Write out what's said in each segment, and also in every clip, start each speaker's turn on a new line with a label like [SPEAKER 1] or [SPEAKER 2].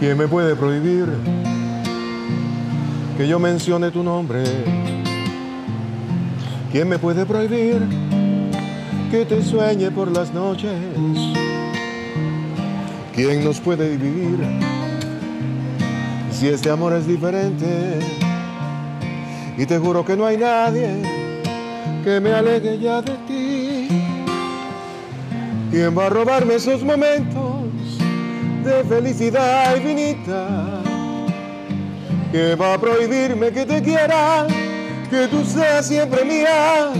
[SPEAKER 1] ¿Quién me puede prohibir que yo mencione tu nombre? ¿Quién me puede prohibir que te sueñe por las noches? ¿Quién nos puede dividir si este amor es diferente? Y te juro que no hay nadie que me alegue ya de ti. ¿Quién va a robarme esos momentos de felicidad infinita? que va a prohibirme que te quiera, que tú seas siempre mía.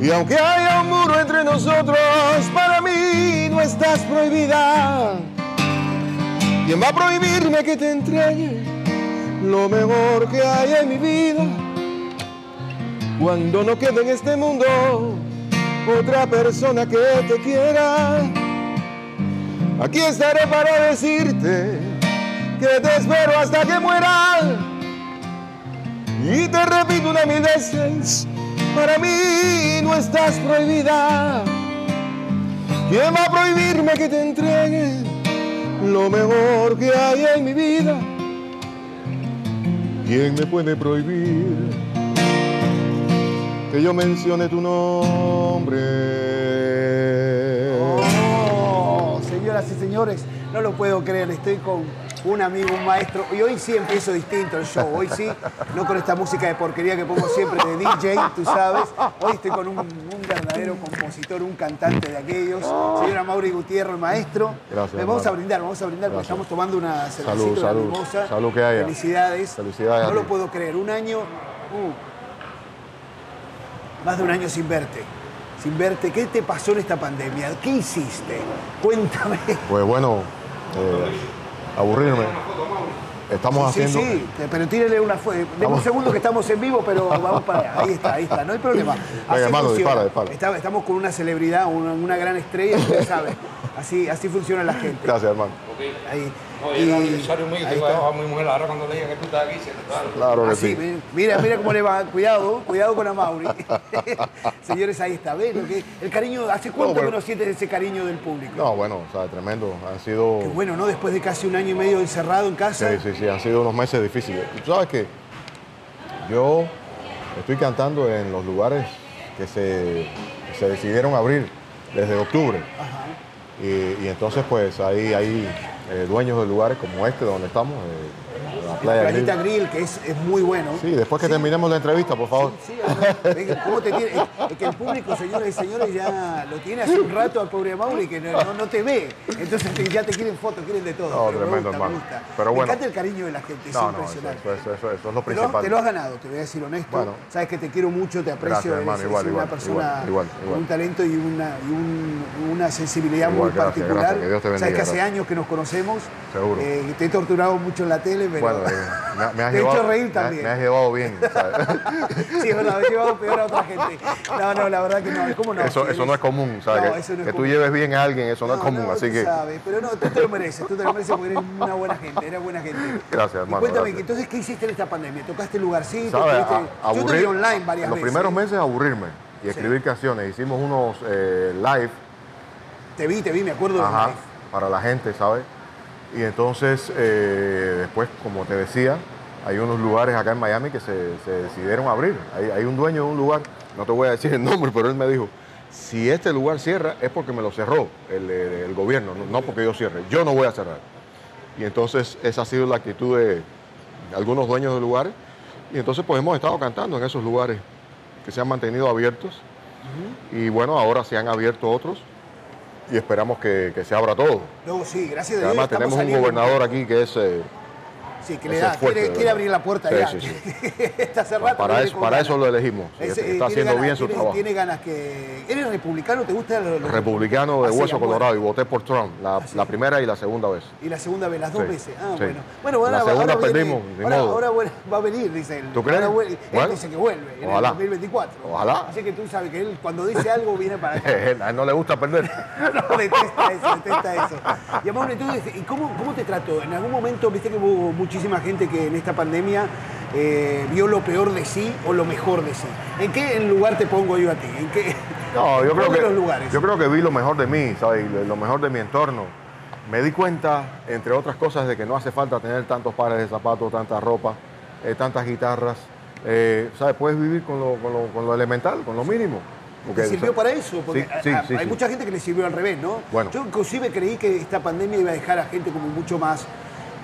[SPEAKER 1] Y aunque haya un muro entre nosotros, para mí no estás prohibida. ¿Quién va a prohibirme que te entregue lo mejor que hay en mi vida? Cuando no quede en este mundo otra persona que te quiera, aquí estaré para decirte que te espero hasta que muera. Y te repito una mil veces, para mí no estás prohibida. ¿Quién va a prohibirme que te entregue lo mejor que hay en mi vida? ¿Quién me puede prohibir que yo mencione tu nombre?
[SPEAKER 2] Oh, señoras y señores, no lo puedo creer, estoy con un amigo, un maestro. Y hoy sí empiezo distinto el show. Hoy sí, no con esta música de porquería que pongo siempre de DJ, tú sabes. Hoy estoy con un, un verdadero compositor, un cantante de aquellos. Señora Mauri Gutiérrez, maestro.
[SPEAKER 1] Gracias,
[SPEAKER 2] Le vamos a
[SPEAKER 1] hermano.
[SPEAKER 2] brindar, vamos a brindar porque
[SPEAKER 1] Gracias.
[SPEAKER 2] estamos tomando una cervecita
[SPEAKER 1] Salud,
[SPEAKER 2] una
[SPEAKER 1] salud.
[SPEAKER 2] mimosa.
[SPEAKER 1] Salud que haya.
[SPEAKER 2] Felicidades.
[SPEAKER 1] Felicidades a
[SPEAKER 2] No lo
[SPEAKER 1] ti.
[SPEAKER 2] puedo creer. Un año. uh, más de un año sin verte. Sin verte, ¿qué te pasó en esta pandemia? ¿Qué hiciste? Cuéntame.
[SPEAKER 1] Pues bueno, eh, aburrirme. Estamos
[SPEAKER 2] Sí,
[SPEAKER 1] haciendo.
[SPEAKER 2] sí, te- pero tírele una fuente. Deme un segundo que estamos en vivo, pero vamos para allá. Ahí está, ahí está, no hay problema. Así
[SPEAKER 1] hermano, dispara,
[SPEAKER 2] funciona.
[SPEAKER 1] dispara.
[SPEAKER 2] Está- estamos con una celebridad, una, una gran estrella, usted sabe. Así, así funciona la gente.
[SPEAKER 1] Gracias, hermano.
[SPEAKER 2] Ahí,
[SPEAKER 3] Oye,
[SPEAKER 2] y-
[SPEAKER 3] el aniversario mío,
[SPEAKER 2] ahí
[SPEAKER 3] tengo
[SPEAKER 2] está.
[SPEAKER 3] a mi mujer ahora cuando le diga que tú estás aquí, se te va.
[SPEAKER 1] Claro que
[SPEAKER 2] Así,
[SPEAKER 1] sí.
[SPEAKER 2] mi- mira, mira cómo le va. Cuidado, cuidado con Amauri. Señores, ahí está. ¿Ves lo que El cariño, ¿hace cuánto
[SPEAKER 1] pero-
[SPEAKER 2] que no sientes ese cariño del público?
[SPEAKER 1] No, bueno, o sea, tremendo. Han sido.
[SPEAKER 2] Qué Bueno, ¿no? Después de casi un año y medio encerrado en
[SPEAKER 1] Sí,
[SPEAKER 2] casa.
[SPEAKER 1] sí, sí, han sido unos meses difíciles. Y Tú sabes que yo estoy cantando en los lugares que se, que se decidieron abrir desde octubre. Y, y entonces, pues ahí hay eh, dueños de lugares como este donde estamos, eh, la playa. Grill.
[SPEAKER 2] Planeta Grill, que es, es muy bueno.
[SPEAKER 1] Sí, después que terminemos la entrevista, por favor.
[SPEAKER 2] Sí, ajá. Venga, ¿Cómo te tiene? Es que el público, señoras y señores, ya lo tiene hace un rato al pobre Mauri que no, no- no te ve. Entonces te- ya te quieren fotos, quieren de todo.
[SPEAKER 1] No,
[SPEAKER 2] pero me
[SPEAKER 1] tremendo,
[SPEAKER 2] gusta, me
[SPEAKER 1] hermano.
[SPEAKER 2] gusta.
[SPEAKER 1] Pero
[SPEAKER 2] Me
[SPEAKER 1] bueno.
[SPEAKER 2] encanta el cariño de la gente, es
[SPEAKER 1] No, no, eso,
[SPEAKER 2] impresionante.
[SPEAKER 1] eso, eso- eso- eso es lo
[SPEAKER 2] Te lo,
[SPEAKER 1] principal.
[SPEAKER 2] te lo has ganado, te voy a decir honesto.
[SPEAKER 1] Bueno.
[SPEAKER 2] Sabes que te quiero mucho, te aprecio.
[SPEAKER 1] Gracias, hermano,
[SPEAKER 2] eres- eres
[SPEAKER 1] igual,
[SPEAKER 2] una
[SPEAKER 1] igual,
[SPEAKER 2] persona
[SPEAKER 1] igual, igual,
[SPEAKER 2] con
[SPEAKER 1] igual.
[SPEAKER 2] un talento y una, y un- una sensibilidad
[SPEAKER 1] Igual,
[SPEAKER 2] muy
[SPEAKER 1] gracias,
[SPEAKER 2] particular.
[SPEAKER 1] gracias, que Dios te
[SPEAKER 2] Sabes
[SPEAKER 1] bendiga,
[SPEAKER 2] que hace
[SPEAKER 1] gracias.
[SPEAKER 2] años que nos conocemos.
[SPEAKER 1] Seguro.
[SPEAKER 2] Eh, te he torturado mucho en la tele, pero
[SPEAKER 1] Bueno, eh, me, me has
[SPEAKER 2] te he
[SPEAKER 1] llevado,
[SPEAKER 2] hecho reír
[SPEAKER 1] me-
[SPEAKER 2] también.
[SPEAKER 1] Me, has llevado bien. ¿sabes?
[SPEAKER 2] Sí, es verdad, he llevado peor a otra gente. No, no, la verdad que no. ¿Cómo no?
[SPEAKER 1] eso,
[SPEAKER 2] Sí,
[SPEAKER 1] eso no es común, ¿sabes?
[SPEAKER 2] No,
[SPEAKER 1] que
[SPEAKER 2] eso no es
[SPEAKER 1] que tú
[SPEAKER 2] común.
[SPEAKER 1] lleves bien a alguien, eso no, es común.
[SPEAKER 2] no,
[SPEAKER 1] así
[SPEAKER 2] tú
[SPEAKER 1] que
[SPEAKER 2] sabes, pero no, tú te lo mereces, tú te lo mereces porque eres una buena gente, eres buena gente.
[SPEAKER 1] Gracias,
[SPEAKER 2] Y
[SPEAKER 1] hermano,
[SPEAKER 2] cuéntame,
[SPEAKER 1] gracias.
[SPEAKER 2] que entonces, ¿qué hiciste en esta pandemia? ¿Tocaste lugarcito?
[SPEAKER 1] ¿Sabes?
[SPEAKER 2] Tuviste-
[SPEAKER 1] A-
[SPEAKER 2] Yo te
[SPEAKER 1] aburrir-
[SPEAKER 2] vi online varias
[SPEAKER 1] los
[SPEAKER 2] veces.
[SPEAKER 1] primeros meses aburrirme y escribir canciones. Hicimos unos eh, live,
[SPEAKER 2] Te vi, te vi, me acuerdo de los
[SPEAKER 1] ajá,
[SPEAKER 2] live.
[SPEAKER 1] para la gente, ¿sabes? Y entonces, eh, después, como te decía, hay unos lugares acá en Miami que se, se decidieron abrir. Hay, hay un dueño de un lugar, no te voy a decir el nombre, pero él me dijo, si este lugar cierra es porque me lo cerró el, eh, el gobierno, no, no porque yo cierre, yo no voy a cerrar. Y entonces esa ha sido la actitud de algunos dueños de lugares. Y entonces pues hemos estado cantando en esos lugares que se han mantenido abiertos. Y bueno, ahora se han abierto otros y esperamos que, que se abra todo.
[SPEAKER 2] Luego sí, gracias a Dios.
[SPEAKER 1] Además
[SPEAKER 2] estamos
[SPEAKER 1] tenemos un
[SPEAKER 2] saliendo.
[SPEAKER 1] gobernador aquí que es... eh,
[SPEAKER 2] Sí, que le
[SPEAKER 1] ese
[SPEAKER 2] da,
[SPEAKER 1] es fuerte,
[SPEAKER 2] quiere,
[SPEAKER 1] de
[SPEAKER 2] quiere
[SPEAKER 1] verdad.
[SPEAKER 2] abrir la puerta
[SPEAKER 1] Sí,
[SPEAKER 2] ya.
[SPEAKER 1] sí, sí.
[SPEAKER 2] está cerrado.
[SPEAKER 1] pues, para eso, para eso lo elegimos. y
[SPEAKER 2] Ese, eh,
[SPEAKER 1] está
[SPEAKER 2] tiene
[SPEAKER 1] haciendo
[SPEAKER 2] ganas-
[SPEAKER 1] bien su
[SPEAKER 2] tiene-
[SPEAKER 1] trabajo.
[SPEAKER 2] Tiene ganas que. ¿Eres republicano? ¿Te gusta los
[SPEAKER 1] Republicano de
[SPEAKER 2] Así,
[SPEAKER 1] hueso
[SPEAKER 2] a muerte.
[SPEAKER 1] colorado y voté por Trump la,
[SPEAKER 2] Así.
[SPEAKER 1] la primera y la segunda vez.
[SPEAKER 2] Y la segunda vez, las dos
[SPEAKER 1] Sí,
[SPEAKER 2] veces. Ah,
[SPEAKER 1] sí.
[SPEAKER 2] bueno. Bueno, ahora,
[SPEAKER 1] La segunda
[SPEAKER 2] ahora viene-
[SPEAKER 1] perdimos, ni
[SPEAKER 2] ahora,
[SPEAKER 1] modo.
[SPEAKER 2] ahora vuel- va a venir, dice él.
[SPEAKER 1] ¿Tú crees?
[SPEAKER 2] Ahora vuel- él
[SPEAKER 1] Bueno.
[SPEAKER 2] dice que vuelve en el
[SPEAKER 1] Ojalá.
[SPEAKER 2] 2024.
[SPEAKER 1] Ojalá.
[SPEAKER 2] Así que tú sabes que él cuando dice algo viene para acá.
[SPEAKER 1] A él no le gusta perder.
[SPEAKER 2] No, detesta eso, detesta eso. Y Amor, entonces, ¿y cómo, cómo te trató? En algún momento viste que hubo muchísima gente que en esta pandemia eh, vio lo peor de sí o lo mejor de sí. ¿En qué lugar te pongo yo a ti? ¿En qué?
[SPEAKER 1] No, yo
[SPEAKER 2] ¿En
[SPEAKER 1] creo
[SPEAKER 2] cuál de
[SPEAKER 1] que
[SPEAKER 2] los lugares?
[SPEAKER 1] yo creo que vi lo mejor de mí, ¿sabes? Y Lo lo mejor de mi entorno.
[SPEAKER 4] Me di cuenta, entre otras cosas, de que no hace falta tener tantos pares de zapatos, tanta ropa, eh, tantas guitarras. Eh, ¿Sabes? Puedes vivir con lo, con lo- con lo elemental, con lo mínimo. Porque,
[SPEAKER 2] ¿Te sirvió
[SPEAKER 4] ¿sabes?
[SPEAKER 2] para eso? Porque
[SPEAKER 4] Sí, sí,
[SPEAKER 2] a- a-
[SPEAKER 4] sí,
[SPEAKER 2] hay
[SPEAKER 4] sí.
[SPEAKER 2] mucha gente que le sirvió al revés, ¿no?
[SPEAKER 4] Bueno.
[SPEAKER 2] Yo inclusive creí que esta pandemia iba a dejar a gente como mucho más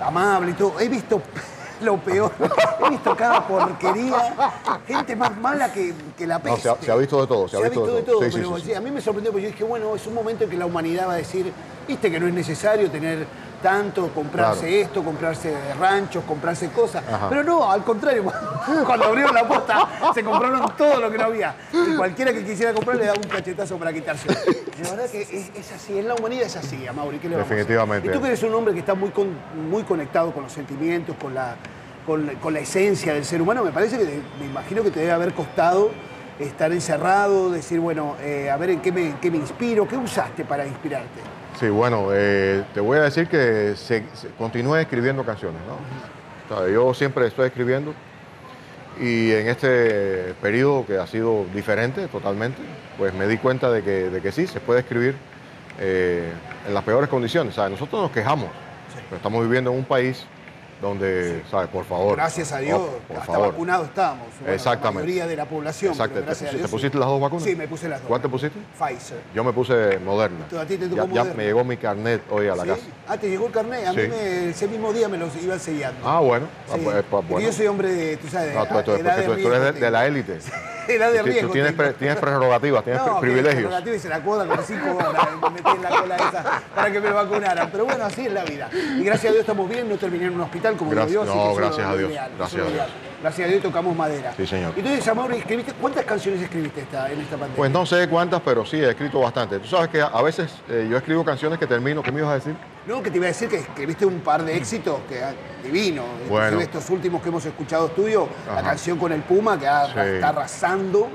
[SPEAKER 2] amable y todo. He visto lo peor, he visto cada porquería, gente más mala que, que la
[SPEAKER 4] No,
[SPEAKER 2] peste.
[SPEAKER 4] se, ha, se ha visto de todo, se, ha visto de todo. Sí, sí,
[SPEAKER 2] pero
[SPEAKER 4] sí, sí.
[SPEAKER 2] sí, a mí me sorprendió porque yo dije, bueno, es un momento en que la humanidad va a decir, viste que no es necesario tener tanto, comprarse
[SPEAKER 4] Claro.
[SPEAKER 2] esto, comprarse ranchos, comprarse cosas.
[SPEAKER 4] Ajá.
[SPEAKER 2] Pero no, al contrario, cuando abrieron la posta se compraron todo lo que no había. Y cualquiera que quisiera comprar le daba un cachetazo para quitarse. La verdad que es, es así, en la humanidad es así, Amaury, ¿qué le vamos a hacer?
[SPEAKER 4] Definitivamente.
[SPEAKER 2] Y tú que eres un hombre que está muy, con- muy conectado con los sentimientos, con la, con, la- con la esencia del ser humano. Me parece que, te- me imagino que te debe haber costado estar encerrado, decir, bueno, eh, a ver en qué, me, en qué me inspiro, qué usaste para inspirarte.
[SPEAKER 4] Sí, bueno, eh, te voy a decir que se, se- continué escribiendo canciones, ¿no? O sea, yo siempre estoy escribiendo y en este periodo que ha sido diferente totalmente, pues me di cuenta de que, de que sí, se puede escribir eh, en las peores condiciones. ¿sabes? Nosotros nos quejamos, pero estamos viviendo en un país donde, ¿sabes? Por favor.
[SPEAKER 2] Gracias a
[SPEAKER 4] no,
[SPEAKER 2] Dios,
[SPEAKER 4] por
[SPEAKER 2] hasta
[SPEAKER 4] favor.
[SPEAKER 2] vacunados estábamos. Bueno,
[SPEAKER 4] Exactamente.
[SPEAKER 2] La mayoría de la población.
[SPEAKER 4] Exacto,
[SPEAKER 2] pero
[SPEAKER 4] ¿te
[SPEAKER 2] gracias a
[SPEAKER 4] pusiste-
[SPEAKER 2] Dios,
[SPEAKER 4] te pusiste
[SPEAKER 2] sí.
[SPEAKER 4] las dos vacunas?
[SPEAKER 2] Sí, me puse las dos.
[SPEAKER 4] ¿Cuál te pusiste?
[SPEAKER 2] Pfizer.
[SPEAKER 4] Yo me puse moderna.
[SPEAKER 2] ¿Tú- a ti te tocó
[SPEAKER 4] ya, ya
[SPEAKER 2] Moderna?
[SPEAKER 4] me llegó mi carnet hoy a la
[SPEAKER 2] ¿Sí?
[SPEAKER 4] casa.
[SPEAKER 2] Ah, te llegó el carnet. A mí
[SPEAKER 4] Sí.
[SPEAKER 2] me- ese mismo día me los iban sellando.
[SPEAKER 4] Ah, bueno. ah,
[SPEAKER 2] Sí.
[SPEAKER 4] pues, pues,
[SPEAKER 2] Porque
[SPEAKER 4] bueno.
[SPEAKER 2] Yo soy hombre de, tú sabes, ah, de
[SPEAKER 4] No, tú, tú-
[SPEAKER 2] edad
[SPEAKER 4] porque
[SPEAKER 2] de
[SPEAKER 4] tú- tú eres de,
[SPEAKER 2] riesgo
[SPEAKER 4] de la
[SPEAKER 2] tengo.
[SPEAKER 4] élite.
[SPEAKER 2] Edad de
[SPEAKER 4] Tú ti-
[SPEAKER 2] riesgo
[SPEAKER 4] Tú tienes,
[SPEAKER 2] tengo.
[SPEAKER 4] pre- tienes prerrogativas, tienes
[SPEAKER 2] No,
[SPEAKER 4] pri-
[SPEAKER 2] que
[SPEAKER 4] privilegios.
[SPEAKER 2] el relativo y se la cuota con cinco horas. Me metí en la cola esa para que me vacunaran. Pero bueno, así es la vida. Y gracias a Dios estamos bien, no terminé en un hospital como
[SPEAKER 4] Gracias-
[SPEAKER 2] digo yo. así
[SPEAKER 4] no,
[SPEAKER 2] que eso
[SPEAKER 4] gracias
[SPEAKER 2] es
[SPEAKER 4] a
[SPEAKER 2] lo
[SPEAKER 4] Dios,
[SPEAKER 2] ideal, eso
[SPEAKER 4] gracias
[SPEAKER 2] es lo
[SPEAKER 4] a Dios.
[SPEAKER 2] ideal. Gracias a Dios tocamos madera.
[SPEAKER 4] Sí, señor.
[SPEAKER 2] Entonces, Amaury, escribiste, ¿cuántas canciones escribiste esta, en esta pandemia?
[SPEAKER 4] Pues no sé cuántas, pero sí, he escrito bastante. Tú sabes que a- a veces eh, yo escribo canciones que termino, ¿qué me ibas a decir?
[SPEAKER 2] No, que te iba a decir que escribiste un par de éxitos que ah, divino. Inclusive
[SPEAKER 4] Mm. Bueno.
[SPEAKER 2] estos últimos que hemos escuchado tuyos, la
[SPEAKER 4] Ajá.
[SPEAKER 2] canción con el Puma que ha-
[SPEAKER 4] Sí.
[SPEAKER 2] está arrasando,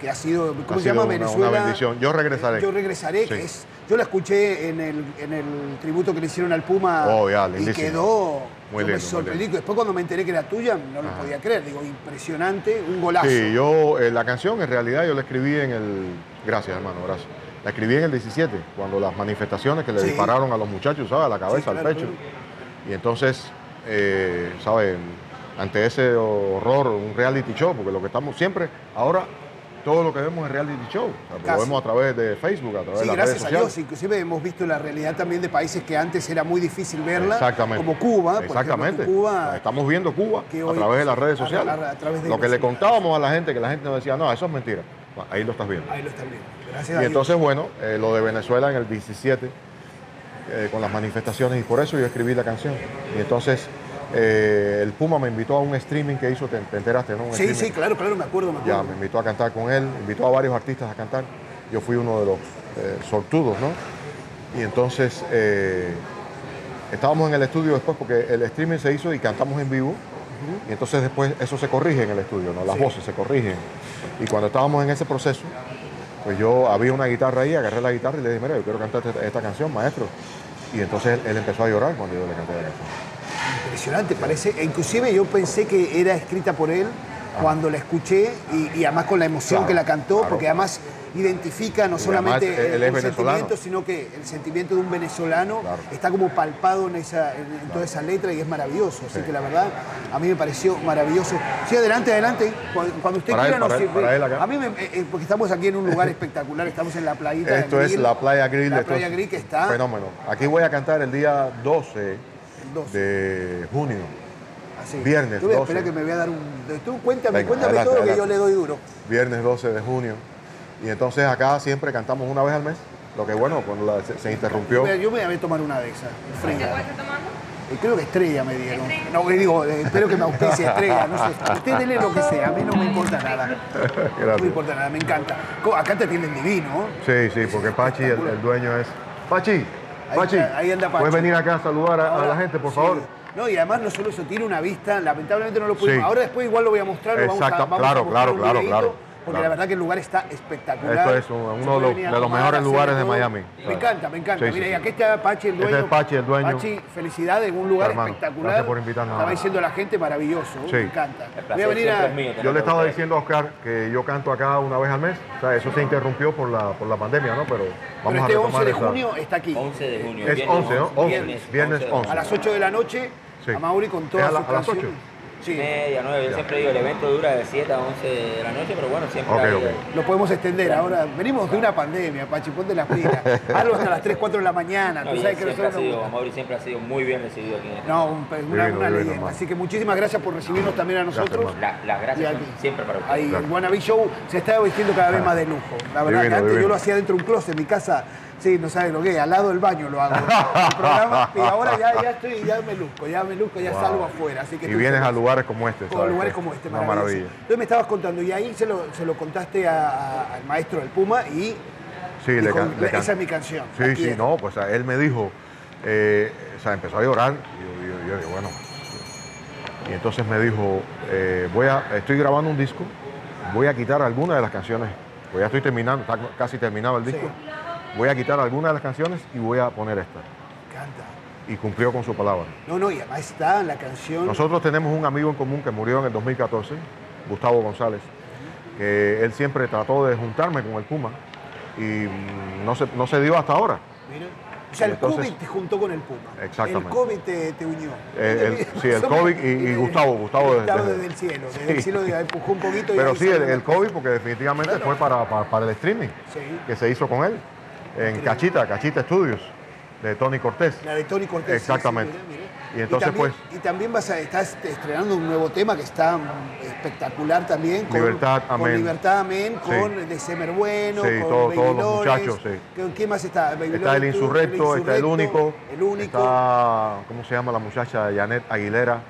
[SPEAKER 2] que ha sido, ¿cómo
[SPEAKER 4] Ha
[SPEAKER 2] se
[SPEAKER 4] sido
[SPEAKER 2] llama?
[SPEAKER 4] una- una
[SPEAKER 2] Venezuela.
[SPEAKER 4] bendición. Yo regresaré.
[SPEAKER 2] Yo regresaré, que
[SPEAKER 4] Sí.
[SPEAKER 2] es- yo la escuché en el, en el tributo que le hicieron al Puma
[SPEAKER 4] Oh, ya,
[SPEAKER 2] y
[SPEAKER 4] lindísimo.
[SPEAKER 2] quedó.
[SPEAKER 4] Muy
[SPEAKER 2] yo
[SPEAKER 4] lindo, muy
[SPEAKER 2] me sorprendí.
[SPEAKER 4] lindo.
[SPEAKER 2] Después cuando me enteré que era tuya, no lo podía creer. Digo, impresionante, un golazo.
[SPEAKER 4] Sí, yo, eh, la canción en realidad yo la escribí en el. Gracias, hermano, gracias. La escribí en el 17, cuando las manifestaciones que le
[SPEAKER 2] Sí.
[SPEAKER 4] dispararon a los muchachos, ¿sabes? A la cabeza,
[SPEAKER 2] claro,
[SPEAKER 4] al pecho.
[SPEAKER 2] claro.
[SPEAKER 4] Y entonces, eh, ¿sabes? Ante ese horror, un reality show, porque lo que estamos siempre, ahora todo lo que vemos es reality show. O sea,
[SPEAKER 2] Casi.
[SPEAKER 4] lo vemos a través de Facebook, a través
[SPEAKER 2] Sí,
[SPEAKER 4] de las redes
[SPEAKER 2] gracias a
[SPEAKER 4] sociales.
[SPEAKER 2] Dios. Inclusive hemos visto la realidad también de países que antes era muy difícil verla.
[SPEAKER 4] Exactamente.
[SPEAKER 2] Como Cuba, por
[SPEAKER 4] Exactamente.
[SPEAKER 2] ejemplo, tu Cuba.
[SPEAKER 4] Estamos viendo Cuba
[SPEAKER 2] que
[SPEAKER 4] a
[SPEAKER 2] hoy-
[SPEAKER 4] través de las redes
[SPEAKER 2] a-
[SPEAKER 4] sociales.
[SPEAKER 2] a- a través de
[SPEAKER 4] lo que le
[SPEAKER 2] los-
[SPEAKER 4] contábamos a la gente, que la gente nos decía, no, eso es mentira. Ahí lo estás viendo.
[SPEAKER 2] Ahí lo están viendo. Gracias
[SPEAKER 4] Y
[SPEAKER 2] a Dios.
[SPEAKER 4] entonces, bueno, eh, lo de Venezuela en el 17, eh, con las manifestaciones, y por eso yo escribí la canción. Y entonces, eh, el Puma me invitó a un streaming que hizo, te, te enteraste, ¿no? Un
[SPEAKER 2] Sí,
[SPEAKER 4] streaming.
[SPEAKER 2] sí, claro, claro, me acuerdo, me
[SPEAKER 4] Ya,
[SPEAKER 2] acuerdo.
[SPEAKER 4] me invitó a cantar con él, invitó a varios artistas a cantar. Yo fui uno de los eh, sortudos, ¿no? Y entonces, eh, estábamos en el estudio después, porque el streaming se hizo y cantamos en vivo. Y entonces después eso se corrige en el estudio, ¿no? Las voces se corrigen. Y cuando estábamos en ese proceso, pues yo había una guitarra ahí, agarré la guitarra y le dije, mira, yo quiero cantar esta, esta canción, maestro. Y entonces él, él empezó a llorar cuando yo le canté la canción.
[SPEAKER 2] Impresionante, parece. E inclusive yo pensé que era escrita por él cuando la escuché y, y además con la emoción
[SPEAKER 4] Ah. Claro,
[SPEAKER 2] que la cantó,
[SPEAKER 4] claro.
[SPEAKER 2] porque además identifica no
[SPEAKER 4] Y
[SPEAKER 2] solamente
[SPEAKER 4] además, él
[SPEAKER 2] el,
[SPEAKER 4] es
[SPEAKER 2] el
[SPEAKER 4] venezolano.
[SPEAKER 2] sentimiento, sino que el sentimiento de un venezolano
[SPEAKER 4] Claro.
[SPEAKER 2] está como palpado en, esa, en- en toda esa letra y es maravilloso. Así que la verdad, a mí me pareció maravilloso. Sí, adelante, adelante. Cuando, cuando usted
[SPEAKER 4] Para él,
[SPEAKER 2] quiera, nos
[SPEAKER 4] para él,
[SPEAKER 2] sirve.
[SPEAKER 4] para él acá.
[SPEAKER 2] A mí, me- eh, eh, porque estamos aquí en un lugar espectacular, estamos en la playita.
[SPEAKER 4] Esto
[SPEAKER 2] de
[SPEAKER 4] es
[SPEAKER 2] Grill.
[SPEAKER 4] la Playa Grill.
[SPEAKER 2] La
[SPEAKER 4] esto
[SPEAKER 2] playa
[SPEAKER 4] es
[SPEAKER 2] Grill que está.
[SPEAKER 4] Fenómeno. Aquí voy a cantar el día 12
[SPEAKER 2] 12.
[SPEAKER 4] de junio.
[SPEAKER 2] Así.
[SPEAKER 4] Viernes,
[SPEAKER 2] Tú voy a
[SPEAKER 4] 12.
[SPEAKER 2] esperar que me voy a dar un. de- Tú cuéntame,
[SPEAKER 4] Venga,
[SPEAKER 2] cuéntame
[SPEAKER 4] adelante,
[SPEAKER 2] todo que yo
[SPEAKER 4] adelante.
[SPEAKER 2] le doy duro.
[SPEAKER 4] Viernes 12 de junio. Y entonces acá siempre cantamos una vez al mes. Lo que bueno, cuando la- se, se interrumpió.
[SPEAKER 2] Mira, Yo me voy a tomar una de esas,
[SPEAKER 5] ¿Qué puede
[SPEAKER 2] fría.
[SPEAKER 5] estar tomando?
[SPEAKER 2] Eh, Creo que estrella me dieron. No, que digo, eh, espero que me auspicie estrella, no sé. Usted dele lo que sea, a mí no me importa nada. No me
[SPEAKER 4] Gracias.
[SPEAKER 2] importa nada, me encanta. Co- Acá te atienden divino. ¿eh?
[SPEAKER 4] Sí, sí, porque Pachi, el, el dueño es. Pachi, Pachi,
[SPEAKER 2] está, ahí anda Pachi.
[SPEAKER 4] puedes venir acá a saludar a, a
[SPEAKER 2] Ahora,
[SPEAKER 4] la gente, por
[SPEAKER 2] sí.
[SPEAKER 4] favor.
[SPEAKER 2] No, y además no solo eso, tiene una vista, lamentablemente no lo pudimos.
[SPEAKER 4] Sí.
[SPEAKER 2] Ahora después igual lo voy a mostrar, lo vamos a,
[SPEAKER 4] Exacto,
[SPEAKER 2] vamos a
[SPEAKER 4] claro,
[SPEAKER 2] mostrar
[SPEAKER 4] claro,
[SPEAKER 2] un
[SPEAKER 4] claro,
[SPEAKER 2] videíto,
[SPEAKER 4] claro.
[SPEAKER 2] porque
[SPEAKER 4] Claro.
[SPEAKER 2] la verdad que el lugar está espectacular.
[SPEAKER 4] Esto es
[SPEAKER 2] Se
[SPEAKER 4] un-
[SPEAKER 2] puede
[SPEAKER 4] uno de los-
[SPEAKER 2] venir a
[SPEAKER 4] de los
[SPEAKER 2] tomar,
[SPEAKER 4] mejores
[SPEAKER 2] hacer
[SPEAKER 4] lugares de
[SPEAKER 2] todo.
[SPEAKER 4] Miami.
[SPEAKER 2] Me
[SPEAKER 4] Claro.
[SPEAKER 2] encanta, me encanta.
[SPEAKER 4] Sí, sí,
[SPEAKER 2] Mira, y
[SPEAKER 4] sí.
[SPEAKER 2] aquí está Pachi, el
[SPEAKER 4] Este es
[SPEAKER 2] dueño.
[SPEAKER 4] Pachi, el dueño.
[SPEAKER 2] Pachi, felicidades, un lugar
[SPEAKER 4] Hermano,
[SPEAKER 2] espectacular.
[SPEAKER 4] gracias por invitarnos.
[SPEAKER 2] Estaba diciendo la gente maravilloso, me
[SPEAKER 4] Sí.
[SPEAKER 2] encanta. Voy a
[SPEAKER 6] placer
[SPEAKER 2] venir a...
[SPEAKER 6] siempre es mío tenerlo
[SPEAKER 4] Yo le estaba
[SPEAKER 6] a ustedes.
[SPEAKER 4] diciendo a Oscar que yo canto acá una vez al mes. O sea, eso se interrumpió por la, por la pandemia, ¿no? Pero
[SPEAKER 2] Pero
[SPEAKER 4] vamos
[SPEAKER 2] este 11
[SPEAKER 4] a retomar
[SPEAKER 2] de
[SPEAKER 4] esa-
[SPEAKER 2] junio está aquí.
[SPEAKER 6] 11 de junio.
[SPEAKER 4] Es 11, ¿no? 11, viernes
[SPEAKER 6] de
[SPEAKER 4] 11.
[SPEAKER 2] A las 8 de la noche,
[SPEAKER 4] Sí.
[SPEAKER 2] a Mauri con
[SPEAKER 4] ¿Es
[SPEAKER 2] todas
[SPEAKER 4] a la-
[SPEAKER 2] sus
[SPEAKER 4] a las ocho?
[SPEAKER 2] canciones. Sí.
[SPEAKER 6] Media, nueve. Yo siempre digo, el evento dura de 7 a 11 de la noche, pero bueno, siempre
[SPEAKER 4] Ok,
[SPEAKER 6] hay-
[SPEAKER 4] ok.
[SPEAKER 2] Lo podemos extender ahora. Venimos de una pandemia, Pachi, ponte las pilas. Algo hasta las 3, 4 de la mañana.
[SPEAKER 6] No,
[SPEAKER 2] Tú
[SPEAKER 6] y
[SPEAKER 2] sabes que
[SPEAKER 6] siempre ha
[SPEAKER 2] nosotros nos
[SPEAKER 6] sido,
[SPEAKER 2] gusta.
[SPEAKER 6] Mauri siempre ha sido muy bien recibido aquí en este-
[SPEAKER 2] No, un- una, una
[SPEAKER 4] divino,
[SPEAKER 2] leyenda.
[SPEAKER 4] hermano.
[SPEAKER 2] Así que muchísimas gracias por recibirnos también a
[SPEAKER 4] Gracias,
[SPEAKER 2] nosotros.
[SPEAKER 4] hermano.
[SPEAKER 6] La- las
[SPEAKER 2] Y
[SPEAKER 6] gracias
[SPEAKER 2] aquí.
[SPEAKER 6] son siempre para ustedes.
[SPEAKER 2] Ahí el
[SPEAKER 4] Gracias.
[SPEAKER 2] Wannabe Show se está vistiendo cada vez más de lujo. La verdad que
[SPEAKER 4] Divino,
[SPEAKER 2] antes yo
[SPEAKER 4] divino.
[SPEAKER 2] lo hacía dentro de un closet en mi casa. Sí, no sabes lo que es, al lado del baño lo hago. El programa, y ahora ya, ya estoy, ya me luzco, ya me luzco, ya
[SPEAKER 4] Wow.
[SPEAKER 2] salgo afuera. Así que
[SPEAKER 4] Y
[SPEAKER 2] estoy
[SPEAKER 4] vienes
[SPEAKER 2] feliz.
[SPEAKER 4] a lugares como este,
[SPEAKER 2] Con
[SPEAKER 4] ¿sabes?
[SPEAKER 2] lugares como este,
[SPEAKER 4] Una
[SPEAKER 2] maravilloso.
[SPEAKER 4] maravilla.
[SPEAKER 2] Entonces me estabas contando, y ahí se lo, se lo contaste a- a- al maestro del Puma y
[SPEAKER 4] Sí, le,
[SPEAKER 2] dijo,
[SPEAKER 4] can- le can-
[SPEAKER 2] esa es mi canción.
[SPEAKER 4] Sí,
[SPEAKER 2] aquí
[SPEAKER 4] sí,
[SPEAKER 2] es".
[SPEAKER 4] no, pues o sea, él me dijo, eh, o sea, empezó a llorar, y yo, yo- yo digo, bueno. Y entonces me dijo, eh, voy a, estoy grabando un disco, voy a quitar algunas de las canciones, pues ya estoy terminando, está casi terminado el disco, voy a quitar algunas de las canciones y voy a poner esta.
[SPEAKER 2] Me encanta.
[SPEAKER 4] Y cumplió con su palabra.
[SPEAKER 2] No, no, y además está la canción.
[SPEAKER 4] Nosotros tenemos un amigo en común que murió en el 2014, Gustavo González, que él siempre trató de juntarme con el Puma y mm, no se, no se dio hasta ahora.
[SPEAKER 2] Mira. O sea,
[SPEAKER 4] Y
[SPEAKER 2] el
[SPEAKER 4] entonces-
[SPEAKER 2] COVID te juntó con el Puma.
[SPEAKER 4] Exactamente.
[SPEAKER 2] El COVID te, te unió.
[SPEAKER 4] Eh, el- sí, el COVID y- y Gustavo, Gustavo desde-
[SPEAKER 2] Gustavo desde el cielo. Desde el
[SPEAKER 4] Sí.
[SPEAKER 2] cielo de- empujó un poquito. y
[SPEAKER 4] Pero
[SPEAKER 2] ahí
[SPEAKER 4] sí, el,
[SPEAKER 2] salió.
[SPEAKER 4] el COVID, porque definitivamente fue para, para- para el streaming
[SPEAKER 2] Sí.
[SPEAKER 4] que se hizo con él en Cachita, Cachita Studios, de Tony Cortés.
[SPEAKER 2] La de Tony Cortés. sí, sí,
[SPEAKER 4] Exactamente.
[SPEAKER 2] mira, mira.
[SPEAKER 4] Y entonces, pues-
[SPEAKER 2] también, Y también vas a, estás estrenando un nuevo tema que está mm, espectacular también. Con,
[SPEAKER 4] Libertad,
[SPEAKER 2] con
[SPEAKER 4] amén.
[SPEAKER 2] Libertad, amén.
[SPEAKER 4] Sí.
[SPEAKER 2] Con el de Semer Bueno.
[SPEAKER 4] Sí,
[SPEAKER 2] con
[SPEAKER 4] todo-
[SPEAKER 2] Baby
[SPEAKER 4] todos los
[SPEAKER 2] Lawrence.
[SPEAKER 4] muchachos, sí.
[SPEAKER 2] ¿Qué- ¿Quién más está? Baby
[SPEAKER 4] Está el
[SPEAKER 2] Lawrence, tú,
[SPEAKER 4] insurrecto, está el único.
[SPEAKER 2] El único.
[SPEAKER 4] Está, ¿cómo se llama la muchacha? Janet Aguilera.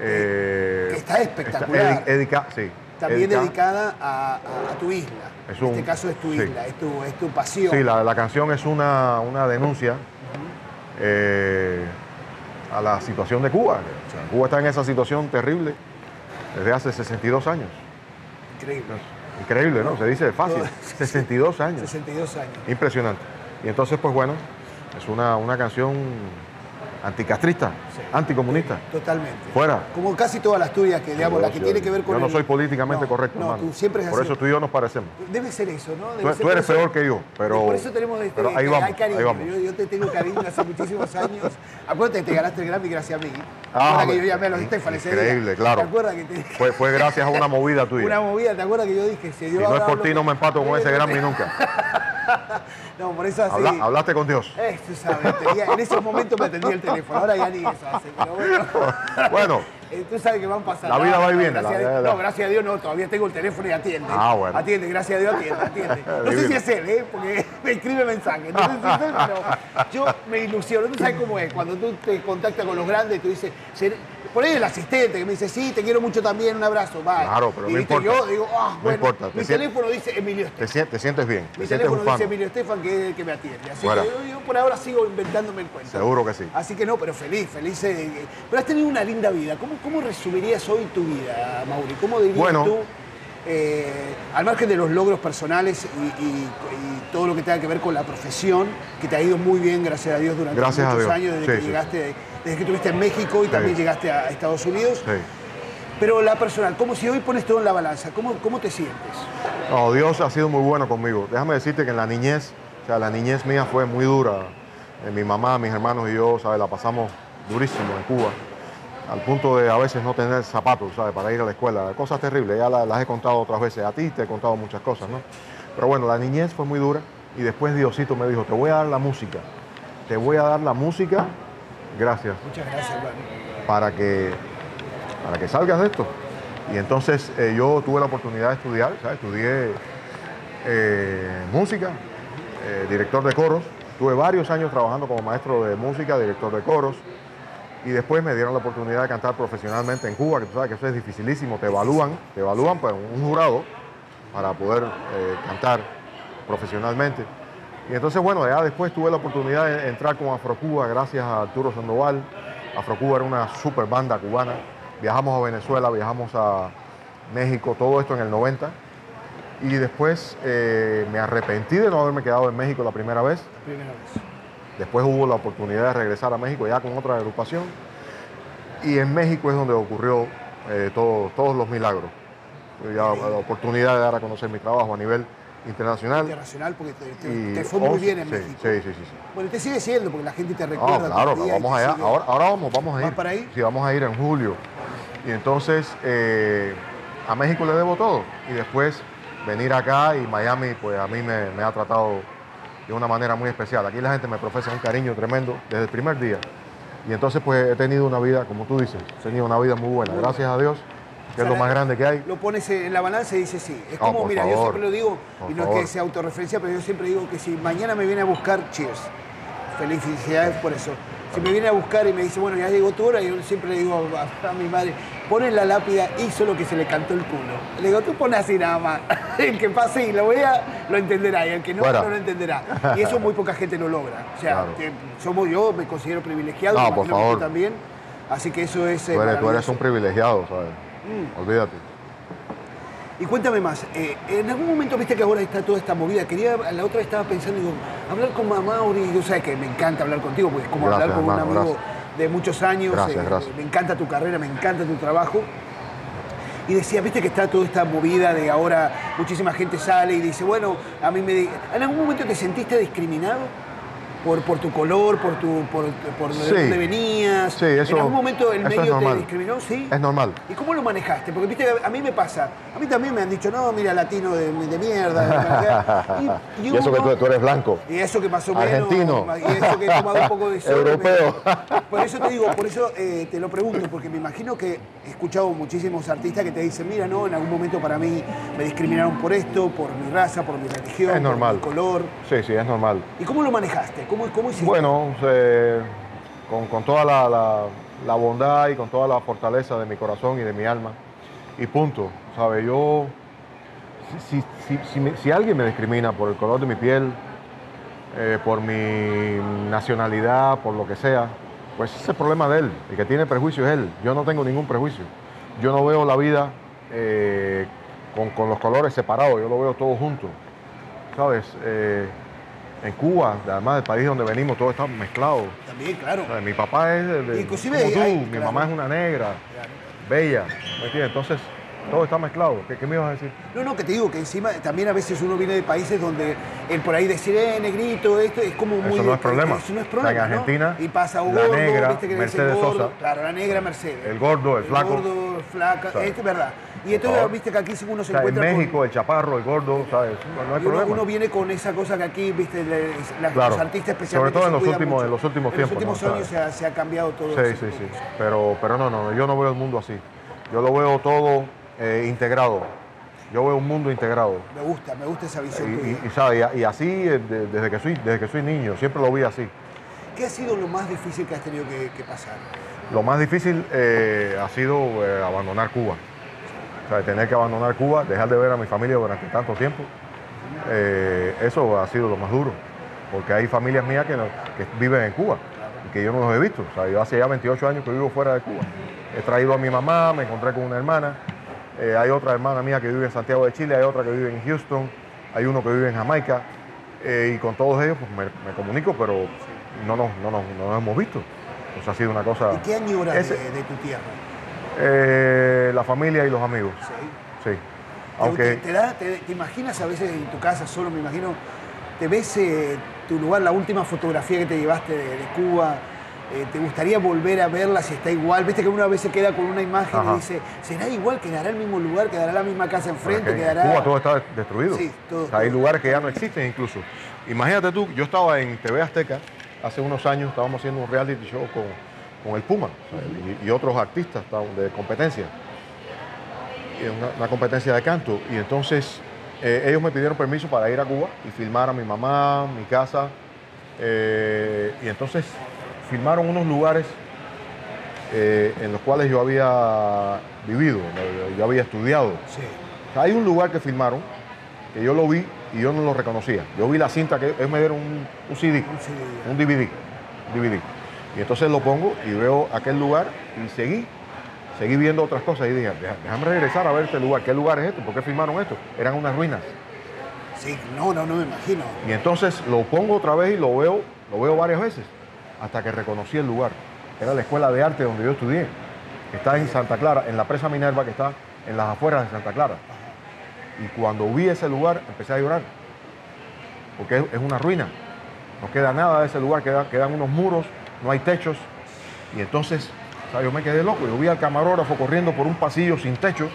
[SPEAKER 4] Eh,
[SPEAKER 2] que está espectacular.
[SPEAKER 4] Edi- Edica, sí.
[SPEAKER 2] También
[SPEAKER 4] Edica.
[SPEAKER 2] dedicada a, a- a tu isla.
[SPEAKER 4] Es
[SPEAKER 2] en
[SPEAKER 4] un-
[SPEAKER 2] este caso es tu
[SPEAKER 4] sí.
[SPEAKER 2] isla, es tu, es tu pasión.
[SPEAKER 4] Sí, la, la canción es una, una denuncia eh, a la situación de Cuba. O sea, Cuba está en esa situación terrible desde hace 62 años.
[SPEAKER 2] Increíble.
[SPEAKER 4] Increíble, ¿no? Se dice fácil. 62 años.
[SPEAKER 2] 62 años.
[SPEAKER 4] Impresionante. Y entonces, pues bueno, es una, una canción anticastrista, anticomunista.
[SPEAKER 2] Totalmente.
[SPEAKER 4] Fuera.
[SPEAKER 2] Como casi todas las tuyas, que digamos, la que
[SPEAKER 4] Yo-
[SPEAKER 2] tiene que ver con
[SPEAKER 4] Yo no
[SPEAKER 2] el-
[SPEAKER 4] soy políticamente
[SPEAKER 2] No,
[SPEAKER 4] correcto,
[SPEAKER 2] No,
[SPEAKER 4] hermano.
[SPEAKER 2] tú siempre es
[SPEAKER 4] Por
[SPEAKER 2] así.
[SPEAKER 4] eso tú y yo nos parecemos.
[SPEAKER 2] Debe ser eso, ¿no? Debe
[SPEAKER 4] Tú-
[SPEAKER 2] ser
[SPEAKER 4] tú
[SPEAKER 2] por
[SPEAKER 4] eres
[SPEAKER 2] eso-
[SPEAKER 4] peor que yo, pero-
[SPEAKER 2] Por eso tenemos este.
[SPEAKER 4] pero ahí
[SPEAKER 2] hay
[SPEAKER 4] vamos,
[SPEAKER 2] cariño.
[SPEAKER 4] ahí vamos.
[SPEAKER 2] Yo, yo te tengo cariño hace muchísimos años. Acuérdate que te ganaste el Grammy gracias a mí.
[SPEAKER 4] Ah,
[SPEAKER 2] Ahora que yo
[SPEAKER 4] hombre.
[SPEAKER 2] llamé a los Estefanes. ese día.
[SPEAKER 4] Increíble, claro.
[SPEAKER 2] ¿Te acuerdas que te dije?
[SPEAKER 4] Fue, fue gracias a una movida tuya.
[SPEAKER 2] Una movida, ¿te acuerdas que yo dije? Se
[SPEAKER 4] si
[SPEAKER 2] dio
[SPEAKER 4] no es
[SPEAKER 2] ahora
[SPEAKER 4] por
[SPEAKER 2] hablo
[SPEAKER 4] ti, no me empato con ese Grammy nunca.
[SPEAKER 2] No, por eso así.
[SPEAKER 4] Habla- hablaste con Dios.
[SPEAKER 2] Eh, tú sabes, tenía- en esos momentos me atendía el teléfono, ahora ya ni eso hace, pero bueno.
[SPEAKER 4] Bueno,
[SPEAKER 2] Eh, Tú sabes que van pasando.
[SPEAKER 4] La vida va y viene,
[SPEAKER 2] Gracias
[SPEAKER 4] la-
[SPEAKER 2] a-
[SPEAKER 4] la- la-
[SPEAKER 2] No, gracias a Dios no, todavía tengo el teléfono y atiende.
[SPEAKER 4] Ah, bueno.
[SPEAKER 2] Atiende, gracias a Dios atiende, atiende. No sé
[SPEAKER 4] Divino.
[SPEAKER 2] si es él, ¿eh? porque me escribe mensajes. No sé si es él, pero yo me ilusiono. Tú sabes cómo es, cuando tú te contactas con los grandes, tú dices, "Ser- por ahí el asistente que me dice, sí, te quiero mucho también, un abrazo, bye.
[SPEAKER 4] Claro, pero
[SPEAKER 2] y
[SPEAKER 4] no
[SPEAKER 2] viste,
[SPEAKER 4] importa.
[SPEAKER 2] yo digo, ah,
[SPEAKER 4] No
[SPEAKER 2] bueno,
[SPEAKER 4] importa, te
[SPEAKER 2] mi
[SPEAKER 4] sientes-
[SPEAKER 2] teléfono dice Emilio Estefan.
[SPEAKER 4] te, sien- te sientes bien, te
[SPEAKER 2] Mi
[SPEAKER 4] sientes
[SPEAKER 2] teléfono dice
[SPEAKER 4] ufano.
[SPEAKER 2] Emilio Estefan que es el que me atiende. Así
[SPEAKER 4] Fuera.
[SPEAKER 2] que yo, yo por ahora sigo inventándome el cuento.
[SPEAKER 4] Seguro que sí.
[SPEAKER 2] Así que no, pero feliz, feliz. eh, eh. Pero has tenido una linda vida. ¿Cómo, cómo resumirías hoy tu vida, Mauri? ¿Cómo dirías
[SPEAKER 4] Bueno.
[SPEAKER 2] tú, eh, al margen de los logros personales y, y- y todo lo que tenga que ver con la profesión, que te ha ido muy bien, gracias a Dios, durante
[SPEAKER 4] Gracias a
[SPEAKER 2] muchos
[SPEAKER 4] Dios.
[SPEAKER 2] años, desde
[SPEAKER 4] Sí,
[SPEAKER 2] que
[SPEAKER 4] sí,
[SPEAKER 2] llegaste, desde que estuviste en México y
[SPEAKER 4] Sí.
[SPEAKER 2] también llegaste a Estados Unidos?
[SPEAKER 4] Sí.
[SPEAKER 2] Pero la personal, como si hoy pones todo en la balanza, ¿cómo, cómo te sientes?
[SPEAKER 4] No, Dios ha sido muy bueno conmigo. Déjame decirte que en la niñez, o sea, la niñez mía fue muy dura. Eh, mi mamá, mis hermanos y yo, ¿sabes? La pasamos durísimo en Cuba. Al punto de a veces no tener zapatos, ¿sabes? Para ir a la escuela. Cosas terribles. Ya la- las he contado otras veces. A ti te he contado muchas cosas, ¿no? Pero bueno, la niñez fue muy dura. Y después Diosito me dijo, te voy a dar la música. Te voy a dar la música. Gracias
[SPEAKER 2] Muchas gracias, hermano.
[SPEAKER 4] para que, para que salgas de esto. Y entonces eh, yo tuve la oportunidad de estudiar, ¿sabes? estudié eh, música, eh, director de coros, tuve varios años trabajando como maestro de música, director de coros, y después me dieron la oportunidad de cantar profesionalmente en Cuba, que tú sabes que eso es dificilísimo, te evalúan, te evalúan pues, un jurado para poder eh, cantar profesionalmente. Y entonces, bueno, ya después tuve la oportunidad de entrar con Afrocuba gracias a Arturo Sandoval. Afrocuba era una super banda cubana. Viajamos a Venezuela, viajamos a México, todo esto en el 90. Y después eh, me arrepentí de no haberme quedado en México la primera vez.
[SPEAKER 2] Primera vez.
[SPEAKER 4] Después hubo la oportunidad de regresar a México ya con otra agrupación. Y en México es donde ocurrió eh, todo- todos los milagros. Yo ya- la oportunidad de dar a conocer mi trabajo a nivel internacional.
[SPEAKER 2] Internacional, porque te, te-
[SPEAKER 4] Y
[SPEAKER 2] te fue muy
[SPEAKER 4] 11
[SPEAKER 2] bien en
[SPEAKER 4] sí,
[SPEAKER 2] México.
[SPEAKER 4] Sí, sí, sí. sí.
[SPEAKER 2] Bueno, y te sigue siendo, porque la gente te
[SPEAKER 4] No,
[SPEAKER 2] recuerda.
[SPEAKER 4] Ah, claro,
[SPEAKER 2] todavía y
[SPEAKER 4] vamos
[SPEAKER 2] te
[SPEAKER 4] allá.
[SPEAKER 2] sigue.
[SPEAKER 4] Ahora, ahora vamos, vamos a ir.
[SPEAKER 2] ¿Vas para ahí?
[SPEAKER 4] Sí, vamos a ir en julio. Y entonces eh, a México le debo todo. Y después venir acá y Miami, pues a mí me, me ha tratado de una manera muy especial. Aquí la gente me profesa un cariño tremendo desde el primer día. Y entonces pues he tenido una vida, como tú dices, he tenido una vida muy buena. Gracias a Dios, que es lo más grande que hay.
[SPEAKER 2] Lo pones en la balanza y dices sí. Es
[SPEAKER 4] No,
[SPEAKER 2] como,
[SPEAKER 4] Ah, por
[SPEAKER 2] mira, yo
[SPEAKER 4] favor.
[SPEAKER 2] siempre lo digo,
[SPEAKER 4] Por
[SPEAKER 2] y no es que
[SPEAKER 4] favor.
[SPEAKER 2] sea autorreferencia, pero yo siempre digo que si mañana me viene a buscar, cheers. Felicidades por eso. Si me viene a buscar y me dice, bueno, ya llegó tu hora, yo siempre le digo a, a mi madre, pon en la lápida, hizo lo que se le cantó el culo. Le digo, tú pones así nada más. El que pase y lo vea, lo entenderá. Y el que no,
[SPEAKER 4] Fuera.
[SPEAKER 2] no lo entenderá. Y eso muy poca gente lo logra. O sea,
[SPEAKER 4] Claro.
[SPEAKER 2] que somos yo, me considero privilegiado,
[SPEAKER 4] No,
[SPEAKER 2] imagino
[SPEAKER 4] por
[SPEAKER 2] que tú
[SPEAKER 4] favor.
[SPEAKER 2] también. Así que eso es... eh,
[SPEAKER 4] Tú eres, tú eres
[SPEAKER 2] maravilloso. Mm.
[SPEAKER 4] un privilegiado, ¿sabes? Olvídate.
[SPEAKER 2] Y cuéntame más, eh, en algún momento viste que ahora está toda esta movida, quería, la otra vez estaba pensando, digo, hablar con Mamauri, yo sabes que me encanta hablar contigo, porque es como
[SPEAKER 4] Gracias,
[SPEAKER 2] hablar con un
[SPEAKER 4] hermano,
[SPEAKER 2] amigo de muchos años, eh,
[SPEAKER 4] Gracias, gracias.
[SPEAKER 2] me encanta tu carrera, me encanta tu trabajo. Y decía, viste que está toda esta movida de ahora, muchísima gente sale y dice, bueno, a mí me... di- ¿En algún momento te sentiste discriminado? Por, por tu color, por tu por, por de
[SPEAKER 4] Sí.
[SPEAKER 2] dónde venías.
[SPEAKER 4] Sí, eso-
[SPEAKER 2] en algún momento el
[SPEAKER 4] eso es
[SPEAKER 2] medio te
[SPEAKER 4] normal.
[SPEAKER 2] discriminó, sí.
[SPEAKER 4] Es normal.
[SPEAKER 2] ¿Y cómo lo manejaste? Porque viste, a mí me pasa. A mí también me han dicho, no, mira, latino de, de mierda.
[SPEAKER 4] Y, eso que tú, tú eres blanco.
[SPEAKER 2] Y eso que más o menos.
[SPEAKER 4] Argentino.
[SPEAKER 2] Y eso que he tomado un poco de sol, me-
[SPEAKER 4] Europeo.
[SPEAKER 2] Por eso te digo, por eso eh, te lo pregunto, porque me imagino que he escuchado muchísimos artistas que te dicen, mira, no, en algún momento para mí me discriminaron por esto, por mi raza, por mi religión,
[SPEAKER 4] Es
[SPEAKER 2] por
[SPEAKER 4] normal.
[SPEAKER 2] mi color.
[SPEAKER 4] Sí, sí, es normal.
[SPEAKER 2] ¿Y cómo lo manejaste? ¿Cómo, cómo hiciste?
[SPEAKER 4] Bueno, eh, con, con toda la, la- la bondad y con toda la fortaleza de mi corazón y de mi alma. Y punto. ¿Sabe? Yo, si, si- si- si me- si alguien me discrimina por el color de mi piel, eh, por mi nacionalidad, por lo que sea, pues ese es el problema de él. El que tiene prejuicio es él. Yo no tengo ningún prejuicio. Yo no veo la vida eh, con, con los colores separados, yo lo veo todo junto. ¿Sabes? Eh, en Cuba, además del país donde venimos, todo está mezclado.
[SPEAKER 2] También, claro.
[SPEAKER 4] O sea, mi papá es de, de-
[SPEAKER 2] Inclusive
[SPEAKER 4] como tú,
[SPEAKER 2] hay-
[SPEAKER 4] mi
[SPEAKER 2] claro.
[SPEAKER 4] mamá es una negra, bella, ¿me entiendes? Entonces, todo está mezclado. ¿Qué, qué me ibas a decir?
[SPEAKER 2] No, no, que te digo que encima también a veces uno viene de países donde el por ahí decir, eh, negrito, esto es como muy.
[SPEAKER 4] Eso no es problema.
[SPEAKER 2] Eso no es problema.
[SPEAKER 4] O sea, en
[SPEAKER 2] ¿no?
[SPEAKER 4] Argentina,
[SPEAKER 2] Y pasa
[SPEAKER 4] la
[SPEAKER 2] gordo,
[SPEAKER 4] negra,
[SPEAKER 2] viste que le dicen
[SPEAKER 4] Mercedes
[SPEAKER 2] gordo.
[SPEAKER 4] Sosa.
[SPEAKER 2] Claro, la negra Mercedes.
[SPEAKER 4] El gordo, el flaco.
[SPEAKER 2] gordo, flaca, este
[SPEAKER 4] Claro.
[SPEAKER 2] es verdad. Y
[SPEAKER 4] Por
[SPEAKER 2] entonces
[SPEAKER 4] favor.
[SPEAKER 2] viste que aquí si uno
[SPEAKER 4] O
[SPEAKER 2] se
[SPEAKER 4] sea, en
[SPEAKER 2] encuentra. con-
[SPEAKER 4] México, el chaparro, el gordo, ¿sabes? No, no hay
[SPEAKER 2] y uno,
[SPEAKER 4] problema.
[SPEAKER 2] uno viene con esa cosa que aquí, viste, le- las-
[SPEAKER 4] Claro.
[SPEAKER 2] los artistas
[SPEAKER 4] Sobre
[SPEAKER 2] especialmente.
[SPEAKER 4] todo en
[SPEAKER 2] se
[SPEAKER 4] los
[SPEAKER 2] cuidan
[SPEAKER 4] últimos-
[SPEAKER 2] mucho.
[SPEAKER 4] en los últimos
[SPEAKER 2] En los
[SPEAKER 4] tiempos,
[SPEAKER 2] últimos
[SPEAKER 4] ¿no?
[SPEAKER 2] años se ha, se ha cambiado todo.
[SPEAKER 4] Sí,
[SPEAKER 2] ese
[SPEAKER 4] sí,
[SPEAKER 2] tipo
[SPEAKER 4] sí.
[SPEAKER 2] de cosas.
[SPEAKER 4] Pero, pero no, no, no, yo no veo el mundo así. Yo lo veo todo eh, integrado. Yo veo un mundo integrado.
[SPEAKER 2] Me gusta, me gusta esa
[SPEAKER 4] Y,
[SPEAKER 2] visión tuya.
[SPEAKER 4] y- y, ¿sabe? y- y así eh, de- desde, que soy, desde que soy niño, siempre lo vi así.
[SPEAKER 2] ¿Qué ha sido lo más difícil que has tenido que, que pasar?
[SPEAKER 4] Lo más difícil eh, ha sido eh, abandonar Cuba. O sea, tener que abandonar Cuba, dejar de ver a mi familia durante tanto tiempo. Eh, eso ha sido lo más duro. Porque hay familias mías que, no- que viven en Cuba y que yo no los he visto. O sea, yo hace ya 28 años que vivo fuera de Cuba. He traído a mi mamá, me encontré con una hermana. Eh, hay otra hermana mía que vive en Santiago de Chile, hay otra que vive en Houston, hay uno que vive en Jamaica. Eh, y con todos ellos pues, me, me comunico, pero no nos, no, nos, no nos hemos visto. Entonces ha sido una cosa...
[SPEAKER 2] ¿Y qué añoras
[SPEAKER 4] Ese-
[SPEAKER 2] de, de tu tierra?
[SPEAKER 4] eh, la familia y los amigos,
[SPEAKER 2] Sí.
[SPEAKER 4] sí.
[SPEAKER 2] ¿Te-
[SPEAKER 4] Aunque...
[SPEAKER 2] ¿Te, te da- te- te imaginas a veces en tu casa solo, me imagino, te ves eh, tu lugar, la última fotografía que te llevaste de, de Cuba? eh, ¿Te gustaría volver a verla si está igual? Viste que una vez se queda con una imagen y
[SPEAKER 4] Ajá.
[SPEAKER 2] dice, ¿será igual? ¿Quedará el mismo lugar? ¿Quedará la misma casa
[SPEAKER 4] Porque
[SPEAKER 2] enfrente?
[SPEAKER 4] en
[SPEAKER 2] ¿Quedará...?
[SPEAKER 4] Cuba todo está destruido.
[SPEAKER 2] Sí, todo,
[SPEAKER 4] O sea, hay
[SPEAKER 2] todo.
[SPEAKER 4] lugares que ya no existen incluso. Imagínate tú, yo estaba en TV Azteca hace unos años, estábamos haciendo un reality show con, con el Puma o sea, y, y otros artistas estaban de competencia. Y Una, una competencia de canto. Y entonces eh, ellos me pidieron permiso para ir a Cuba y filmar a mi mamá, mi casa. eh, y entonces filmaron unos lugares eh, en los cuales yo había vivido, yo había estudiado.
[SPEAKER 2] Sí.
[SPEAKER 4] O sea, Hay un lugar que filmaron que yo lo vi y yo no lo reconocía. Yo vi la cinta que ellos me dieron un, un CD,
[SPEAKER 2] un CD.
[SPEAKER 4] un DVD, DVD. Y entonces lo pongo y veo aquel lugar y seguí, seguí viendo otras cosas y dije, "Deja- déjame regresar a ver este lugar. ¿Qué lugar es este? ¿Por qué firmaron esto? Eran unas ruinas.
[SPEAKER 2] Sí, no, no, no me imagino.
[SPEAKER 4] Y entonces lo pongo otra vez y lo veo, lo veo varias veces, hasta que reconocí el lugar. Era la escuela de arte donde yo estudié. Está en Santa Clara, en la presa Minerva que está en las afueras de Santa Clara. Y cuando vi ese lugar empecé a llorar, porque es es una ruina. No queda nada de ese lugar, queda- quedan unos muros, no hay techos. Y entonces, o sea, yo me quedé loco. Yo vi al camarógrafo corriendo por un pasillo sin techo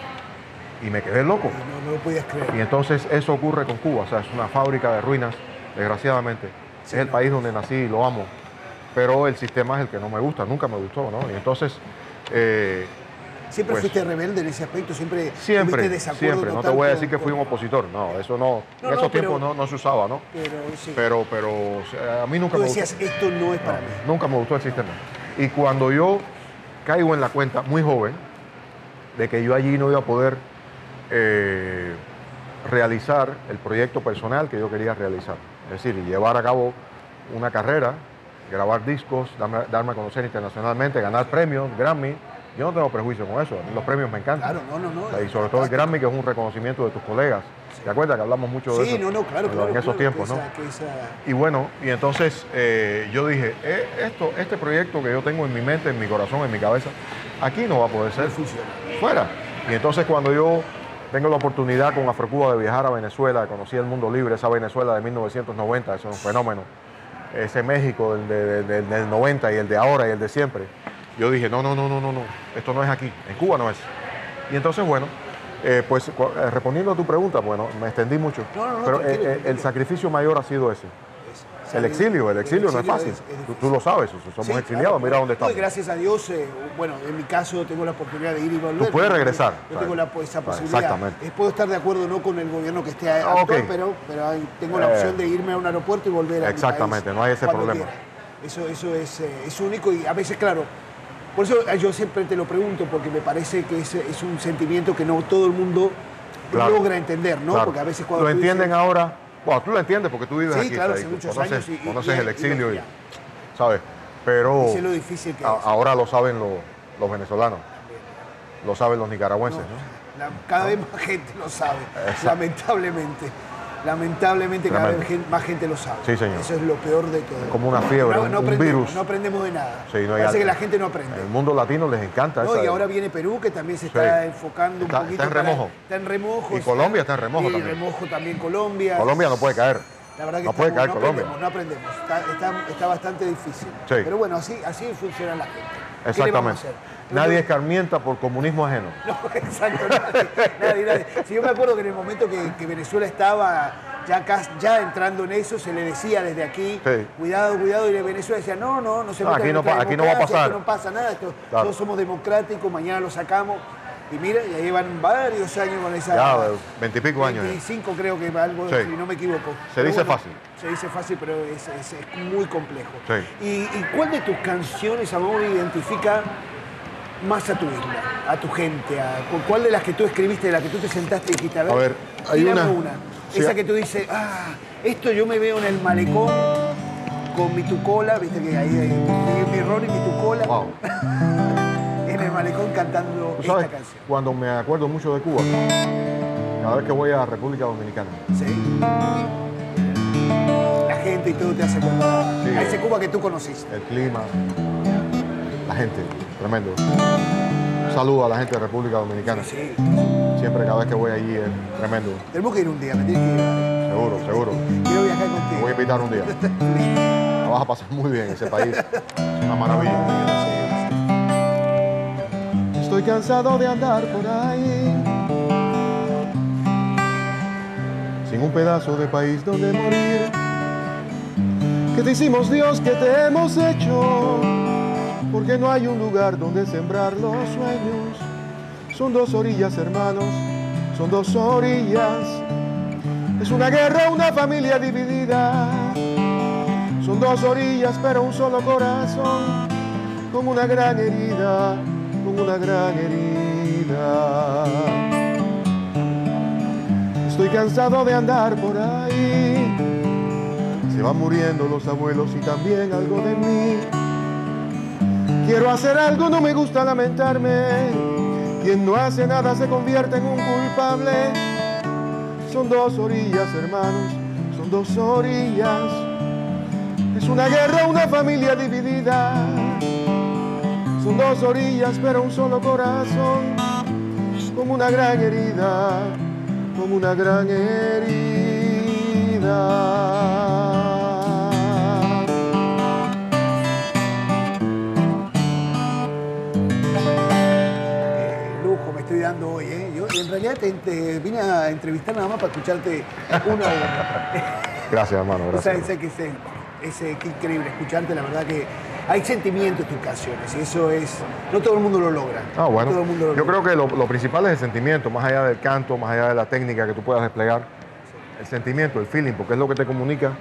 [SPEAKER 4] y me quedé loco.
[SPEAKER 2] No, no lo podías creer.
[SPEAKER 4] Y entonces eso ocurre con Cuba, o sea, es una fábrica de ruinas, desgraciadamente.
[SPEAKER 2] Sí,
[SPEAKER 4] es el
[SPEAKER 2] no.
[SPEAKER 4] país donde nací y lo amo, pero el sistema es el que no me gusta, nunca me gustó, ¿no? Y entonces, eh,
[SPEAKER 2] Siempre
[SPEAKER 4] pues-
[SPEAKER 2] fuiste rebelde en ese aspecto, siempre
[SPEAKER 4] siempre,
[SPEAKER 2] tuviste desacuerdo
[SPEAKER 4] siempre, no te
[SPEAKER 2] total
[SPEAKER 4] voy a
[SPEAKER 2] con-
[SPEAKER 4] decir que fui
[SPEAKER 2] con-
[SPEAKER 4] un opositor, no, eso no,
[SPEAKER 2] No,
[SPEAKER 4] en
[SPEAKER 2] no, pero-
[SPEAKER 4] esos tiempos no, no se usaba, ¿no?
[SPEAKER 2] Pero sí,
[SPEAKER 4] Pero, pero o sea, a mí nunca
[SPEAKER 2] tú
[SPEAKER 4] me
[SPEAKER 2] decías,
[SPEAKER 4] gustó.
[SPEAKER 2] esto no es para mí.
[SPEAKER 4] Nunca me gustó el sistema. Y cuando yo caigo en la cuenta, muy joven, de que yo allí no iba a poder eh, realizar el proyecto personal que yo quería realizar. Es decir, llevar a cabo una carrera, grabar discos, darme, darme a conocer internacionalmente, ganar premios, Grammy. Yo no tengo prejuicio con eso, a mí los premios me encantan.
[SPEAKER 2] Claro, no, no, no.
[SPEAKER 4] O sea, Y sobre todo el Grammy, que es un reconocimiento de tus colegas. ¿Te acuerdas que hablamos mucho de eso?
[SPEAKER 2] Sí, no, no, claro,
[SPEAKER 4] en
[SPEAKER 2] claro.
[SPEAKER 4] En esos
[SPEAKER 2] claro,
[SPEAKER 4] tiempos,
[SPEAKER 2] que
[SPEAKER 4] ¿no?
[SPEAKER 2] esa- que esa-
[SPEAKER 4] Y bueno, y entonces eh, yo dije, "Eh, esto, este proyecto que yo tengo en mi mente, en mi corazón, en mi cabeza, aquí no va a poder ser. Fuera. Y entonces cuando yo tengo la oportunidad con Afrocuba de viajar a Venezuela, conocí el mundo libre, esa Venezuela de 1990, eso es un fenómeno. Ese México del, de- de- del 90 y el de ahora y el de siempre. Yo dije, no, no, no, no, no, no, esto no es aquí, en Cuba no es. Y entonces, bueno, eh, pues cu- eh, respondiendo a tu pregunta, bueno, me extendí mucho,
[SPEAKER 2] No, no, no,
[SPEAKER 4] pero eh,
[SPEAKER 2] tranquilo,
[SPEAKER 4] eh, el
[SPEAKER 2] tranquilo.
[SPEAKER 4] sacrificio mayor ha sido ese.
[SPEAKER 2] esa-
[SPEAKER 4] El exilio, el exilio no es fácil.
[SPEAKER 2] difícil.
[SPEAKER 4] tú, tú lo sabes, somos
[SPEAKER 2] Sí, claro,
[SPEAKER 4] exiliados, mira
[SPEAKER 2] claro. No, y
[SPEAKER 4] dónde estamos.
[SPEAKER 2] gracias a Dios, eh, bueno, en mi caso tengo la oportunidad de ir y volver.
[SPEAKER 4] Tú puedes
[SPEAKER 2] Yo-
[SPEAKER 4] regresar.
[SPEAKER 2] Yo tengo la, esa
[SPEAKER 4] Claro,
[SPEAKER 2] posibilidad.
[SPEAKER 4] exactamente.
[SPEAKER 2] Eh, puedo estar de acuerdo o no con el gobierno que esté
[SPEAKER 4] Ah,
[SPEAKER 2] actual,
[SPEAKER 4] ok.
[SPEAKER 2] pero, pero hay- tengo la
[SPEAKER 4] Eh,
[SPEAKER 2] opción de irme a un aeropuerto y volver a mi
[SPEAKER 4] exactamente,
[SPEAKER 2] país
[SPEAKER 4] no hay ese
[SPEAKER 2] cuando
[SPEAKER 4] problema.
[SPEAKER 2] quiera. Eso, eso es, eh, es único y a veces, claro, por eso eh, yo siempre te lo pregunto, porque me parece que es, es un sentimiento que no todo el mundo
[SPEAKER 4] Claro.
[SPEAKER 2] logra entender, ¿no?
[SPEAKER 4] Claro.
[SPEAKER 2] Porque a veces cuando
[SPEAKER 4] Lo
[SPEAKER 2] tú dices-
[SPEAKER 4] entienden ahora. Bueno, tú lo entiendes porque tú vives
[SPEAKER 2] Sí,
[SPEAKER 4] aquí.
[SPEAKER 2] claro, hace
[SPEAKER 4] Federico,
[SPEAKER 2] muchos
[SPEAKER 4] conoces,
[SPEAKER 2] años y- y-
[SPEAKER 4] conoces
[SPEAKER 2] y-
[SPEAKER 4] el
[SPEAKER 2] y-
[SPEAKER 4] exilio y,
[SPEAKER 2] ya.
[SPEAKER 4] ¿sabes? Pero
[SPEAKER 2] Dice lo difícil que
[SPEAKER 4] a-
[SPEAKER 2] es.
[SPEAKER 4] ahora lo saben lo- los venezolanos, lo saben los nicaragüenses, ¿no?
[SPEAKER 2] La- cada vez más gente lo sabe, lamentablemente. Lamentablemente cada vez
[SPEAKER 4] Tremendo.
[SPEAKER 2] gen- más gente lo sabe.
[SPEAKER 4] Sí, señor.
[SPEAKER 2] Eso es lo peor de todo.
[SPEAKER 4] como una fiebre,
[SPEAKER 2] no,
[SPEAKER 4] un-
[SPEAKER 2] no
[SPEAKER 4] un
[SPEAKER 2] aprendemos,
[SPEAKER 4] virus.
[SPEAKER 2] No aprendemos de nada.
[SPEAKER 4] Sí, no hay
[SPEAKER 2] Parece que
[SPEAKER 4] algo.
[SPEAKER 2] la gente no aprende.
[SPEAKER 4] El mundo latino les encanta.
[SPEAKER 2] No,
[SPEAKER 4] esa-
[SPEAKER 2] y ahora viene Perú, que también se está
[SPEAKER 4] Sí.
[SPEAKER 2] enfocando
[SPEAKER 4] Está-
[SPEAKER 2] un poquito.
[SPEAKER 4] está en
[SPEAKER 2] para-
[SPEAKER 4] remojo.
[SPEAKER 2] está en remojo.
[SPEAKER 4] Y Colombia está en remojo
[SPEAKER 2] Y
[SPEAKER 4] también.
[SPEAKER 2] remojo también Colombia.
[SPEAKER 4] Colombia no puede caer.
[SPEAKER 2] La verdad que
[SPEAKER 4] no puede
[SPEAKER 2] estamos-
[SPEAKER 4] caer
[SPEAKER 2] no
[SPEAKER 4] Colombia.
[SPEAKER 2] Aprendemos, no aprendemos. Está, está- está bastante difícil.
[SPEAKER 4] Sí.
[SPEAKER 2] Pero bueno, así, así funciona la gente. ¿Qué le vamos a
[SPEAKER 4] Exactamente.
[SPEAKER 2] hacer?
[SPEAKER 4] Nadie escarmienta por comunismo ajeno.
[SPEAKER 2] No, exacto, nadie, nadie, nadie. Si yo me acuerdo que en el momento que, que Venezuela estaba ya, cas- ya entrando en eso, se le decía desde aquí,
[SPEAKER 4] Sí.
[SPEAKER 2] cuidado, cuidado, y Venezuela decía, no, no, no se
[SPEAKER 4] No,
[SPEAKER 2] meta
[SPEAKER 4] aquí
[SPEAKER 2] en
[SPEAKER 4] no
[SPEAKER 2] nuestra
[SPEAKER 4] pa- aquí no va a
[SPEAKER 2] democracia,
[SPEAKER 4] pasar.
[SPEAKER 2] aquí no pasa nada, esto-
[SPEAKER 4] Claro.
[SPEAKER 2] todos somos democráticos, mañana lo sacamos. Y mira, ya llevan varios años con esa...
[SPEAKER 4] Ya, veintipico años. ya.
[SPEAKER 2] 25 creo que algo,
[SPEAKER 4] Sí.
[SPEAKER 2] si no me equivoco.
[SPEAKER 4] Se
[SPEAKER 2] Pero
[SPEAKER 4] dice fácil.
[SPEAKER 2] Se dice fácil, pero es, es- es muy complejo.
[SPEAKER 4] Sí.
[SPEAKER 2] ¿Y, y cuál de tus canciones, amor, identifica más a tu isla, a tu gente? a- cu- ¿Cuál de las que tú escribiste, de las que tú te sentaste y dijiste, a ver,
[SPEAKER 4] A ver, hay
[SPEAKER 2] tírame
[SPEAKER 4] una- sí,
[SPEAKER 2] Esa
[SPEAKER 4] a-
[SPEAKER 2] que tú dices, ah, esto yo me veo en el malecón con mi tucola, viste que ahí hay mi, mi ron y mi tucola,
[SPEAKER 4] Wow.
[SPEAKER 2] en el malecón cantando
[SPEAKER 4] Tú
[SPEAKER 2] esta
[SPEAKER 4] sabes,
[SPEAKER 2] canción.
[SPEAKER 4] cuando me acuerdo mucho de Cuba, cada vez que voy a República Dominicana,
[SPEAKER 2] Sí. La gente y todo te hace acordar
[SPEAKER 4] Sí.
[SPEAKER 2] a ese Cuba que tú conociste.
[SPEAKER 4] el clima, la gente, tremendo. Un saludo a la gente de República Dominicana.
[SPEAKER 2] Sí.
[SPEAKER 4] Siempre cada vez que voy allí es tremendo,
[SPEAKER 2] Tenemos que ir un día, me tienes que llevar.
[SPEAKER 4] seguro, seguro.
[SPEAKER 2] Quiero viajar
[SPEAKER 4] Te
[SPEAKER 2] contigo.
[SPEAKER 4] voy a invitar un día. La vas a pasar muy bien en ese país. Es una maravilla.
[SPEAKER 1] Estoy cansado de andar por ahí.
[SPEAKER 4] Sin un pedazo de país donde morir.
[SPEAKER 1] ¿Qué te hicimos Dios? ¿Qué te hemos hecho? Porque no hay un lugar donde sembrar los sueños. Son dos orillas, hermanos, son dos orillas. Es una guerra, una familia dividida. Son dos orillas, pero un solo corazón, con una gran herida, con una gran herida. Estoy cansado de andar por ahí. Se van muriendo los abuelos y también algo de mí. Quiero hacer algo, no me gusta lamentarme. Quien no hace nada se convierte en un culpable. Son dos orillas, hermanos, son dos orillas. Es una guerra, una familia dividida. Son dos orillas, pero un solo corazón. Como una gran herida, como una gran herida.
[SPEAKER 2] Eh, lujo me estoy dando hoy, ¿eh? Yo en realidad te, te vine a entrevistar nada más para escucharte uno a uno.
[SPEAKER 4] Gracias, hermano,
[SPEAKER 2] O sea,
[SPEAKER 4] gracias.
[SPEAKER 2] ese que es, el- ese, qué increíble escucharte, la verdad que hay sentimiento en tus canciones y eso es, no todo el mundo lo logra.
[SPEAKER 4] Ah, bueno.
[SPEAKER 2] No todo el mundo lo
[SPEAKER 4] Yo
[SPEAKER 2] logra.
[SPEAKER 4] creo que lo, lo principal es el sentimiento, más allá del canto, más allá de la técnica que tú puedas desplegar. El sentimiento, el feeling, porque es lo que te comunica,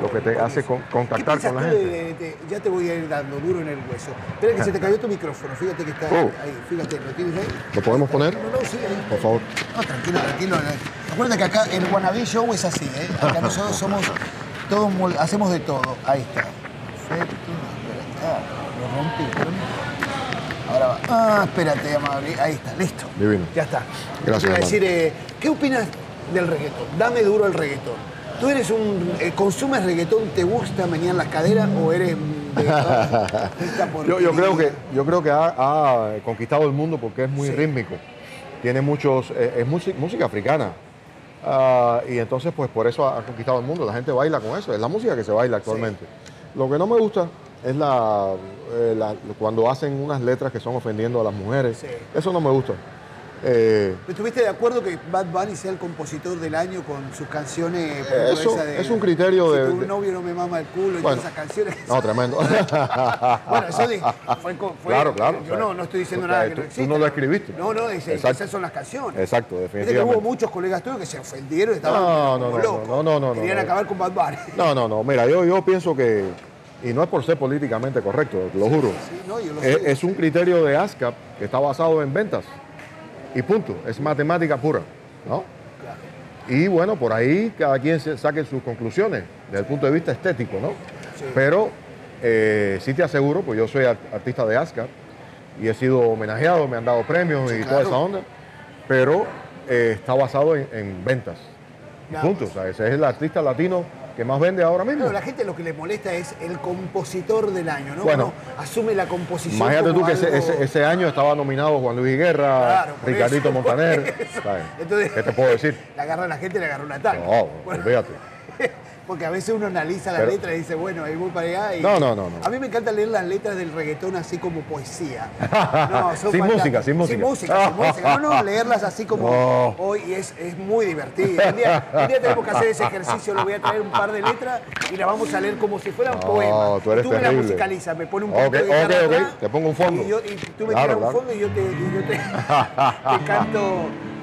[SPEAKER 4] lo que te hace con-
[SPEAKER 2] ¿Qué
[SPEAKER 4] contactar
[SPEAKER 2] piensas
[SPEAKER 4] con la
[SPEAKER 2] tú
[SPEAKER 4] gente.
[SPEAKER 2] de- de- de- ya te voy a ir dando duro en el hueso. Espera que se te cayó tu micrófono, fíjate que está
[SPEAKER 4] Oh.
[SPEAKER 2] ahí, fíjate, ¿lo tienes ahí?
[SPEAKER 4] ¿Lo podemos poner?
[SPEAKER 2] No, no, sí, ahí.
[SPEAKER 4] Por favor.
[SPEAKER 2] No, tranquilo, tranquilo. eh. Acuérdate que acá el Guanabí Show es así, ¿eh? Acá nosotros somos, todos mol- hacemos de todo. Ahí está. Perfecto. Ah, lo rompí. pero no. Ahora va. Ah, espérate, amable. Ahí está, listo.
[SPEAKER 4] Divino.
[SPEAKER 2] Ya está.
[SPEAKER 4] Gracias,
[SPEAKER 2] Te iba a
[SPEAKER 4] hermano.
[SPEAKER 2] decir, eh, ¿qué opinas del reggaetón? Dame duro el reggaetón. ¿Tú eres un. eh, ¿Consumes reggaetón? ¿Te gusta mañana las caderas o eres. un de- esta
[SPEAKER 4] Yo, yo creo
[SPEAKER 2] porquería?
[SPEAKER 4] que, yo creo que ha, ha conquistado el mundo porque es muy
[SPEAKER 2] Sí.
[SPEAKER 4] rítmico. Tiene muchos. eh, es música, música africana. Ah, y entonces, pues por eso ha, ha conquistado el mundo. La gente baila con eso. Es la música que se baila actualmente. Lo que no me gusta es la, eh, la- cuando hacen unas letras que son ofendiendo a las mujeres.
[SPEAKER 2] Sí.
[SPEAKER 4] Eso no me gusta. Eh,
[SPEAKER 2] ¿Estuviste de acuerdo que Bad Bunny sea el compositor del año con sus canciones? por
[SPEAKER 4] Eh,
[SPEAKER 2] ejemplo,
[SPEAKER 4] eso- es un criterio de-
[SPEAKER 2] Si tu
[SPEAKER 4] de-
[SPEAKER 2] novio no me mama el culo y
[SPEAKER 4] Bueno.
[SPEAKER 2] todas esas canciones.
[SPEAKER 4] no, tremendo.
[SPEAKER 2] Bueno, eso di- fue, co- fue-
[SPEAKER 4] Claro, claro,
[SPEAKER 2] Yo
[SPEAKER 4] claro.
[SPEAKER 2] no, no estoy diciendo
[SPEAKER 4] O sea,
[SPEAKER 2] nada que
[SPEAKER 4] tú-
[SPEAKER 2] no
[SPEAKER 4] tú
[SPEAKER 2] exista.
[SPEAKER 4] no lo escribiste.
[SPEAKER 2] No, no, dice,
[SPEAKER 4] Exacto.
[SPEAKER 2] esas son las canciones.
[SPEAKER 4] Exacto,
[SPEAKER 2] Viste que hubo
[SPEAKER 4] definitivamente.
[SPEAKER 2] muchos colegas tuyos que se ofendieron y estaban
[SPEAKER 4] No, no,
[SPEAKER 2] como
[SPEAKER 4] no,
[SPEAKER 2] locos.
[SPEAKER 4] no, no, no, no,
[SPEAKER 2] Querían
[SPEAKER 4] no.
[SPEAKER 2] acabar con Bad Bunny.
[SPEAKER 4] No, no, no. Mira, yo, yo pienso que, y no es por ser políticamente correcto, lo juro.
[SPEAKER 2] sí, no, yo lo
[SPEAKER 4] es,
[SPEAKER 2] sé.
[SPEAKER 4] Eh, es un criterio de ASCAP que está basado en ventas. Y punto. Es matemática pura, ¿no? Y bueno, por ahí cada quien se saque sus conclusiones desde el punto de vista estético, ¿no? Pero eh, sí te aseguro, pues yo soy art- artista de ASCAP y he sido homenajeado, me han dado premios y toda
[SPEAKER 2] claro.
[SPEAKER 4] esa onda, pero eh, está basado en, en ventas. Y
[SPEAKER 2] Nada
[SPEAKER 4] punto. O sea, ese es el artista latino que más vende ahora mismo.
[SPEAKER 2] Claro, la gente lo que le molesta es el compositor del año, ¿no?
[SPEAKER 4] Bueno.
[SPEAKER 2] Uno asume la composición.
[SPEAKER 4] Imagínate tú
[SPEAKER 2] como
[SPEAKER 4] que ese,
[SPEAKER 2] algo-
[SPEAKER 4] ese- ese año estaba nominado Juan Luis Guerra,
[SPEAKER 2] Claro, por
[SPEAKER 4] Ricardito
[SPEAKER 2] eso,
[SPEAKER 4] Montaner.
[SPEAKER 2] por eso.
[SPEAKER 4] ¿sabes?
[SPEAKER 2] Entonces-
[SPEAKER 4] ¿Qué te puedo decir?
[SPEAKER 2] La agarra la gente, le agarró un ataque.
[SPEAKER 4] No,
[SPEAKER 2] Bueno.
[SPEAKER 4] olvídate.
[SPEAKER 2] Porque a veces uno analiza la
[SPEAKER 4] Pero-
[SPEAKER 2] letra y dice, bueno, ahí voy para allá. y-
[SPEAKER 4] No, no, no, no.
[SPEAKER 2] A mí me encanta leer las letras del reggaetón así como poesía. son
[SPEAKER 4] Sin
[SPEAKER 2] fantásticas.
[SPEAKER 4] música, sin música.
[SPEAKER 2] Sin música, sin música. No, no, leerlas así como
[SPEAKER 4] No.
[SPEAKER 2] hoy y es, es muy divertido. Un día, un día tenemos que hacer ese ejercicio, le voy a traer un par de letras y las vamos a leer como si fueran
[SPEAKER 4] No,
[SPEAKER 2] poemas.
[SPEAKER 4] tú eres
[SPEAKER 2] me la
[SPEAKER 4] terrible.
[SPEAKER 2] musicalizas, me pone un
[SPEAKER 4] Ok,
[SPEAKER 2] poco de guitarra
[SPEAKER 4] ok, ok.
[SPEAKER 2] atrás
[SPEAKER 4] Te pongo un fondo.
[SPEAKER 2] Y, yo- y tú me tiras
[SPEAKER 4] Claro,
[SPEAKER 2] un
[SPEAKER 4] claro.
[SPEAKER 2] fondo y yo te, y yo te, te canto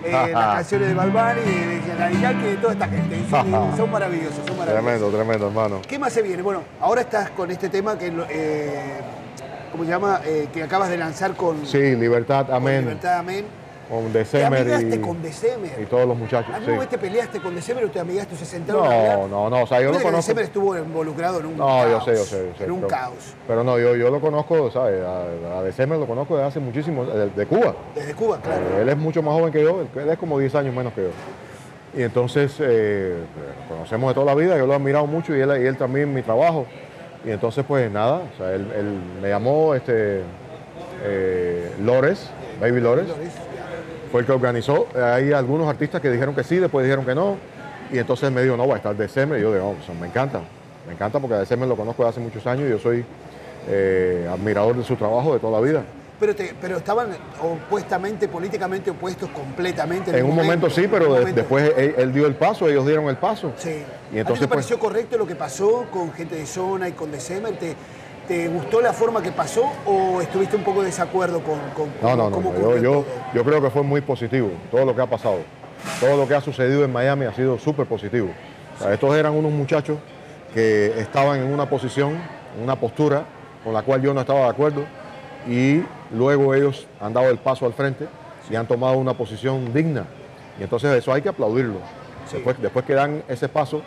[SPEAKER 2] eh, las canciones de Balbani, de Yanariñaki, de toda esta gente. Y son- son maravillosos, son maravillosos.
[SPEAKER 4] Tremendo, tremendo, hermano.
[SPEAKER 2] ¿Qué más se viene? Bueno, ahora estás con este tema que, lo- eh, ¿cómo se llama? Eh, que acabas de lanzar con,
[SPEAKER 4] Sí, Libertad,
[SPEAKER 2] con
[SPEAKER 4] Amén.
[SPEAKER 2] Libertad Amén.
[SPEAKER 4] Con
[SPEAKER 2] Te
[SPEAKER 4] December
[SPEAKER 2] amigaste
[SPEAKER 4] y,
[SPEAKER 2] con
[SPEAKER 4] y
[SPEAKER 2] December.
[SPEAKER 4] todos los muchachos. sí.
[SPEAKER 2] ¿Alguna vez te peleaste con December o te amigaste o se sentaron a
[SPEAKER 4] No,
[SPEAKER 2] hablar?
[SPEAKER 4] no, no. O sea, yo
[SPEAKER 2] Recuerda
[SPEAKER 4] lo
[SPEAKER 2] que
[SPEAKER 4] conozco.
[SPEAKER 2] December estuvo involucrado en un
[SPEAKER 4] No,
[SPEAKER 2] caos.
[SPEAKER 4] yo sé, yo sé, yo sé.
[SPEAKER 2] En un
[SPEAKER 4] pero-
[SPEAKER 2] caos.
[SPEAKER 4] Pero no, yo, yo lo conozco, ¿sabes? A, a December lo conozco desde hace muchísimo, de- de Cuba.
[SPEAKER 2] Desde Cuba, claro.
[SPEAKER 4] Eh, Él es mucho más joven que yo, él es como 10 años menos que yo. Y entonces eh, nos conocemos de toda la vida, yo lo he admirado mucho y él, y él también mi trabajo. Y entonces pues nada, o sea, él, él me llamó este, eh, Lores, Baby Lores, fue el que organizó. Hay algunos artistas que dijeron que sí, después dijeron que no. Y entonces me dijo, no, va a estar December. Y yo digo, oh, eso me encanta, me encanta porque a December lo conozco de hace muchos años y yo soy eh, admirador de su trabajo de toda la vida.
[SPEAKER 2] Pero, te- pero estaban opuestamente, políticamente opuestos completamente.
[SPEAKER 4] En un momento, sí,
[SPEAKER 2] en
[SPEAKER 4] pero
[SPEAKER 2] un
[SPEAKER 4] de-
[SPEAKER 2] momento.
[SPEAKER 4] después él, él dio el paso, ellos dieron el paso.
[SPEAKER 2] Sí.
[SPEAKER 4] Y
[SPEAKER 2] ¿A ti te
[SPEAKER 4] entonces, pues,
[SPEAKER 2] pareció correcto lo que pasó con gente de zona y con December? ¿Te, te gustó la forma que pasó o estuviste un poco de desacuerdo con, con-
[SPEAKER 4] no,
[SPEAKER 2] con
[SPEAKER 4] no, no,
[SPEAKER 2] cómo
[SPEAKER 4] no, yo,
[SPEAKER 2] ocurrió
[SPEAKER 4] yo,
[SPEAKER 2] todo?
[SPEAKER 4] yo creo que fue muy positivo todo lo que ha pasado. Todo lo que ha sucedido en Miami ha sido súper positivo. O sea, estos eran unos muchachos que estaban en una posición, en una postura con la cual yo no estaba de acuerdo y luego ellos han dado el paso al frente y han tomado una posición digna. Y entonces eso hay que aplaudirlo. Después, después que dan ese paso,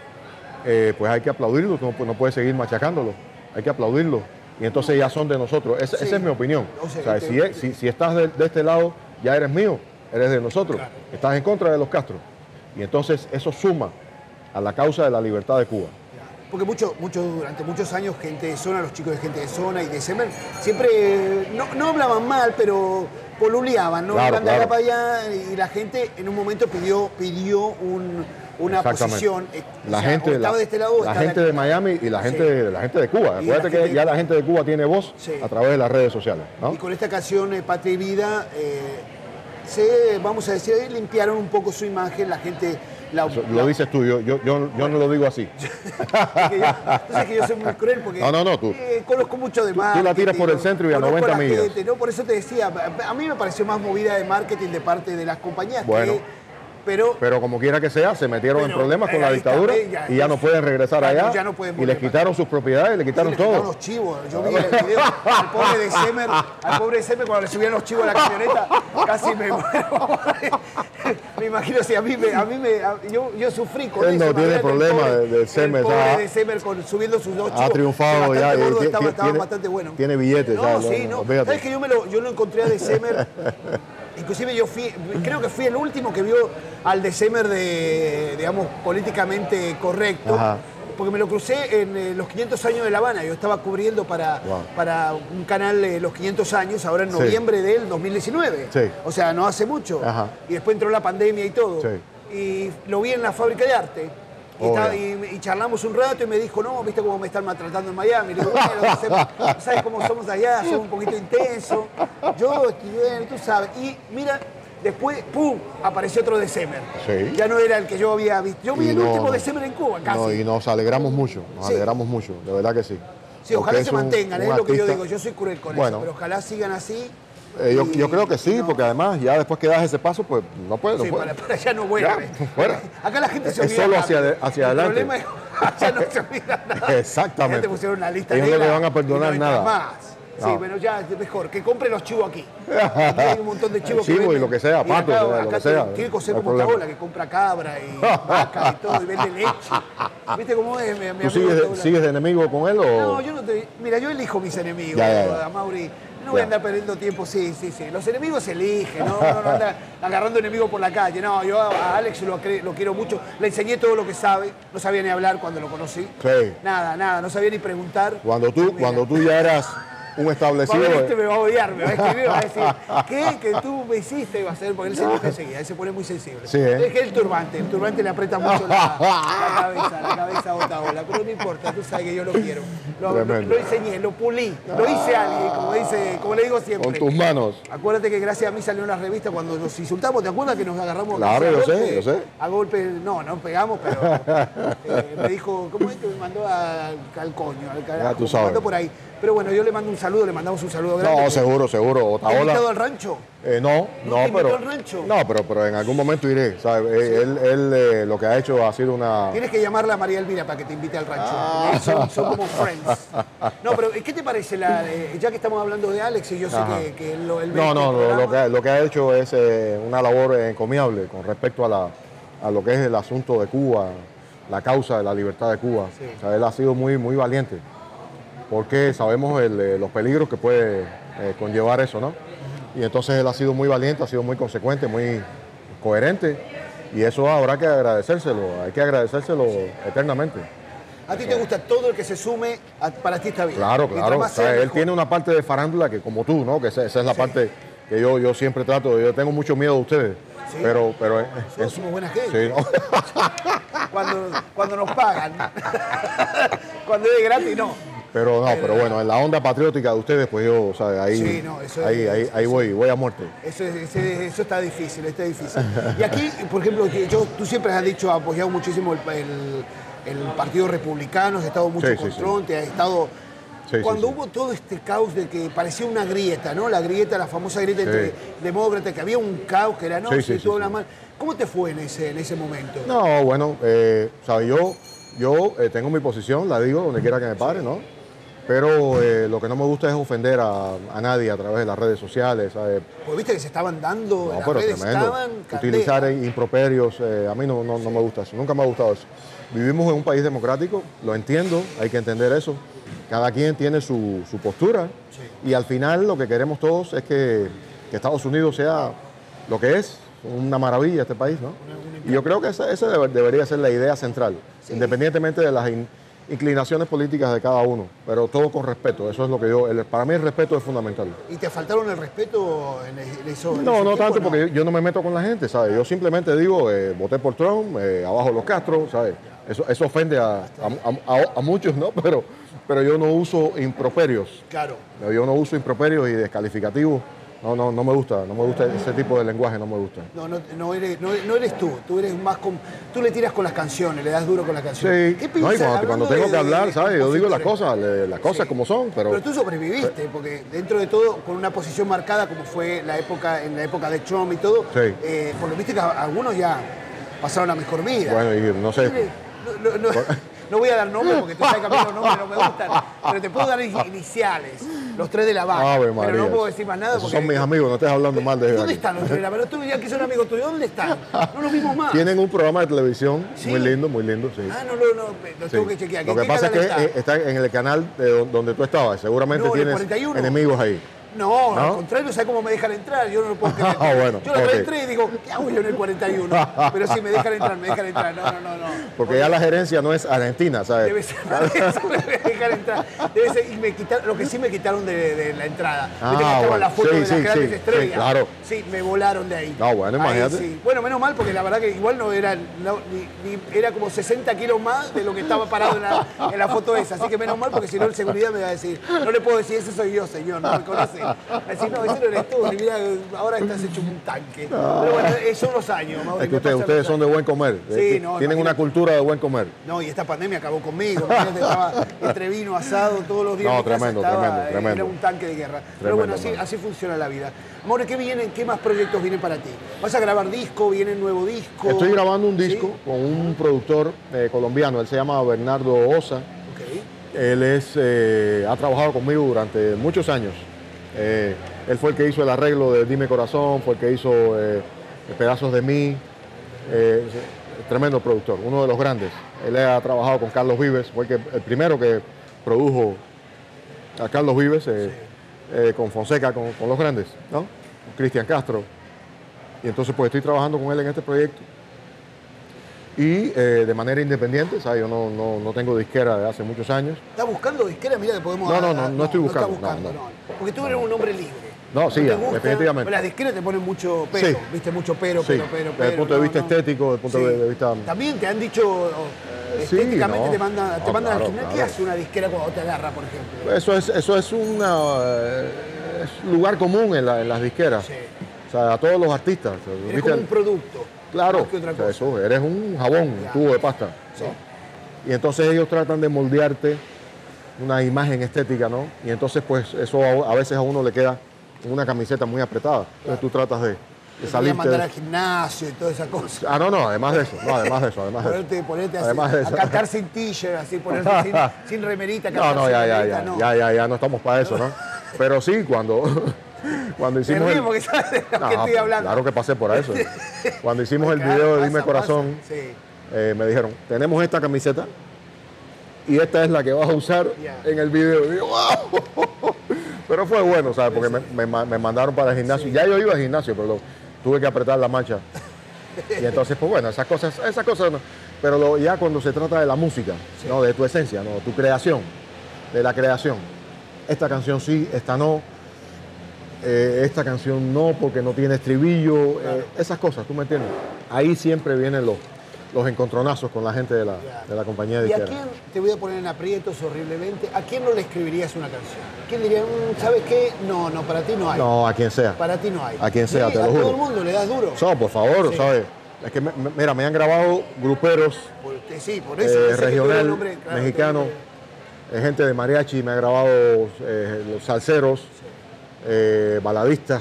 [SPEAKER 4] eh, pues hay que aplaudirlo, no, pu- no puedes seguir machacándolo, hay que aplaudirlo. Y entonces ya son de nosotros. Esa,
[SPEAKER 2] Sí.
[SPEAKER 4] esa es mi opinión.
[SPEAKER 2] O sea,
[SPEAKER 4] O sea,
[SPEAKER 2] te-
[SPEAKER 4] si, es- si- si estás de, de este lado, ya eres mío, eres de nosotros, estás en contra de los Castro. Y entonces eso suma a la causa de la libertad de Cuba.
[SPEAKER 2] Porque mucho, mucho, durante muchos años, gente de zona, los chicos de gente de zona y de Semen, siempre eh, no, no hablaban mal, pero poluleaban, ¿no?
[SPEAKER 4] Claro,
[SPEAKER 2] Iban de acá
[SPEAKER 4] claro.
[SPEAKER 2] para allá y la gente en un momento pidió, pidió un- una
[SPEAKER 4] Exactamente.
[SPEAKER 2] posición. eh,
[SPEAKER 4] La
[SPEAKER 2] o sea,
[SPEAKER 4] gente,
[SPEAKER 2] o estaba
[SPEAKER 4] la,
[SPEAKER 2] de este lado o
[SPEAKER 4] la
[SPEAKER 2] estaba
[SPEAKER 4] gente de Miami y la gente,
[SPEAKER 2] Sí.
[SPEAKER 4] de, la gente de Cuba.
[SPEAKER 2] Y la
[SPEAKER 4] Acuérdate que
[SPEAKER 2] gente-
[SPEAKER 4] ya la gente de Cuba tiene voz
[SPEAKER 2] Sí.
[SPEAKER 4] a través de las redes sociales. ¿no?
[SPEAKER 2] Y con esta canción, eh, Patria y Vida, eh, se, vamos a decir, limpiaron un poco su imagen, la gente... La,
[SPEAKER 4] Eso
[SPEAKER 2] la-
[SPEAKER 4] Lo dices tú, yo, yo, yo, yo no lo digo así.
[SPEAKER 2] que yo, tú sabes que yo soy muy cruel porque
[SPEAKER 4] No, no, no, tú-
[SPEAKER 2] eh, conozco mucho de marketing.
[SPEAKER 4] la tiras por el centro y a
[SPEAKER 2] conozco
[SPEAKER 4] 90
[SPEAKER 2] la
[SPEAKER 4] millas.
[SPEAKER 2] gente, ¿no? Por eso te decía, a- a mí me pareció más movida de marketing de parte de las compañías. que-
[SPEAKER 4] Bueno.
[SPEAKER 2] pero,
[SPEAKER 4] Pero como quiera que sea, se metieron en
[SPEAKER 2] Pero,
[SPEAKER 4] problemas con
[SPEAKER 2] eh,
[SPEAKER 4] la
[SPEAKER 2] ahí
[SPEAKER 4] dictadura
[SPEAKER 2] está, eh, ya,
[SPEAKER 4] y ya no
[SPEAKER 2] es-
[SPEAKER 4] pueden regresar
[SPEAKER 2] ya no-
[SPEAKER 4] allá.
[SPEAKER 2] ya no pueden
[SPEAKER 4] y les
[SPEAKER 2] volver más.
[SPEAKER 4] quitaron sus propiedades, le quitaron
[SPEAKER 2] Sí, le
[SPEAKER 4] todo.
[SPEAKER 2] quitaron los chivos. Yo vi el video al pobre de Semer, al pobre de Semer cuando le subían los chivos a la camioneta, casi me muero. me imagino si a mí me, a mí me a- yo, yo sufrí con
[SPEAKER 4] Él
[SPEAKER 2] eso.
[SPEAKER 4] no tiene
[SPEAKER 2] imagínate el
[SPEAKER 4] problema
[SPEAKER 2] pobre-
[SPEAKER 4] de- de Semer,
[SPEAKER 2] El pobre
[SPEAKER 4] ya
[SPEAKER 2] de Semer con, subiendo sus dos chivos.
[SPEAKER 4] Ha
[SPEAKER 2] que
[SPEAKER 4] triunfado ya.
[SPEAKER 2] bastante
[SPEAKER 4] eh,
[SPEAKER 2] gordo
[SPEAKER 4] tie-
[SPEAKER 2] estaba,
[SPEAKER 4] tie-
[SPEAKER 2] estaba bastante bueno.
[SPEAKER 4] Tiene billetes.
[SPEAKER 2] No,
[SPEAKER 4] ya,
[SPEAKER 2] sí, no.
[SPEAKER 4] olvídate.
[SPEAKER 2] ¿Sabes que yo, me lo, yo lo encontré a December? Inclusive yo fui, creo que fui el último que vio al December de, digamos, políticamente correcto.
[SPEAKER 4] Ajá.
[SPEAKER 2] Porque me lo crucé en eh, los 500 años de La Habana. Yo estaba cubriendo para,
[SPEAKER 4] Wow.
[SPEAKER 2] para un canal eh, Los 500 años, ahora en
[SPEAKER 4] Sí.
[SPEAKER 2] noviembre del 2019.
[SPEAKER 4] Sí.
[SPEAKER 2] O sea, no hace mucho.
[SPEAKER 4] Ajá.
[SPEAKER 2] Y después entró la pandemia y todo.
[SPEAKER 4] Sí.
[SPEAKER 2] Y lo vi en la fábrica de arte. Y,
[SPEAKER 4] Obvio.
[SPEAKER 2] estaba- y- y charlamos un rato y me dijo, no, viste cómo me están maltratando en Miami. Le digo, bueno, December, sabes cómo somos allá, somos un poquito intensos. Yo estudié, tú sabes. Y mira, después, ¡pum! apareció otro December.
[SPEAKER 4] Sí.
[SPEAKER 2] Ya no era el que yo había visto. Yo vi
[SPEAKER 4] Y
[SPEAKER 2] el
[SPEAKER 4] no,
[SPEAKER 2] último
[SPEAKER 4] no.
[SPEAKER 2] December en Cuba, casi.
[SPEAKER 4] No, y nos alegramos mucho, nos
[SPEAKER 2] Sí.
[SPEAKER 4] alegramos mucho, de verdad que sí.
[SPEAKER 2] Sí, ojalá
[SPEAKER 4] Porque
[SPEAKER 2] se
[SPEAKER 4] es un-
[SPEAKER 2] mantengan,
[SPEAKER 4] un
[SPEAKER 2] es lo que yo
[SPEAKER 4] artista-
[SPEAKER 2] digo. Yo soy cruel con
[SPEAKER 4] Bueno.
[SPEAKER 2] eso, pero ojalá sigan así.
[SPEAKER 4] Eh, yo,
[SPEAKER 2] y-
[SPEAKER 4] yo creo que sí,
[SPEAKER 2] no.
[SPEAKER 4] porque además ya después que das ese paso, pues no puedes. no
[SPEAKER 2] Sí,
[SPEAKER 4] puedes.
[SPEAKER 2] para, eh. para allá no vuelve.
[SPEAKER 4] Ya, fuera.
[SPEAKER 2] Acá la gente se
[SPEAKER 4] Es
[SPEAKER 2] olvida.
[SPEAKER 4] solo hacia
[SPEAKER 2] rápido.
[SPEAKER 4] ade- hacia
[SPEAKER 2] El
[SPEAKER 4] adelante.
[SPEAKER 2] problema es allá no se olvida nada.
[SPEAKER 4] Exactamente.
[SPEAKER 2] Ya te pusieron una lista
[SPEAKER 4] Ellos no
[SPEAKER 2] negra
[SPEAKER 4] le van a
[SPEAKER 2] y
[SPEAKER 4] perdonar
[SPEAKER 2] entran
[SPEAKER 4] nada.
[SPEAKER 2] Más. Sí,
[SPEAKER 4] No.
[SPEAKER 2] bueno, ya es mejor. Que compre los chivos aquí. Aquí hay un montón de chivos
[SPEAKER 4] Chivo y
[SPEAKER 2] que venden.
[SPEAKER 4] lo que sea,
[SPEAKER 2] Y acá-
[SPEAKER 4] patos, lo
[SPEAKER 2] acá tiene-
[SPEAKER 4] que sea,
[SPEAKER 2] Tiene que coser
[SPEAKER 4] no hay
[SPEAKER 2] como una
[SPEAKER 4] problema.
[SPEAKER 2] bola, que compra cabra y vaca y todo, y vende leche. ¿Viste cómo es? Mi, mi
[SPEAKER 4] ¿Tú
[SPEAKER 2] amigo
[SPEAKER 4] sigues, de-
[SPEAKER 2] Taula?
[SPEAKER 4] sigues de enemigo con él o.?
[SPEAKER 2] No, yo no te. Mira, yo elijo mis enemigos,
[SPEAKER 4] Oh. Ya, ya, ya.
[SPEAKER 2] a Mauri. No voy a
[SPEAKER 4] Ya.
[SPEAKER 2] andar perdiendo tiempo, sí, sí, sí. Los enemigos se eligen, no, no, no anda agarrando enemigos por la calle. No, yo a- a Alex lo, cre- lo quiero mucho. Le enseñé todo lo que sabe. No sabía ni hablar cuando lo conocí.
[SPEAKER 4] Sí.
[SPEAKER 2] Nada, nada, no sabía ni preguntar.
[SPEAKER 4] Cuando tú,
[SPEAKER 2] Mira,
[SPEAKER 4] cuando tú ya eras un
[SPEAKER 2] Va a
[SPEAKER 4] establecido.
[SPEAKER 2] ver, este me va a odiar, me va a escribir, va a decir, ¿qué? Que tú me hiciste, va a ser, porque él se enoja enseguida, él se pone muy sensible.
[SPEAKER 4] Sí, ¿eh?
[SPEAKER 2] Es que el turbante, el turbante le aprieta mucho la, la cabeza, la cabeza botabola, pero no importa, tú sabes que yo lo quiero. Lo, lo-
[SPEAKER 4] Tremendo.
[SPEAKER 2] lo enseñé, lo pulí, lo hice a alguien, como, dice, como le digo siempre.
[SPEAKER 4] Con tus manos.
[SPEAKER 2] Acuérdate que gracias a mí salió en las revistas cuando nos insultamos, ¿te acuerdas que nos agarramos?
[SPEAKER 4] Claro,
[SPEAKER 2] a
[SPEAKER 4] yo sé,
[SPEAKER 2] golpe-
[SPEAKER 4] yo sé.
[SPEAKER 2] A golpe, no, no pegamos, pero eh, me dijo, ¿cómo es que me mandó al, al coño? Al carajo,
[SPEAKER 4] tú
[SPEAKER 2] Me
[SPEAKER 4] sabes.
[SPEAKER 2] mandó por ahí. Pero bueno, yo le mando un saludo, le mandamos un saludo grande.
[SPEAKER 4] No, seguro, seguro.
[SPEAKER 2] ¿Te has invitado
[SPEAKER 4] Otaola.
[SPEAKER 2] al rancho?
[SPEAKER 4] eh, no,
[SPEAKER 2] ¿No
[SPEAKER 4] no,
[SPEAKER 2] te invitó
[SPEAKER 4] pero.
[SPEAKER 2] al rancho?
[SPEAKER 4] No, pero, pero en algún momento iré. ¿sabes? Eh, Él, él, eh, lo que ha hecho ha sido una.
[SPEAKER 2] Tienes que llamarla a María Elvira para que te invite al rancho.
[SPEAKER 4] Ah.
[SPEAKER 2] Son, son como friends. No, pero ¿qué te parece? La, eh, ya que estamos hablando de Alex y yo sé
[SPEAKER 4] Ajá.
[SPEAKER 2] que, que lo, él ve
[SPEAKER 4] No,
[SPEAKER 2] este
[SPEAKER 4] no, lo,
[SPEAKER 2] programa.
[SPEAKER 4] lo que, lo que ha hecho es eh, una labor eh, encomiable con respecto a, la, a lo que es el asunto de Cuba, la causa de la libertad de Cuba.
[SPEAKER 2] Sí.
[SPEAKER 4] O sea, él ha sido muy, muy valiente, porque sabemos el, eh, los peligros que puede eh, conllevar eso, ¿no? Y entonces él ha sido muy valiente, ha sido muy consecuente, muy coherente, y eso habrá que agradecérselo, hay que agradecérselo eternamente.
[SPEAKER 2] A ti te gusta todo el que se sume, a- para ti está bien.
[SPEAKER 4] Claro,
[SPEAKER 2] Mientras
[SPEAKER 4] claro.
[SPEAKER 2] más
[SPEAKER 4] O sea,
[SPEAKER 2] sea,
[SPEAKER 4] él
[SPEAKER 2] mejor.
[SPEAKER 4] tiene una parte de farándula que como tú, ¿no? Que esa, esa es la parte que yo, yo siempre trato. Yo tengo mucho miedo de ustedes.
[SPEAKER 2] Sí.
[SPEAKER 4] Pero, pero eh,
[SPEAKER 2] Somos-
[SPEAKER 4] eh,
[SPEAKER 2] somos buena
[SPEAKER 4] sí,
[SPEAKER 2] gente.
[SPEAKER 4] ¿no?
[SPEAKER 2] Cuando, cuando nos pagan. cuando es gratis, no.
[SPEAKER 4] pero no,
[SPEAKER 2] Es
[SPEAKER 4] pero
[SPEAKER 2] verdad.
[SPEAKER 4] bueno, en la onda patriótica de ustedes, pues yo, o sea, ahí,
[SPEAKER 2] Sí, no, eso es-
[SPEAKER 4] ahí, ahí, ahí voy, voy a muerte.
[SPEAKER 2] Eso, es- ese- eso está difícil, está difícil. Y aquí, por ejemplo, que yo, tú siempre has dicho, has apoyado muchísimo el, el- el Partido Republicano, has estado mucho
[SPEAKER 4] Sí,
[SPEAKER 2] en
[SPEAKER 4] sí, sí.
[SPEAKER 2] control, te has estado...
[SPEAKER 4] Sí, sí,
[SPEAKER 2] Cuando
[SPEAKER 4] sí.
[SPEAKER 2] hubo todo este caos de que parecía una grieta, ¿no? La grieta, la famosa grieta
[SPEAKER 4] Sí.
[SPEAKER 2] entre demócratas, que había un caos que era, no,
[SPEAKER 4] Sí,
[SPEAKER 2] si
[SPEAKER 4] sí, sí,
[SPEAKER 2] tú
[SPEAKER 4] sí.
[SPEAKER 2] hablas mal. ¿Cómo te fue en ese, en ese momento?
[SPEAKER 4] No, bueno, eh, ¿sabes? Yo, yo eh, tengo mi posición, la digo donde quiera que me pare, ¿no? Pero eh, lo que no me gusta es ofender a, a nadie a través de las redes sociales, eh, ¿sabes?
[SPEAKER 2] Porque viste que se estaban dando,
[SPEAKER 4] No,
[SPEAKER 2] las
[SPEAKER 4] pero
[SPEAKER 2] redes
[SPEAKER 4] tremendo.
[SPEAKER 2] estaban... candela.
[SPEAKER 4] Utilizar eh, improperios, eh, a mí no, no, no me gusta eso, nunca me ha gustado eso. Vivimos en un país democrático, lo entiendo, hay que entender eso. Cada quien tiene su, su postura y al final lo que queremos todos es que, que Estados Unidos sea lo que es una maravilla este país, ¿no? Y yo creo que esa, esa debe- debería ser la idea central, independientemente de las in- inclinaciones políticas de cada uno, pero todo con respeto, eso es lo que yo, el- para mí el respeto es fundamental.
[SPEAKER 2] ¿Y te faltaron el respeto en el- en eso? en
[SPEAKER 4] No,
[SPEAKER 2] ese
[SPEAKER 4] no
[SPEAKER 2] tiempo,
[SPEAKER 4] tanto, porque yo, yo no me meto con la gente, ¿sabes? Yo simplemente digo, eh, voté por Trump, eh, abajo los Castro, ¿sabes? Eso, eso ofende a, a- a- a muchos, ¿no? Pero, pero yo no uso improperios,
[SPEAKER 2] Claro.
[SPEAKER 4] No, Yo no uso improperios y descalificativos. No, no, no me gusta, no me gusta ese tipo de lenguaje, no me gusta.
[SPEAKER 2] No, no, no eres, no, no eres tú, tú eres más con, tú le tiras con las canciones, le das duro con las canciones.
[SPEAKER 4] Sí,
[SPEAKER 2] ¿Qué
[SPEAKER 4] no, y
[SPEAKER 2] piensas
[SPEAKER 4] cuando, cuando
[SPEAKER 2] hablando
[SPEAKER 4] tengo
[SPEAKER 2] de-
[SPEAKER 4] que
[SPEAKER 2] de-
[SPEAKER 4] hablar,
[SPEAKER 2] de
[SPEAKER 4] ¿sabes? Yo digo las
[SPEAKER 2] compositores?
[SPEAKER 4] cosas, le- las cosas
[SPEAKER 2] Sí.
[SPEAKER 4] como son, pero...
[SPEAKER 2] Pero tú sobreviviste, porque dentro de todo, con una posición marcada como fue la época, en la época de Trump y todo,
[SPEAKER 4] Sí.
[SPEAKER 2] eh, por lo viste que a- algunos ya pasaron la mejor vida.
[SPEAKER 4] Bueno, y no sé.
[SPEAKER 2] No, no- no- no voy a dar nombres porque tú sabes que a mí los nombres no me gustan, pero te puedo dar in- iniciales, los tres de la vaca.
[SPEAKER 4] Ave
[SPEAKER 2] Pero
[SPEAKER 4] María.
[SPEAKER 2] no puedo decir más nada
[SPEAKER 4] Esos
[SPEAKER 2] porque.
[SPEAKER 4] son mis amigos, no estés hablando mal de ellos
[SPEAKER 2] ¿Dónde
[SPEAKER 4] aquí.
[SPEAKER 2] están los tres de la vaca? Tú dirías que son amigos tuyos, ¿dónde están? No los vimos más.
[SPEAKER 4] Tienen un programa de televisión
[SPEAKER 2] Sí.
[SPEAKER 4] muy lindo, muy lindo, sí.
[SPEAKER 2] Ah, no, no, no, lo
[SPEAKER 4] Sí.
[SPEAKER 2] tengo que chequear.
[SPEAKER 4] Lo
[SPEAKER 2] ¿Qué-
[SPEAKER 4] que
[SPEAKER 2] qué
[SPEAKER 4] pasa es que
[SPEAKER 2] canal está?
[SPEAKER 4] eh, está en el canal de don- donde tú estabas, seguramente
[SPEAKER 2] No, en el
[SPEAKER 4] tienes
[SPEAKER 2] 41.
[SPEAKER 4] enemigos ahí.
[SPEAKER 2] No,
[SPEAKER 4] ¿No?
[SPEAKER 2] al contrario, ¿sabes cómo me dejan entrar? Yo no lo puedo creer.
[SPEAKER 4] Ah, bueno,
[SPEAKER 2] yo la otra vez
[SPEAKER 4] ok.
[SPEAKER 2] entré y digo, ¿qué hago yo en el 41? Pero sí, me dejan entrar, me dejan entrar. No, no, no. no.
[SPEAKER 4] Porque ya la gerencia no es argentina, ¿sabes?
[SPEAKER 2] Debe ser, debe ser, me dejan entrar. Debe ser, y me quitaron, lo que sí me quitaron de, de la entrada.
[SPEAKER 4] Ah,
[SPEAKER 2] me quitaron
[SPEAKER 4] bueno,
[SPEAKER 2] la foto
[SPEAKER 4] sí,
[SPEAKER 2] de las
[SPEAKER 4] sí,
[SPEAKER 2] grandes
[SPEAKER 4] sí,
[SPEAKER 2] estrellas.
[SPEAKER 4] sí, claro.
[SPEAKER 2] Sí, me volaron de ahí.
[SPEAKER 4] No, bueno,
[SPEAKER 2] Ahí
[SPEAKER 4] imagínate.
[SPEAKER 2] sí. Bueno, menos mal, porque la verdad que igual no era, no, ni- ni- era como 60 kilos más de lo que estaba parado en la, en la foto esa. Así que menos mal, porque si no, el seguridad me va a decir, no le puedo decir, ese soy yo, señor, no me conoce. Va a decir, no, ese no eres tú, y mira, ahora estás hecho un tanque. Pero bueno, eh, son los años, Mauri,
[SPEAKER 4] Ah. Es que
[SPEAKER 2] me
[SPEAKER 4] ustedes,
[SPEAKER 2] pasan
[SPEAKER 4] ustedes
[SPEAKER 2] los
[SPEAKER 4] son de buen comer.
[SPEAKER 2] Sí,
[SPEAKER 4] eh,
[SPEAKER 2] no,
[SPEAKER 4] Tienen una
[SPEAKER 2] imagínate.
[SPEAKER 4] cultura de buen comer.
[SPEAKER 2] no, y esta pandemia acabó conmigo. imagínate, estaba entre vino, asado, todos los días.
[SPEAKER 4] No,
[SPEAKER 2] en mi casa
[SPEAKER 4] tremendo,
[SPEAKER 2] estaba,
[SPEAKER 4] tremendo,
[SPEAKER 2] eh, Era
[SPEAKER 4] tremendo.
[SPEAKER 2] un tanque de guerra. Pero bueno,
[SPEAKER 4] Tremendo,
[SPEAKER 2] así,
[SPEAKER 4] hermano.
[SPEAKER 2] así funciona la vida. More, ¿qué vienen? ¿Qué más proyectos vienen para ti? ¿Vas a grabar disco? ¿Viene nuevo disco?
[SPEAKER 4] Estoy grabando un
[SPEAKER 2] ¿Sí?
[SPEAKER 4] disco con un productor eh, colombiano, él se llama Bernardo Osa.
[SPEAKER 2] Ok.
[SPEAKER 4] Él es, eh, ha trabajado conmigo durante muchos años. Eh, él fue el que hizo el arreglo de Dime Corazón, fue el que hizo eh, Pedazos de mí. Eh, es- tremendo productor, uno de los grandes. Él ha trabajado con Carlos Vives, fue el, que- el primero que produjo a Carlos Vives, eh, eh, con Fonseca, con, con los grandes, ¿no? Con Cristian Castro. Y entonces pues estoy trabajando con él en este proyecto. Y eh, de manera independiente, ¿sabes? Yo no, no- no tengo disquera de hace muchos años.
[SPEAKER 2] ¿Estás buscando disquera? Mira que podemos...
[SPEAKER 4] No, no,
[SPEAKER 2] ah,
[SPEAKER 4] no, no estoy
[SPEAKER 2] estás
[SPEAKER 4] buscando, no,
[SPEAKER 2] buscando,
[SPEAKER 4] no.
[SPEAKER 2] Porque tú eres un hombre libre.
[SPEAKER 4] No, sí,
[SPEAKER 2] te
[SPEAKER 4] ya,
[SPEAKER 2] gusta,
[SPEAKER 4] definitivamente.
[SPEAKER 2] Las disqueras te ponen mucho pero,
[SPEAKER 4] Sí.
[SPEAKER 2] viste, mucho pero,
[SPEAKER 4] Sí,
[SPEAKER 2] pero, pero,
[SPEAKER 4] desde el
[SPEAKER 2] pero.
[SPEAKER 4] punto de vista estético, desde el punto de- de vista- Eh,
[SPEAKER 2] También te han dicho, o,
[SPEAKER 4] sí,
[SPEAKER 2] estéticamente
[SPEAKER 4] no.
[SPEAKER 2] te mandan, te
[SPEAKER 4] No,
[SPEAKER 2] mandan al
[SPEAKER 4] claro,
[SPEAKER 2] gimnasio. ¿Qué
[SPEAKER 4] claro.
[SPEAKER 2] hace una disquera cuando te agarra, por ejemplo?
[SPEAKER 4] Eso es, eso es un ah, lugar común en, la- en las disqueras.
[SPEAKER 2] Sí.
[SPEAKER 4] O sea, a todos los artistas. o sea,
[SPEAKER 2] Eres
[SPEAKER 4] ¿viste?
[SPEAKER 2] como un producto.
[SPEAKER 4] Claro,
[SPEAKER 2] más que otra
[SPEAKER 4] o sea,
[SPEAKER 2] cosa.
[SPEAKER 4] eso, eres un jabón, un
[SPEAKER 2] Ya.
[SPEAKER 4] tubo de pasta.
[SPEAKER 2] Sí.
[SPEAKER 4] Y entonces ellos tratan de moldearte una imagen estética, ¿no? Y entonces, pues, eso a, a veces a uno le queda una camiseta muy apretada. Entonces tú tratas de, de
[SPEAKER 2] Te
[SPEAKER 4] salirte.
[SPEAKER 2] querían mandar
[SPEAKER 4] de-
[SPEAKER 2] al gimnasio y toda esa cosa.
[SPEAKER 4] Ah, no, no, además de eso, no, además de eso, además de eso.
[SPEAKER 2] Ponerte, ponerte así,
[SPEAKER 4] Además de
[SPEAKER 2] a
[SPEAKER 4] eso.
[SPEAKER 2] cantar sin t-shirt, así, ponerte sin, sin remerita,
[SPEAKER 4] No,
[SPEAKER 2] cantar
[SPEAKER 4] no,
[SPEAKER 2] sin
[SPEAKER 4] ya, ya,
[SPEAKER 2] remerita,
[SPEAKER 4] ya,
[SPEAKER 2] no.
[SPEAKER 4] ya, ya, ya, no estamos para eso, ¿no? Pero sí, cuando, cuando
[SPEAKER 2] Te
[SPEAKER 4] hicimos
[SPEAKER 2] ríes
[SPEAKER 4] el...
[SPEAKER 2] porque sabes de lo
[SPEAKER 4] No,
[SPEAKER 2] que estoy hablando.
[SPEAKER 4] Claro que pasé por eso. Cuando hicimos el
[SPEAKER 2] Claro,
[SPEAKER 4] video de
[SPEAKER 2] pasa,
[SPEAKER 4] Dime
[SPEAKER 2] pasa.
[SPEAKER 4] Corazón,
[SPEAKER 2] Sí.
[SPEAKER 4] eh, me dijeron, tenemos esta camiseta y esta es la que vas a usar
[SPEAKER 2] Ya.
[SPEAKER 4] en el video. Y yo, "Wow". Pero fue bueno, ¿sabes? Porque me, me ma- me mandaron para el gimnasio. Ya yo iba al gimnasio, pero lo- tuve que apretar la mancha. Y entonces, pues bueno, esas cosas, esas cosas no. Pero lo- ya cuando se trata de la música, ¿no? de tu esencia, ¿no? tu creación, de la creación. Esta canción sí, esta no. Eh, esta canción no porque no tiene estribillo, eh, esas cosas, ¿tú me entiendes? Ahí siempre vienen los, los encontronazos con la gente de la,
[SPEAKER 2] Ya.
[SPEAKER 4] de la compañía de
[SPEAKER 2] ¿Y a
[SPEAKER 4] izquierda.
[SPEAKER 2] quién, te voy a poner en aprietos horriblemente, a quién no le escribirías una canción? ¿Quién diría, "Mm, ¿sabes qué? No, no, para ti no hay.
[SPEAKER 4] No, a quien sea.
[SPEAKER 2] Para ti no hay.
[SPEAKER 4] A quien sea,
[SPEAKER 2] Sí,
[SPEAKER 4] te
[SPEAKER 2] a
[SPEAKER 4] lo
[SPEAKER 2] todo
[SPEAKER 4] juro.
[SPEAKER 2] el mundo le das duro.
[SPEAKER 4] So, por favor,
[SPEAKER 2] Sí.
[SPEAKER 4] ¿sabes? Es que, me- me- mira, me han grabado gruperos
[SPEAKER 2] Por- eh, sí, por
[SPEAKER 4] eh,
[SPEAKER 2] eso. pensé que tú eras
[SPEAKER 4] regional,
[SPEAKER 2] el hombre- claro,
[SPEAKER 4] mexicano, eh, gente de mariachi, me ha grabado eh, los salseros, eh, baladistas.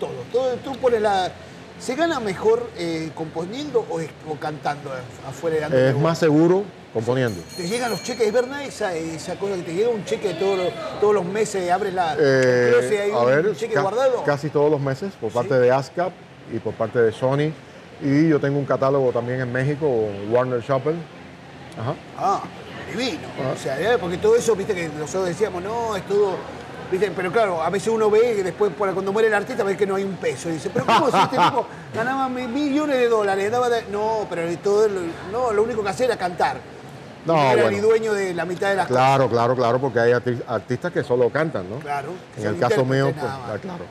[SPEAKER 2] Todo, todo. Tú pones la... ¿Se gana mejor eh, componiendo o, es- o cantando af- afuera de
[SPEAKER 4] es más seguro componiendo.
[SPEAKER 2] Te llegan los cheques, ¿es verdad esa, esa cosa que te llega un cheque todos los, todos los meses, abres la...
[SPEAKER 4] Eh,
[SPEAKER 2] el closet, hay
[SPEAKER 4] a
[SPEAKER 2] un
[SPEAKER 4] ver,
[SPEAKER 2] cheque
[SPEAKER 4] ca-
[SPEAKER 2] guardado?
[SPEAKER 4] casi todos los meses por parte de ASCAP y por parte de Sony. Y yo tengo un catálogo también en México, Warner Chappell. Ajá. Ah.
[SPEAKER 2] Ah, divino. O sea, ¿eh? porque todo eso, viste que nosotros decíamos, no, es todo ¿Viste? Pero claro, a veces uno ve que después, por- cuando muere el artista, ves que no hay un peso. Y dice, pero ¿cómo si este tipo ganaba mi- millones de dólares? Daba de- No, pero de todo lo, no, lo único que hacía era cantar.
[SPEAKER 4] No,
[SPEAKER 2] era
[SPEAKER 4] bueno.
[SPEAKER 2] el dueño de la mitad de las
[SPEAKER 4] Claro, claro, claro, porque hay arti- artistas que solo cantan, ¿no?
[SPEAKER 2] cosas. Claro.
[SPEAKER 4] En
[SPEAKER 2] Son
[SPEAKER 4] el caso mío,
[SPEAKER 2] intérpretes
[SPEAKER 4] pues,
[SPEAKER 2] nada más.
[SPEAKER 4] ah, claro.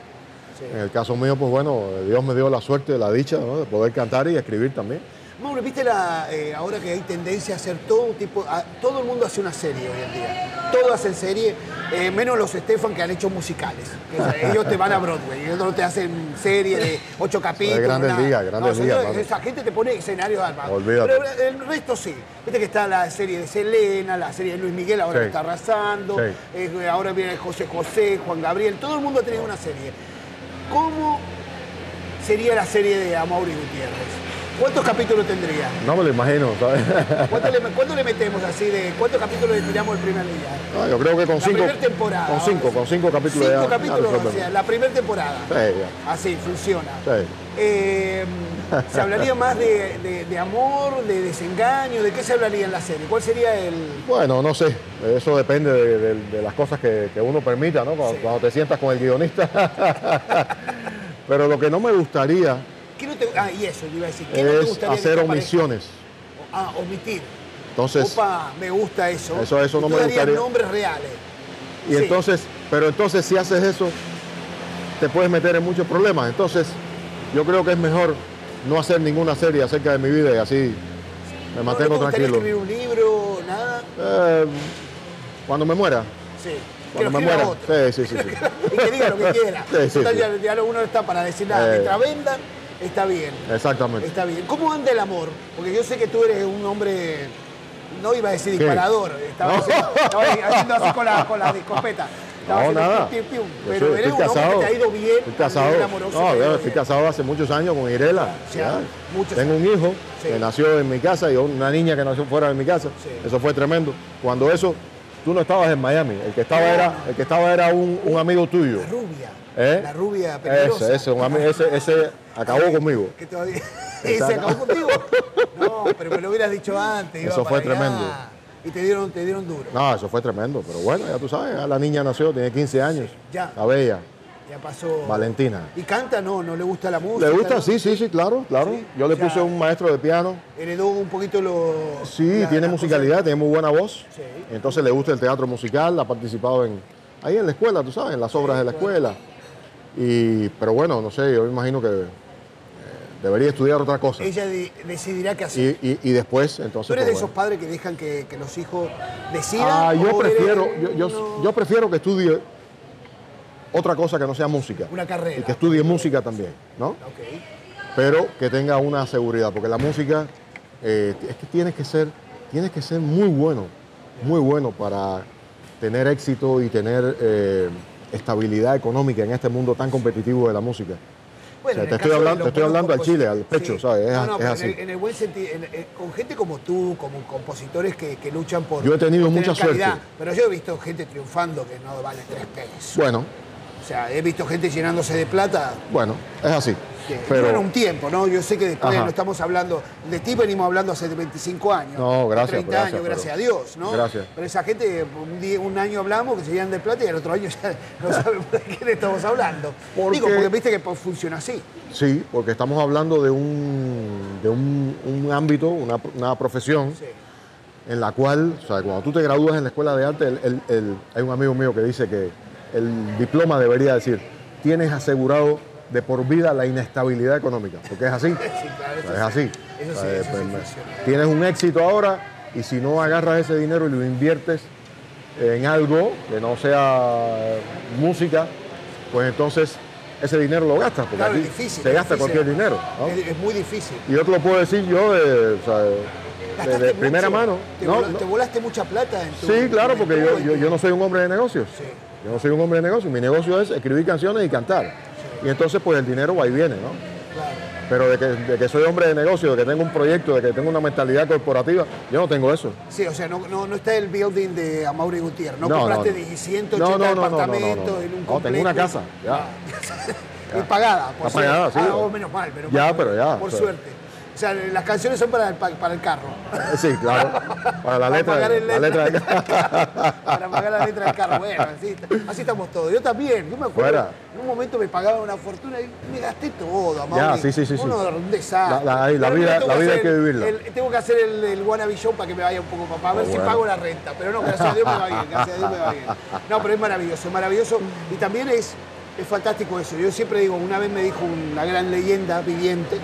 [SPEAKER 2] Sí.
[SPEAKER 4] En el caso mío, pues bueno, Dios me dio la suerte, la dicha, ¿no? De poder cantar y escribir también.
[SPEAKER 2] Mauro, ¿viste la, eh, ahora que hay tendencia a hacer todo un tipo, a- todo el mundo hace una serie hoy en día? Todos hacen serie, eh, menos los Estefan que han hecho musicales. O sea, ellos te van a Broadway, ellos no te hacen serie de ocho capítulos.
[SPEAKER 4] grandes
[SPEAKER 2] nada.
[SPEAKER 4] ligas, grandes
[SPEAKER 2] No, son-
[SPEAKER 4] ligas, Mauro.
[SPEAKER 2] Esa gente te pone escenarios armados.
[SPEAKER 4] Olvídate.
[SPEAKER 2] Pero el resto sí. Viste que está la serie de Selena, la serie de Luis Miguel, ahora
[SPEAKER 4] Sí.
[SPEAKER 2] que está arrasando.
[SPEAKER 4] Sí.
[SPEAKER 2] eh, ahora viene José José, Juan Gabriel, todo el mundo ha tenido una serie. ¿Cómo sería la serie de Amaury Gutiérrez? ¿Cuántos capítulos tendría?
[SPEAKER 4] No me lo imagino, ¿sabes?
[SPEAKER 2] ¿Cuánto le, cuánto le metemos así de cuántos capítulos le tiramos el primer día?
[SPEAKER 4] No, yo creo que con
[SPEAKER 2] La
[SPEAKER 4] cinco.
[SPEAKER 2] primera temporada.
[SPEAKER 4] Con cinco,
[SPEAKER 2] ahora
[SPEAKER 4] con
[SPEAKER 2] sí.
[SPEAKER 4] cinco capítulos
[SPEAKER 2] Cinco
[SPEAKER 4] ya- ya
[SPEAKER 2] capítulos,
[SPEAKER 4] resolvemos.
[SPEAKER 2] o sea, la primera temporada.
[SPEAKER 4] Sí, ya.
[SPEAKER 2] Así, funciona.
[SPEAKER 4] Sí.
[SPEAKER 2] Eh, ¿Se hablaría más de, de- de amor, de desengaño? ¿De qué se hablaría en la serie? ¿Cuál sería el...?
[SPEAKER 4] Bueno, no sé, eso depende de, de- de las cosas que, que uno permita, ¿no? Cuando,
[SPEAKER 2] Sí.
[SPEAKER 4] cuando te sientas con el guionista. Pero lo que no me gustaría
[SPEAKER 2] ¿Qué no te, ah, y eso, yo iba a decir. ¿Qué no te
[SPEAKER 4] es
[SPEAKER 2] gustaría que
[SPEAKER 4] hacer
[SPEAKER 2] te aparezca?
[SPEAKER 4] omisiones.
[SPEAKER 2] Ah, omitir.
[SPEAKER 4] Entonces,
[SPEAKER 2] Opa, me gusta eso.
[SPEAKER 4] Eso- eso no
[SPEAKER 2] Y tú
[SPEAKER 4] me
[SPEAKER 2] darías
[SPEAKER 4] gustaría.
[SPEAKER 2] nombres reales.
[SPEAKER 4] y
[SPEAKER 2] sí.
[SPEAKER 4] entonces, pero entonces si haces eso, te puedes meter en muchos problemas. Entonces, yo creo que es mejor no hacer ninguna serie acerca de mi vida y así me
[SPEAKER 2] ¿No, no te
[SPEAKER 4] mantengo
[SPEAKER 2] gustaría
[SPEAKER 4] tranquilo.
[SPEAKER 2] escribir un libro, nada?
[SPEAKER 4] Eh, cuando me muera,
[SPEAKER 2] Sí. Que lo
[SPEAKER 4] cuando me
[SPEAKER 2] escriba
[SPEAKER 4] muera.
[SPEAKER 2] otro.
[SPEAKER 4] Sí, sí, sí. sí.
[SPEAKER 2] y que diga lo que quiera.
[SPEAKER 4] Sí, sí,
[SPEAKER 2] Total,
[SPEAKER 4] sí.
[SPEAKER 2] Ya, ya no- uno está para decir nada.
[SPEAKER 4] Eh.
[SPEAKER 2] Mientras vendan, está bien.
[SPEAKER 4] Exactamente.
[SPEAKER 2] Está bien. ¿Cómo anda el amor? Porque yo sé que tú eres un hombre, no iba a decir
[SPEAKER 4] ¿Qué?
[SPEAKER 2] disparador, estaba,
[SPEAKER 4] No.
[SPEAKER 2] haciendo, estaba haciendo así con la, con la escopeta. Estaba
[SPEAKER 4] No,
[SPEAKER 2] haciendo
[SPEAKER 4] nada.
[SPEAKER 2] piu, piu, piu.
[SPEAKER 4] Yo
[SPEAKER 2] Pero
[SPEAKER 4] soy-
[SPEAKER 2] eres un hombre que te ha ido bien.
[SPEAKER 4] Estoy
[SPEAKER 2] a
[SPEAKER 4] casado.
[SPEAKER 2] nivel amoroso,
[SPEAKER 4] No,
[SPEAKER 2] te ha
[SPEAKER 4] yo
[SPEAKER 2] ido
[SPEAKER 4] estoy
[SPEAKER 2] bien.
[SPEAKER 4] casado hace muchos años con Irela.
[SPEAKER 2] Ya, ya, muchos
[SPEAKER 4] Tengo un hijo
[SPEAKER 2] Sí.
[SPEAKER 4] que nació en mi casa y una niña que nació fuera de mi casa.
[SPEAKER 2] Sí.
[SPEAKER 4] Eso fue tremendo. Cuando eso, tú no estabas en Miami. El que estaba era, el que estaba era un, un amigo tuyo.
[SPEAKER 2] La rubia.
[SPEAKER 4] ¿Eh?
[SPEAKER 2] La rubia peligrosa.
[SPEAKER 4] Ese, ese, un ami- ese, ese acabó conmigo.
[SPEAKER 2] Que todavía... ¿Y se acabó contigo? No, pero me lo hubieras dicho antes. iba
[SPEAKER 4] Eso fue
[SPEAKER 2] para allá.
[SPEAKER 4] tremendo.
[SPEAKER 2] Y te dieron, te dieron duro.
[SPEAKER 4] No, eso fue tremendo. Pero bueno, ya tú sabes, ya la niña nació, tiene 15 años.
[SPEAKER 2] ya.
[SPEAKER 4] La bella,
[SPEAKER 2] Ya pasó.
[SPEAKER 4] Valentina.
[SPEAKER 2] ¿Y canta? No, no le gusta la música.
[SPEAKER 4] ¿Le gusta?
[SPEAKER 2] ¿no?
[SPEAKER 4] Sí, sí, sí, claro, claro.
[SPEAKER 2] Sí,
[SPEAKER 4] Yo le
[SPEAKER 2] o sea-
[SPEAKER 4] puse un maestro de piano.
[SPEAKER 2] Heredó un poquito los.
[SPEAKER 4] Sí, tiene musicalidad, tiene muy buena voz.
[SPEAKER 2] Sí.
[SPEAKER 4] Entonces le gusta el teatro musical, ha participado en ahí en la escuela, tú sabes, en las obras de la escuela. Y, pero bueno, no sé, yo me imagino que eh, debería estudiar otra cosa.
[SPEAKER 2] Ella de- decidirá qué
[SPEAKER 4] Y,
[SPEAKER 2] hacer.
[SPEAKER 4] y- y después, entonces.
[SPEAKER 2] ¿Tú eres de
[SPEAKER 4] pues,
[SPEAKER 2] esos
[SPEAKER 4] bueno.
[SPEAKER 2] padres que dejan que, que los hijos decidan?
[SPEAKER 4] Ah, yo
[SPEAKER 2] o eres
[SPEAKER 4] prefiero, yo, yo-
[SPEAKER 2] uno-
[SPEAKER 4] yo prefiero que estudie otra cosa que no sea música.
[SPEAKER 2] Una carrera.
[SPEAKER 4] Y que estudie música también, ¿no?
[SPEAKER 2] Ok.
[SPEAKER 4] pero que tenga una seguridad, porque la música eh, es que tienes que ser, tienes que ser muy bueno, muy bueno para tener éxito y tener eh, estabilidad económica en este mundo tan competitivo de la música.
[SPEAKER 2] Bueno,
[SPEAKER 4] O sea,
[SPEAKER 2] en
[SPEAKER 4] te
[SPEAKER 2] el
[SPEAKER 4] estoy
[SPEAKER 2] caso de
[SPEAKER 4] hablando-
[SPEAKER 2] los
[SPEAKER 4] te estoy hablando al
[SPEAKER 2] buenos
[SPEAKER 4] chile, al
[SPEAKER 2] compositores-
[SPEAKER 4] pecho, ¿sabes? Es-
[SPEAKER 2] No, no,
[SPEAKER 4] es
[SPEAKER 2] pero en
[SPEAKER 4] así.
[SPEAKER 2] el- En el buen sentido, en- en- con gente como tú, como compositores que, que luchan por.
[SPEAKER 4] Yo he tenido
[SPEAKER 2] por tener
[SPEAKER 4] mucha suerte.
[SPEAKER 2] calidad, Pero yo he visto gente triunfando que no vale tres pesos.
[SPEAKER 4] Bueno,
[SPEAKER 2] O sea, he visto gente llenándose de plata
[SPEAKER 4] bueno, es así.
[SPEAKER 2] Pero
[SPEAKER 4] Pero,
[SPEAKER 2] un tiempo, ¿no? Yo sé que después
[SPEAKER 4] Ajá.
[SPEAKER 2] no estamos hablando, de ti venimos hablando hace 25 años.
[SPEAKER 4] No, gracias,
[SPEAKER 2] 30
[SPEAKER 4] gracias,
[SPEAKER 2] años, gracias
[SPEAKER 4] pero-
[SPEAKER 2] a Dios, ¿no?
[SPEAKER 4] gracias.
[SPEAKER 2] Pero esa gente, un, día- un año hablamos que se llenan de plata y el otro año ya no sabemos de quién estamos hablando.
[SPEAKER 4] Porque-
[SPEAKER 2] Digo, porque viste que pues, funciona así.
[SPEAKER 4] sí, porque estamos hablando de un, de un, un ámbito, una, una profesión
[SPEAKER 2] Sí.
[SPEAKER 4] en la cual, o sea, cuando tú te gradúas en la escuela de arte, el- el- el- hay un amigo mío que dice que el diploma debería decir, tienes asegurado de por vida la inestabilidad económica, porque es así.
[SPEAKER 2] claro, eso
[SPEAKER 4] O sea, es
[SPEAKER 2] sí.
[SPEAKER 4] así.
[SPEAKER 2] Eso
[SPEAKER 4] O
[SPEAKER 2] sí,
[SPEAKER 4] sea,
[SPEAKER 2] eso sí
[SPEAKER 4] pues, me-
[SPEAKER 2] funciona.
[SPEAKER 4] tienes un éxito ahora y si no agarras ese dinero y lo inviertes en algo que no sea eh, música, pues entonces ese dinero lo gastas, porque
[SPEAKER 2] Claro,
[SPEAKER 4] aquí
[SPEAKER 2] es difícil.
[SPEAKER 4] se
[SPEAKER 2] es
[SPEAKER 4] gasta
[SPEAKER 2] difícil,
[SPEAKER 4] cualquier dinero. ¿no?
[SPEAKER 2] Es, es muy difícil.
[SPEAKER 4] Y yo te lo puedo decir yo de, o sea, de- de,
[SPEAKER 2] Gastaste
[SPEAKER 4] primera
[SPEAKER 2] mucho,
[SPEAKER 4] mano.
[SPEAKER 2] Te,
[SPEAKER 4] ¿no?
[SPEAKER 2] vol- te volaste mucha plata en tu
[SPEAKER 4] Sí, claro, porque yo,
[SPEAKER 2] juventud,
[SPEAKER 4] yo,
[SPEAKER 2] en
[SPEAKER 4] yo no soy un hombre de negocios.
[SPEAKER 2] Sí.
[SPEAKER 4] Yo no soy un hombre de negocios. Mi negocio es escribir canciones y cantar. Y entonces, pues el dinero va y viene, ¿no?
[SPEAKER 2] tu- claro.
[SPEAKER 4] Pero de que, de que soy hombre de negocios, de que tengo un proyecto, de que tengo una mentalidad corporativa, yo no tengo eso.
[SPEAKER 2] Sí, o sea, no, no, no está el building de Amaury Gutiérrez. No,
[SPEAKER 4] No,
[SPEAKER 2] compraste
[SPEAKER 4] no, no.
[SPEAKER 2] 180
[SPEAKER 4] No, no, no, no, no, no, no.
[SPEAKER 2] apartamentos en un complejo. Ah,
[SPEAKER 4] No, tengo una casa, ya.
[SPEAKER 2] Y pagada, por
[SPEAKER 4] Está pagada,
[SPEAKER 2] suerte.
[SPEAKER 4] sí.
[SPEAKER 2] Ah, oh, menos mal, pero
[SPEAKER 4] Ya, pero ya,
[SPEAKER 2] Por
[SPEAKER 4] o sea.
[SPEAKER 2] suerte. O sea, las canciones son para el, pa- para el carro.
[SPEAKER 4] Eh, Sí, claro. Para la letra.
[SPEAKER 2] Ah. pagar el
[SPEAKER 4] la letra
[SPEAKER 2] letra. Para pagar la letra del carro. Bueno, así, así estamos todos. Yo también. Yo me acuerdo.
[SPEAKER 4] Fuera.
[SPEAKER 2] En un momento me pagaban una fortuna y me gasté todo, amado.
[SPEAKER 4] Ya, sí, sí, sí, sí.
[SPEAKER 2] Uno un desastre.
[SPEAKER 4] La- la- ahí, la
[SPEAKER 2] Realmente
[SPEAKER 4] vida-
[SPEAKER 2] tengo
[SPEAKER 4] la vida hay
[SPEAKER 2] hacer
[SPEAKER 4] que vivirla.
[SPEAKER 2] el- tengo que hacer el, el wannabe show para que me vaya un poco papá. A ver
[SPEAKER 4] Ah,
[SPEAKER 2] si
[SPEAKER 4] bueno.
[SPEAKER 2] pago la renta. Pero no, gracias a Dios me va bien. Gracias a Dios me va bien. No, pero es maravilloso, es maravilloso. Y también es, es fantástico eso. Yo siempre digo, una vez me dijo una gran leyenda viviente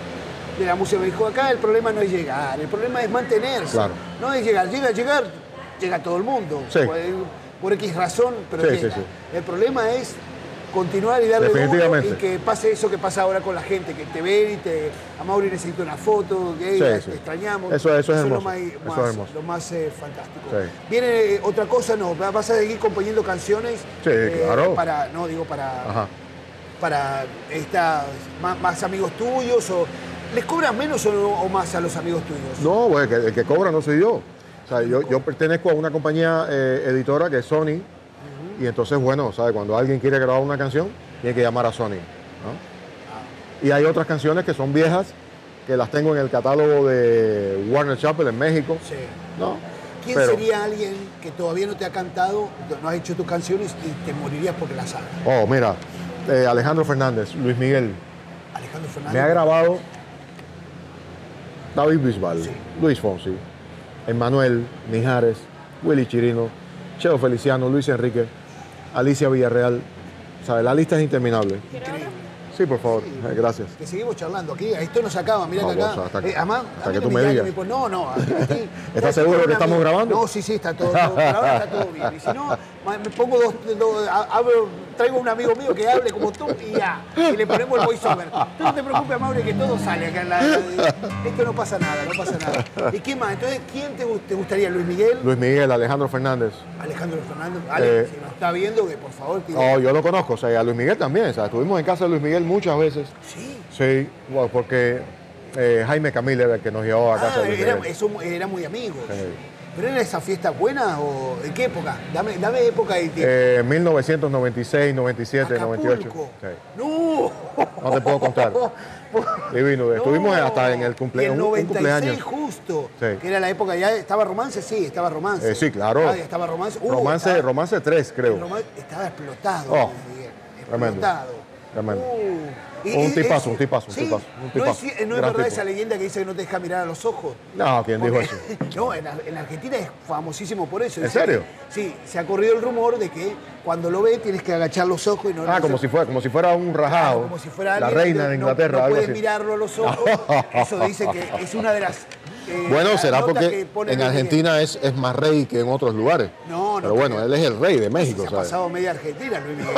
[SPEAKER 2] de la música, me dijo, acá el problema no es llegar, el problema es mantenerse.
[SPEAKER 4] Claro.
[SPEAKER 2] No es llegar, llega, llegar, llega todo el mundo.
[SPEAKER 4] Sí.
[SPEAKER 2] Por, por X razón, pero
[SPEAKER 4] Sí,
[SPEAKER 2] llega.
[SPEAKER 4] sí, sí.
[SPEAKER 2] El problema es continuar y darle duro
[SPEAKER 4] Definitivamente.
[SPEAKER 2] y que pase eso que pasa ahora con la gente, que te ven y te... A Mauri necesito una foto, que
[SPEAKER 4] Sí,
[SPEAKER 2] "Ey,
[SPEAKER 4] sí.
[SPEAKER 2] te extrañamos.
[SPEAKER 4] Eso- eso es
[SPEAKER 2] lo
[SPEAKER 4] hermoso,
[SPEAKER 2] más-
[SPEAKER 4] eso es
[SPEAKER 2] más-
[SPEAKER 4] hermoso.
[SPEAKER 2] lo más eh, fantástico.
[SPEAKER 4] Sí.
[SPEAKER 2] Viene eh, otra cosa, no, va- vas a seguir componiendo canciones. eh,
[SPEAKER 4] Sí, claro.
[SPEAKER 2] Para, no, digo, para,
[SPEAKER 4] Ajá.
[SPEAKER 2] para estas más, más amigos tuyos o. ¿Les cobras menos o, no- o más a los amigos tuyos?
[SPEAKER 4] No, pues, el, que, el que cobra no soy yo. O sea, yo, yo pertenezco a una compañía eh, editora que es Sony. Y entonces, bueno, ¿sabe? cuando alguien quiere grabar una canción, tiene que llamar a Sony. ¿no? Y hay otras canciones que son viejas, que las tengo en el catálogo de Warner Chapel en México.
[SPEAKER 2] Sí.
[SPEAKER 4] ¿no?
[SPEAKER 2] ¿Quién
[SPEAKER 4] Pero-
[SPEAKER 2] sería alguien que todavía no te ha cantado, no has hecho tus canciones y te morirías porque las hagas?
[SPEAKER 4] Oh, mira, eh, Alejandro Fernández, Luis Miguel.
[SPEAKER 2] Alejandro Fernández.
[SPEAKER 4] Me ha grabado David Bisbal,
[SPEAKER 2] Sí.
[SPEAKER 4] Luis Fonsi, Emmanuel Mijares, Willy Chirino, Cheo Feliciano, Luis Enrique, Alicia Villarreal. ¿Sabe? La lista es interminable.
[SPEAKER 2] Increíble.
[SPEAKER 4] Sí, por favor. Eh, Gracias.
[SPEAKER 2] Que seguimos charlando aquí, esto nos acaba, mira
[SPEAKER 4] No,
[SPEAKER 2] que acá.
[SPEAKER 4] vos, hasta que-
[SPEAKER 2] eh, además, a
[SPEAKER 4] hasta
[SPEAKER 2] mí
[SPEAKER 4] que
[SPEAKER 2] no
[SPEAKER 4] tú me
[SPEAKER 2] llamen,
[SPEAKER 4] digas.
[SPEAKER 2] me ponen- pues, no, no, aquí. aquí-
[SPEAKER 4] ¿Estás seguro que estamos grabando?
[SPEAKER 2] No, sí, sí, está todo, todo grabado, está todo bien. Y si no, ma- me pongo dos, dos- a- abro- traigo un amigo mío que hable como tú y ya. Y le ponemos el voiceover. Tú no te preocupes, Mauri, que todo sale acá en la. Esto no pasa nada, no pasa nada. ¿Y quién más? Entonces, ¿quién te, gu- te gustaría? ¿Luis Miguel?
[SPEAKER 4] Luis Miguel, Alejandro Fernández.
[SPEAKER 2] Alejandro Fernández. Ale,
[SPEAKER 4] Eh.
[SPEAKER 2] si nos está viendo, que por favor, que-
[SPEAKER 4] Oh, yo lo conozco, o sea, a Luis Miguel también. o sea, Estuvimos en casa de Luis Miguel muchas veces.
[SPEAKER 2] Sí.
[SPEAKER 4] Sí, bueno, porque eh, Jaime Camille era el que nos llevaba a casa
[SPEAKER 2] Ah,
[SPEAKER 4] de Luis
[SPEAKER 2] era,
[SPEAKER 4] Miguel.
[SPEAKER 2] eso- era muy amigos.
[SPEAKER 4] Sí.
[SPEAKER 2] ¿Pero era esa fiesta buena o en qué época? Dame, dame época y te...
[SPEAKER 4] Eh, este, 1996, 97, 98.
[SPEAKER 2] Acapulco.
[SPEAKER 4] Sí.
[SPEAKER 2] No.
[SPEAKER 4] No te puedo contar. Divino. Estuvimos
[SPEAKER 2] No.
[SPEAKER 4] hasta en el
[SPEAKER 2] Y el
[SPEAKER 4] cumpleaños.
[SPEAKER 2] 96
[SPEAKER 4] cumpleaños.
[SPEAKER 2] justo,
[SPEAKER 4] Sí.
[SPEAKER 2] que era la época ya estaba romance, sí, estaba romance.
[SPEAKER 4] Eh, sí, claro.
[SPEAKER 2] Ah, estaba romance. Uh,
[SPEAKER 4] romance,
[SPEAKER 2] estaba,
[SPEAKER 4] romance 3, creo.
[SPEAKER 2] el romance estaba explotado.
[SPEAKER 4] Oh,
[SPEAKER 2] Miguel,
[SPEAKER 4] tremendo,
[SPEAKER 2] explotado.
[SPEAKER 4] tremendo.
[SPEAKER 2] Uh,
[SPEAKER 4] Un
[SPEAKER 2] es-
[SPEAKER 4] tipazo,
[SPEAKER 2] es-
[SPEAKER 4] un tipazo, un
[SPEAKER 2] sí,
[SPEAKER 4] tipazo, un
[SPEAKER 2] No
[SPEAKER 4] tipazo,
[SPEAKER 2] es, ci- no es
[SPEAKER 4] gran
[SPEAKER 2] verdad
[SPEAKER 4] tipo.
[SPEAKER 2] esa leyenda que dice que no te deja mirar a los ojos.
[SPEAKER 4] No, ¿quién dijo
[SPEAKER 2] Porque-
[SPEAKER 4] eso?
[SPEAKER 2] No, en, en Argentina es famosísimo por eso.
[SPEAKER 4] ¿En
[SPEAKER 2] Dicen
[SPEAKER 4] serio?
[SPEAKER 2] que- sí, se ha corrido el rumor de que cuando lo ve tienes que agachar los ojos y no
[SPEAKER 4] Ah,
[SPEAKER 2] no
[SPEAKER 4] como
[SPEAKER 2] se-
[SPEAKER 4] si fuera, como si fuera un rajado.
[SPEAKER 2] como si fuera
[SPEAKER 4] la
[SPEAKER 2] alguien que
[SPEAKER 4] reina de
[SPEAKER 2] no-
[SPEAKER 4] Inglaterra,
[SPEAKER 2] no,
[SPEAKER 4] algo
[SPEAKER 2] puede
[SPEAKER 4] así.
[SPEAKER 2] mirarlo a los ojos. Eso dice que es una de las. eh,
[SPEAKER 4] Bueno,
[SPEAKER 2] las
[SPEAKER 4] será
[SPEAKER 2] notas
[SPEAKER 4] porque
[SPEAKER 2] que ponen
[SPEAKER 4] en
[SPEAKER 2] el-
[SPEAKER 4] Argentina es, es más rey que en otros lugares.
[SPEAKER 2] No, no
[SPEAKER 4] Pero bueno,
[SPEAKER 2] creo.
[SPEAKER 4] él es el rey de México,
[SPEAKER 2] Se ha
[SPEAKER 4] ¿sabes?
[SPEAKER 2] pasado media Argentina, Luis Miguel.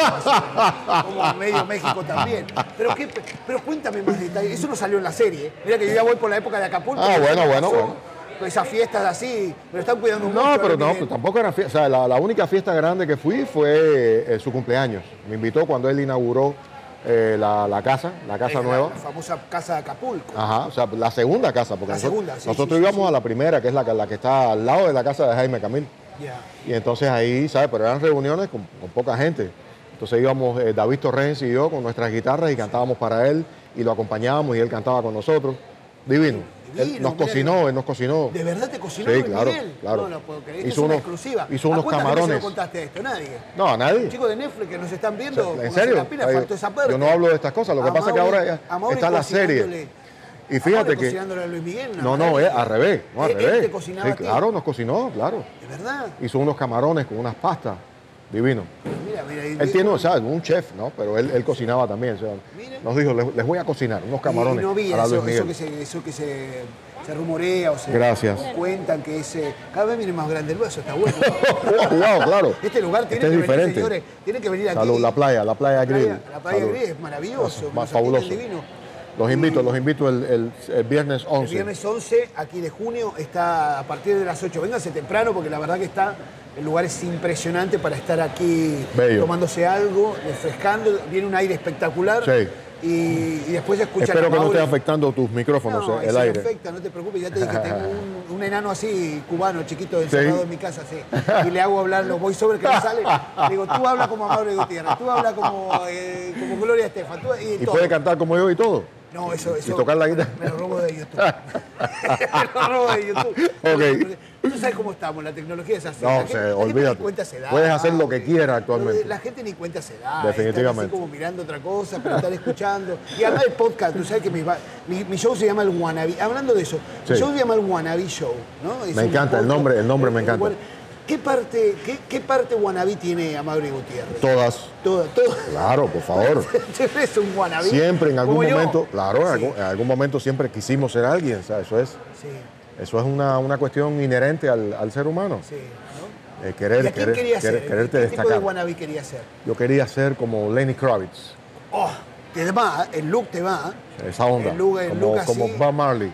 [SPEAKER 2] Como medio México también. Pero, qué, pero cuéntame más detalles. Eso no salió en la serie. Mira que yo ya voy por la época de Acapulco.
[SPEAKER 4] Ah,
[SPEAKER 2] que
[SPEAKER 4] bueno,
[SPEAKER 2] eso
[SPEAKER 4] bueno,
[SPEAKER 2] pasó.
[SPEAKER 4] bueno.
[SPEAKER 2] Con Esas fiestas así, me lo están cuidando mucho.
[SPEAKER 4] No, pero
[SPEAKER 2] Luis
[SPEAKER 4] no,
[SPEAKER 2] Miguel.
[SPEAKER 4] tampoco era fiesta. O sea, la, la única fiesta grande que fui fue eh, su cumpleaños. Me invitó cuando él inauguró eh, la, la casa, la casa
[SPEAKER 2] Es la-
[SPEAKER 4] nueva.
[SPEAKER 2] La famosa casa de Acapulco.
[SPEAKER 4] Ajá, o sea, la segunda casa, porque
[SPEAKER 2] La
[SPEAKER 4] nosotros,
[SPEAKER 2] segunda, sí,
[SPEAKER 4] nosotros
[SPEAKER 2] sí, sí,
[SPEAKER 4] íbamos
[SPEAKER 2] sí.
[SPEAKER 4] a la primera, que es la, que- la que está al lado de la casa de Jaime Camil.
[SPEAKER 2] Ya.
[SPEAKER 4] Y entonces ahí, ¿sabes? Pero eran reuniones con, con poca gente. Entonces íbamos eh, David Torrens y yo con nuestras guitarras y cantábamos para él y lo acompañábamos y él cantaba con nosotros. Divino.
[SPEAKER 2] Divino,
[SPEAKER 4] él nos
[SPEAKER 2] mira
[SPEAKER 4] cocinó, él nos cocinó.
[SPEAKER 2] ¿De verdad te cocinó
[SPEAKER 4] Sí,
[SPEAKER 2] Luis
[SPEAKER 4] claro,
[SPEAKER 2] Miguel?
[SPEAKER 4] claro.
[SPEAKER 2] No, no puedo creer. Esto
[SPEAKER 4] Hizo
[SPEAKER 2] es una
[SPEAKER 4] unos-
[SPEAKER 2] exclusiva. Ah,
[SPEAKER 4] hizo unos
[SPEAKER 2] ¿A cuánta gente
[SPEAKER 4] camarones.
[SPEAKER 2] se lo contaste esto? Nadie.
[SPEAKER 4] No, a nadie.
[SPEAKER 2] Los chicos de Netflix que nos están viendo,
[SPEAKER 4] O sea, en
[SPEAKER 2] pónganse
[SPEAKER 4] serio,
[SPEAKER 2] la pila,
[SPEAKER 4] ay,
[SPEAKER 2] faltó esa parte.
[SPEAKER 4] yo no hablo de estas cosas. Lo que
[SPEAKER 2] A
[SPEAKER 4] pasa es que
[SPEAKER 2] Mauri-
[SPEAKER 4] ahora ya
[SPEAKER 2] a Mauri
[SPEAKER 4] está la serie.
[SPEAKER 2] cocinándole.
[SPEAKER 4] Y fíjate
[SPEAKER 2] Ahora
[SPEAKER 4] que.
[SPEAKER 2] Ah, cocinándole a Luis Miguel,
[SPEAKER 4] No, no,
[SPEAKER 2] más.
[SPEAKER 4] es al revés. No, al
[SPEAKER 2] Él- él
[SPEAKER 4] revés.
[SPEAKER 2] te cocinaba
[SPEAKER 4] sí,
[SPEAKER 2] a ti.
[SPEAKER 4] claro, nos cocinó, claro.
[SPEAKER 2] De verdad.
[SPEAKER 4] Hizo unos camarones con unas pastas. Divino.
[SPEAKER 2] Mira, mira. y-
[SPEAKER 4] Él tiene, o sea, un chef, ¿no? Pero él, él cocinaba también. o sea,
[SPEAKER 2] Mira.
[SPEAKER 4] nos dijo, les, les voy a cocinar unos
[SPEAKER 2] y
[SPEAKER 4] camarones
[SPEAKER 2] no vi
[SPEAKER 4] para
[SPEAKER 2] eso,
[SPEAKER 4] Luis
[SPEAKER 2] eso
[SPEAKER 4] Miguel.
[SPEAKER 2] que, se, eso que se, se rumorea o se
[SPEAKER 4] Gracias.
[SPEAKER 2] cuentan que es. eh, Cada vez viene más grande el vaso, está bueno.
[SPEAKER 4] Wow, Oh, wow, claro.
[SPEAKER 2] Este lugar tiene
[SPEAKER 4] Este es
[SPEAKER 2] que venir,
[SPEAKER 4] diferente.
[SPEAKER 2] señores. Tiene que venir aquí.
[SPEAKER 4] Salud, la playa, la playa grill.
[SPEAKER 2] playa- La playa
[SPEAKER 4] Salud.
[SPEAKER 2] gris es maravilloso.
[SPEAKER 4] Más
[SPEAKER 2] nos atienden
[SPEAKER 4] fabuloso.
[SPEAKER 2] divino.
[SPEAKER 4] Los invito, los invito el, el- el viernes 11.
[SPEAKER 2] El viernes 11, aquí de junio, está a partir de las 8. Véngase temprano porque la verdad que está, el lugar es impresionante para estar aquí
[SPEAKER 4] Bello.
[SPEAKER 2] tomándose algo, refrescando, viene un aire espectacular.
[SPEAKER 4] Sí.
[SPEAKER 2] Y, y después escucha
[SPEAKER 4] Espero que no esté
[SPEAKER 2] afectando
[SPEAKER 4] afectando tus micrófonos, eh, el aire.
[SPEAKER 2] afecta, no te preocupes, ya te dije, tengo un, un enano así, cubano, chiquito, encerrado en mi casa, sí. Y le hago hablar los voiceovers que me salen. Le digo, tú habla como Mauro Gutiérrez, tú habla como, eh, como Gloria Estefan. tú- y
[SPEAKER 4] Y
[SPEAKER 2] todo.
[SPEAKER 4] puede cantar como yo y todo.
[SPEAKER 2] No, eso, eso.
[SPEAKER 4] y tocar la guitarra.
[SPEAKER 2] Me lo robo de YouTube. me lo robo de YouTube.
[SPEAKER 4] Ok.
[SPEAKER 2] Tú sabes cómo estamos, la tecnología es así.
[SPEAKER 4] No,
[SPEAKER 2] La gente-
[SPEAKER 4] se-
[SPEAKER 2] la gente
[SPEAKER 4] olvídate.
[SPEAKER 2] ni cuenta se da.
[SPEAKER 4] Puedes hacer lo que quieras
[SPEAKER 2] No,
[SPEAKER 4] actualmente.
[SPEAKER 2] La gente ni cuenta se da. Están
[SPEAKER 4] Definitivamente.
[SPEAKER 2] así como mirando otra cosa, pero están escuchando. Y además el podcast, tú sabes que mis va- mi, mi show se llama El Wannabe. Hablando de eso,
[SPEAKER 4] Sí.
[SPEAKER 2] mi show se llama El Wannabe Show. ¿no? Es
[SPEAKER 4] Me
[SPEAKER 2] un
[SPEAKER 4] encanta el nombre, el nombre me
[SPEAKER 2] eh,
[SPEAKER 4] encanta.
[SPEAKER 2] Wanna- ¿Qué parte, qué, qué parte Wannabe tiene Amable Gutiérrez?
[SPEAKER 4] Todas.
[SPEAKER 2] Todo, todo.
[SPEAKER 4] Claro, por favor.
[SPEAKER 2] es un wannabe.
[SPEAKER 4] Siempre en algún
[SPEAKER 2] como yo.
[SPEAKER 4] momento, claro, en
[SPEAKER 2] Sí,
[SPEAKER 4] algún, en algún momento siempre quisimos ser alguien, ¿sabes? Eso es,
[SPEAKER 2] Sí,
[SPEAKER 4] eso es una, una cuestión inherente al, al ser humano.
[SPEAKER 2] sí. ¿no?
[SPEAKER 4] Eh,
[SPEAKER 2] ¿Y
[SPEAKER 4] querer,
[SPEAKER 2] a quién
[SPEAKER 4] querer,
[SPEAKER 2] quería
[SPEAKER 4] querer-
[SPEAKER 2] ser?
[SPEAKER 4] quererte
[SPEAKER 2] ¿Qué tipo de
[SPEAKER 4] destacar.
[SPEAKER 2] wannabe quería ser?
[SPEAKER 4] Yo quería ser como Lenny Kravitz,
[SPEAKER 2] Oh, te va, el look te va
[SPEAKER 4] esa onda,
[SPEAKER 2] El look- el
[SPEAKER 4] como,
[SPEAKER 2] look así.
[SPEAKER 4] como Bob Marley.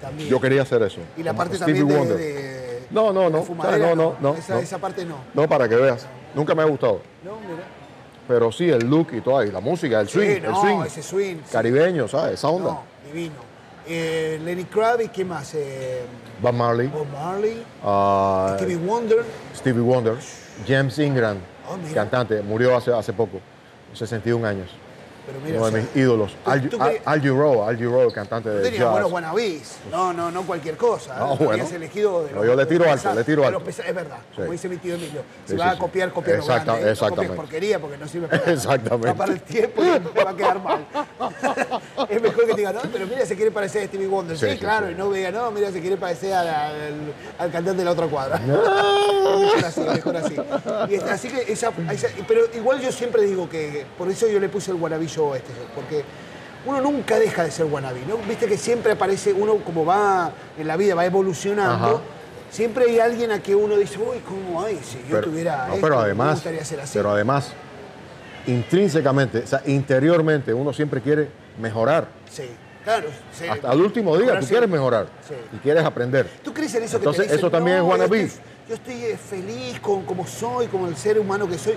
[SPEAKER 2] también.
[SPEAKER 4] Yo quería hacer eso.
[SPEAKER 2] y la
[SPEAKER 4] como
[SPEAKER 2] parte
[SPEAKER 4] Stevie
[SPEAKER 2] también de,
[SPEAKER 4] Wonder.
[SPEAKER 2] de-
[SPEAKER 4] No, no,
[SPEAKER 2] de
[SPEAKER 4] no,
[SPEAKER 2] fumadera,
[SPEAKER 4] ¿sabes? No, no, no,
[SPEAKER 2] Esa,
[SPEAKER 4] no.
[SPEAKER 2] esa parte no.
[SPEAKER 4] No, para que veas, nunca me ha gustado.
[SPEAKER 2] No, mira.
[SPEAKER 4] Pero sí, el look y todo, y la música, el
[SPEAKER 2] Sí,
[SPEAKER 4] swing,
[SPEAKER 2] no,
[SPEAKER 4] el swing.
[SPEAKER 2] ese swing, sí.
[SPEAKER 4] Caribeño, ¿sabes? Esa onda.
[SPEAKER 2] No, divino. Eh, Lenny Kravitz, ¿qué más? Eh,
[SPEAKER 4] Bob Marley,
[SPEAKER 2] Bob Marley,
[SPEAKER 4] ah,
[SPEAKER 2] Stevie Wonder.
[SPEAKER 4] Stevie Wonder, James Ingram,
[SPEAKER 2] Oh, mira.
[SPEAKER 4] cantante, murió hace, hace poco, 61 años.
[SPEAKER 2] Pero mira,
[SPEAKER 4] uno
[SPEAKER 2] o
[SPEAKER 4] de
[SPEAKER 2] sea,
[SPEAKER 4] mis ídolos.
[SPEAKER 2] tú-
[SPEAKER 4] Al,
[SPEAKER 2] tú
[SPEAKER 4] Al-
[SPEAKER 2] querías-
[SPEAKER 4] Al Jarreau, Al Jarreau, cantante
[SPEAKER 2] Tú
[SPEAKER 4] de
[SPEAKER 2] tenías
[SPEAKER 4] jazz.
[SPEAKER 2] buenos wannabes. No, no, no cualquier cosa.
[SPEAKER 4] "Ah, No,
[SPEAKER 2] ¿eh?
[SPEAKER 4] bueno.
[SPEAKER 2] Habías elegido de
[SPEAKER 4] No, yo le tiro
[SPEAKER 2] de los
[SPEAKER 4] alto,
[SPEAKER 2] pesa-
[SPEAKER 4] le tiro
[SPEAKER 2] de
[SPEAKER 4] alto.
[SPEAKER 2] los pesa- Es verdad,
[SPEAKER 4] Sí.
[SPEAKER 2] como dice mi tío Emilio. Si
[SPEAKER 4] Sí,
[SPEAKER 2] vas
[SPEAKER 4] sí,
[SPEAKER 2] a
[SPEAKER 4] sí.
[SPEAKER 2] copiar, copia lo
[SPEAKER 4] Exacta-
[SPEAKER 2] grande. ¿eh? No copies
[SPEAKER 4] exactamente.
[SPEAKER 2] porquería porque no sirve para nada.
[SPEAKER 4] Exactamente.
[SPEAKER 2] Va para el tiempo y después te va a quedar mal. es mejor que te diga, no, pero mira, se quiere parecer a Stevie Wonder. Sí,
[SPEAKER 4] Sí, sí,
[SPEAKER 2] claro,
[SPEAKER 4] sí.
[SPEAKER 2] y no diga, no, mira, se quiere parecer a la- al, al cantante de la otra cuadra. mejor así, mejor así. Y es- así que esa, esa- pero igual yo siempre digo que, por eso yo le puse el wannabe show a este, porque uno nunca deja de ser wannabe, ¿no? Viste que siempre aparece uno como va en la vida, va evolucionando.
[SPEAKER 4] Ajá.
[SPEAKER 2] Siempre hay alguien a que uno dice, uy, ¿cómo hay? Si yo tuviera
[SPEAKER 4] no,
[SPEAKER 2] esto,
[SPEAKER 4] pero
[SPEAKER 2] me
[SPEAKER 4] además,
[SPEAKER 2] gustaría ser así.
[SPEAKER 4] pero además, intrínsecamente, o sea, interiormente, uno siempre quiere mejorar.
[SPEAKER 2] sí, claro. sí.
[SPEAKER 4] Hasta el último día,
[SPEAKER 2] Mejorar
[SPEAKER 4] tú
[SPEAKER 2] siempre.
[SPEAKER 4] quieres mejorar
[SPEAKER 2] Sí.
[SPEAKER 4] y quieres aprender.
[SPEAKER 2] ¿Tú crees en eso que
[SPEAKER 4] Entonces,
[SPEAKER 2] te dicen,
[SPEAKER 4] eso también es wannabe.
[SPEAKER 2] Yo estoy, yo estoy, eh, feliz con como soy, con el ser humano que soy.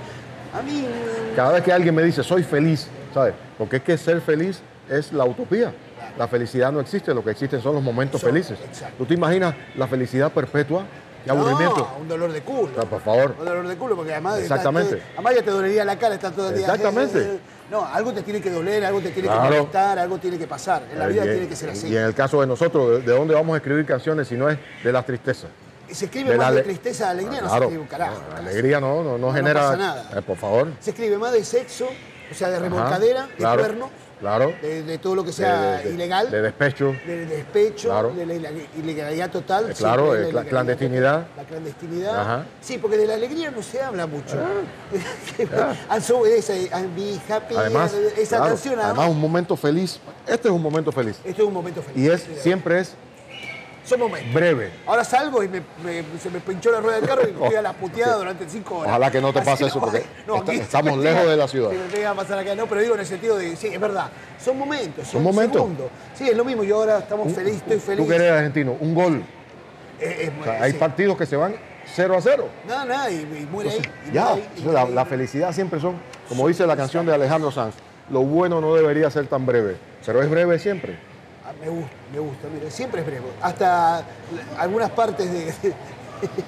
[SPEAKER 2] A mí... mm,
[SPEAKER 4] Cada vez que alguien me dice, soy feliz, ¿sabes? Porque es que ser feliz es la utopía. La felicidad no existe, lo que existen son los momentos
[SPEAKER 2] Son-
[SPEAKER 4] felices.
[SPEAKER 2] exacto.
[SPEAKER 4] ¿Tú te imaginas la felicidad perpetua? ¿Qué aburrimiento?
[SPEAKER 2] No, un dolor de culo.
[SPEAKER 4] O sea, por favor.
[SPEAKER 2] Un dolor de culo, porque además. está
[SPEAKER 4] Exactamente.
[SPEAKER 2] todo- además ya te dolería la cara, está todo el día. eh.
[SPEAKER 4] Exactamente.
[SPEAKER 2] No, algo te tiene que doler, algo te tiene que
[SPEAKER 4] Claro.
[SPEAKER 2] molestar, algo tiene que pasar. En la vida
[SPEAKER 4] Eh, Y-
[SPEAKER 2] tiene que ser así.
[SPEAKER 4] Y en el caso de nosotros, ¿de de dónde vamos a escribir canciones si no es de las tristezas?
[SPEAKER 2] Y se escribe más
[SPEAKER 4] la
[SPEAKER 2] de
[SPEAKER 4] ale-
[SPEAKER 2] tristeza a alegría, no se
[SPEAKER 4] Claro,
[SPEAKER 2] escribe un carajo.
[SPEAKER 4] no, alegría no, no, no genera.
[SPEAKER 2] pasa nada.
[SPEAKER 4] eh, por favor.
[SPEAKER 2] Se escribe más de sexo, o sea, de
[SPEAKER 4] Ajá,
[SPEAKER 2] remolcadera,
[SPEAKER 4] claro,
[SPEAKER 2] de cuerno,
[SPEAKER 4] Claro.
[SPEAKER 2] de, de todo lo que
[SPEAKER 4] de-
[SPEAKER 2] sea
[SPEAKER 4] de- de-
[SPEAKER 2] ilegal,
[SPEAKER 4] De despecho.
[SPEAKER 2] del despecho,
[SPEAKER 4] Claro.
[SPEAKER 2] de la ileg- ilegalidad total.
[SPEAKER 4] Eh,
[SPEAKER 2] siempre la
[SPEAKER 4] claro, eh, cla-
[SPEAKER 2] ilegalidad
[SPEAKER 4] clandestinidad.
[SPEAKER 2] total, La clandestinidad.
[SPEAKER 4] Ajá. Ah.
[SPEAKER 2] Sí, porque de la alegría no se habla mucho. I'm so- esa, ah, I'm be happy,
[SPEAKER 4] Además,
[SPEAKER 2] esa
[SPEAKER 4] claro,
[SPEAKER 2] canción. ¿no?
[SPEAKER 4] además, un momento feliz. Este es un momento feliz.
[SPEAKER 2] Esto es un momento feliz.
[SPEAKER 4] Y es,
[SPEAKER 2] Mira,
[SPEAKER 4] siempre es
[SPEAKER 2] Son momentos.
[SPEAKER 4] breve.
[SPEAKER 2] Ahora salgo y me, me- se me pinchó la rueda del carro y estoy a la puteada durante cinco horas.
[SPEAKER 4] Ojalá que no te
[SPEAKER 2] Así
[SPEAKER 4] pase eso, porque esta-
[SPEAKER 2] aquí-
[SPEAKER 4] estamos lejos de la ciudad.
[SPEAKER 2] Sí, no te iba a pasar acá, no, pero digo en el sentido de, sí, es verdad, son momentos, son,
[SPEAKER 4] Son momentos. Uh,
[SPEAKER 2] segundos. Sí, es lo mismo, yo ahora estamos felices, estoy feliz.
[SPEAKER 4] Tú que eres argentino, un gol.
[SPEAKER 2] Es- es-
[SPEAKER 4] O sea, hay
[SPEAKER 2] sí.
[SPEAKER 4] partidos que se van 0 a 0.
[SPEAKER 2] Nada, nada, y, y muere ahí. y
[SPEAKER 4] Pues ya,
[SPEAKER 2] muere ahí, y
[SPEAKER 4] o sea, la,
[SPEAKER 2] muere
[SPEAKER 4] la
[SPEAKER 2] ahí.
[SPEAKER 4] felicidad siempre son, como dice la canción de Alejandro Sanz, lo bueno no debería ser tan breve, pero es breve siempre.
[SPEAKER 2] Ah, me gusta, me gusta, mira, siempre es breve. Hasta la- algunas partes de. de-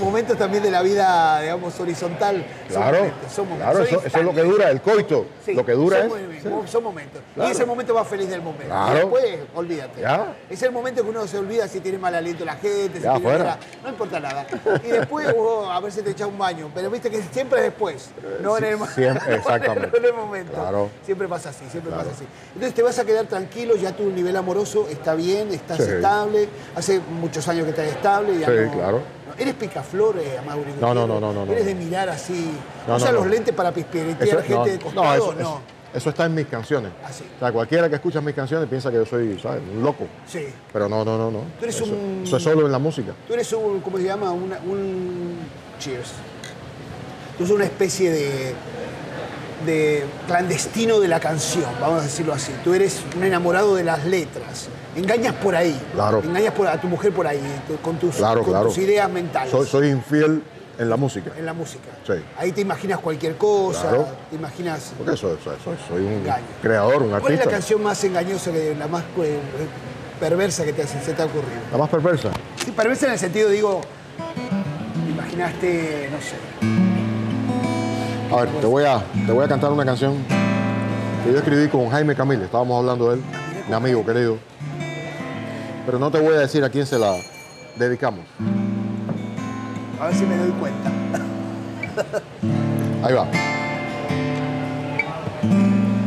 [SPEAKER 2] momentos también de la vida, digamos, horizontal. son
[SPEAKER 4] Claro,
[SPEAKER 2] momentos, son momentos,
[SPEAKER 4] claro,
[SPEAKER 2] son
[SPEAKER 4] eso, eso es lo que
[SPEAKER 2] instantes.
[SPEAKER 4] dura, el coito.
[SPEAKER 2] Sí,
[SPEAKER 4] lo que dura
[SPEAKER 2] son,
[SPEAKER 4] es.
[SPEAKER 2] momentos,
[SPEAKER 4] sí.
[SPEAKER 2] son momentos.
[SPEAKER 4] Claro.
[SPEAKER 2] Y es el momento más feliz del momento.
[SPEAKER 4] Claro.
[SPEAKER 2] Y después, olvídate.
[SPEAKER 4] Ya.
[SPEAKER 2] Es el momento que uno se olvida si tiene mal aliento la gente, si
[SPEAKER 4] Ya,
[SPEAKER 2] tiene
[SPEAKER 4] fuera.
[SPEAKER 2] mala- No importa nada. Y después, oh, a ver si te echa un baño. Pero viste que siempre es después, no en el mo-
[SPEAKER 4] siempre,
[SPEAKER 2] no en el-
[SPEAKER 4] exactamente.
[SPEAKER 2] no en el momento.
[SPEAKER 4] Claro.
[SPEAKER 2] Siempre pasa así, siempre pasa así. Entonces te vas a quedar tranquilo, ya tu nivel amoroso está bien, estás
[SPEAKER 4] Sí.
[SPEAKER 2] estable. Hace muchos años que estás estable. Ya
[SPEAKER 4] Sí,
[SPEAKER 2] no-
[SPEAKER 4] claro.
[SPEAKER 2] no. Eres picaflores, Amaury.
[SPEAKER 4] No, no, no,
[SPEAKER 2] Gutiérrez.
[SPEAKER 4] no, no, no.
[SPEAKER 2] Eres de mirar así.
[SPEAKER 4] No,
[SPEAKER 2] Usa
[SPEAKER 4] no,
[SPEAKER 2] los
[SPEAKER 4] no.
[SPEAKER 2] lentes para pispiretear
[SPEAKER 4] Eso-
[SPEAKER 2] gente
[SPEAKER 4] no,
[SPEAKER 2] de
[SPEAKER 4] no,
[SPEAKER 2] costado,
[SPEAKER 4] eso,
[SPEAKER 2] no. Ah,
[SPEAKER 4] eso- eso está en mis canciones.
[SPEAKER 2] Así.
[SPEAKER 4] O sea, cualquiera que escucha mis canciones piensa que yo soy, ¿sabes? Un loco.
[SPEAKER 2] Sí.
[SPEAKER 4] Pero no, no, no, no.
[SPEAKER 2] Tú eres
[SPEAKER 4] eso,
[SPEAKER 2] un-
[SPEAKER 4] eso es solo en la música.
[SPEAKER 2] Tú eres un, ¿cómo se llama? Una- un. Cheers. Tú eres una especie de. de clandestino de la canción, vamos a decirlo así. Tú eres un enamorado de las letras. Engañas por ahí.
[SPEAKER 4] Claro.
[SPEAKER 2] Engañas por- a tu mujer por ahí, tu- con tus,
[SPEAKER 4] Claro,
[SPEAKER 2] con
[SPEAKER 4] claro.
[SPEAKER 2] tus ideas mentales.
[SPEAKER 4] Soy, soy infiel en la música.
[SPEAKER 2] En la música.
[SPEAKER 4] Sí.
[SPEAKER 2] Ahí te imaginas cualquier cosa,
[SPEAKER 4] Claro.
[SPEAKER 2] te imaginas.
[SPEAKER 4] Porque soy, soy, soy- soy un
[SPEAKER 2] Pues, Engaño.
[SPEAKER 4] creador, un
[SPEAKER 2] ¿Cuál es
[SPEAKER 4] artista.
[SPEAKER 2] la canción más engañosa, que, la más eh, perversa que te, hace- se te ha ocurrido?
[SPEAKER 4] La más perversa.
[SPEAKER 2] Sí, perversa en el sentido, digo, imaginaste, no sé.
[SPEAKER 4] A ver, te voy a, te voy a cantar una canción que yo escribí con Jaime Camille, estábamos hablando de él, mi amigo querido. Pero no te voy a decir a quién se la dedicamos.
[SPEAKER 2] A ver si me doy cuenta.
[SPEAKER 4] Ahí va.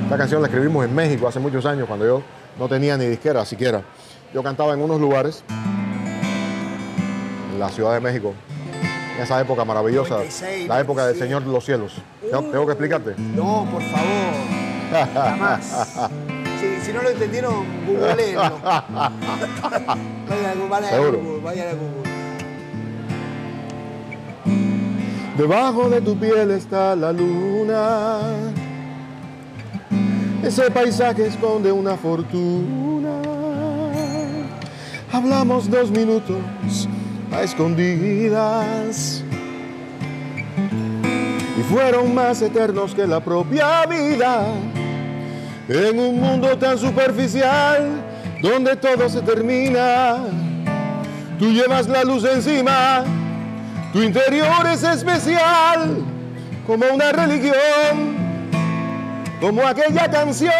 [SPEAKER 4] Esta canción la escribimos en México hace muchos años, cuando yo no tenía ni disquera siquiera. Yo cantaba en unos lugares, en la Ciudad de México, en esa época maravillosa,
[SPEAKER 2] 96,
[SPEAKER 4] la época del
[SPEAKER 2] 97.
[SPEAKER 4] Señor de los Cielos. Tengo, tengo que explicarte.
[SPEAKER 2] No, por favor. Jamás. Si, si no lo entendieron, googleenlo. vayan a Google, vayan a
[SPEAKER 4] Seguro.
[SPEAKER 2] Google, vayan a Google.
[SPEAKER 1] Debajo de tu piel está la luna. Ese paisaje esconde una fortuna. Hablamos dos minutos a escondidas. Y fueron más eternos que la propia vida. En un mundo tan superficial, donde todo se termina. Tú llevas la luz encima. Tu interior es especial, como una religión, como aquella canción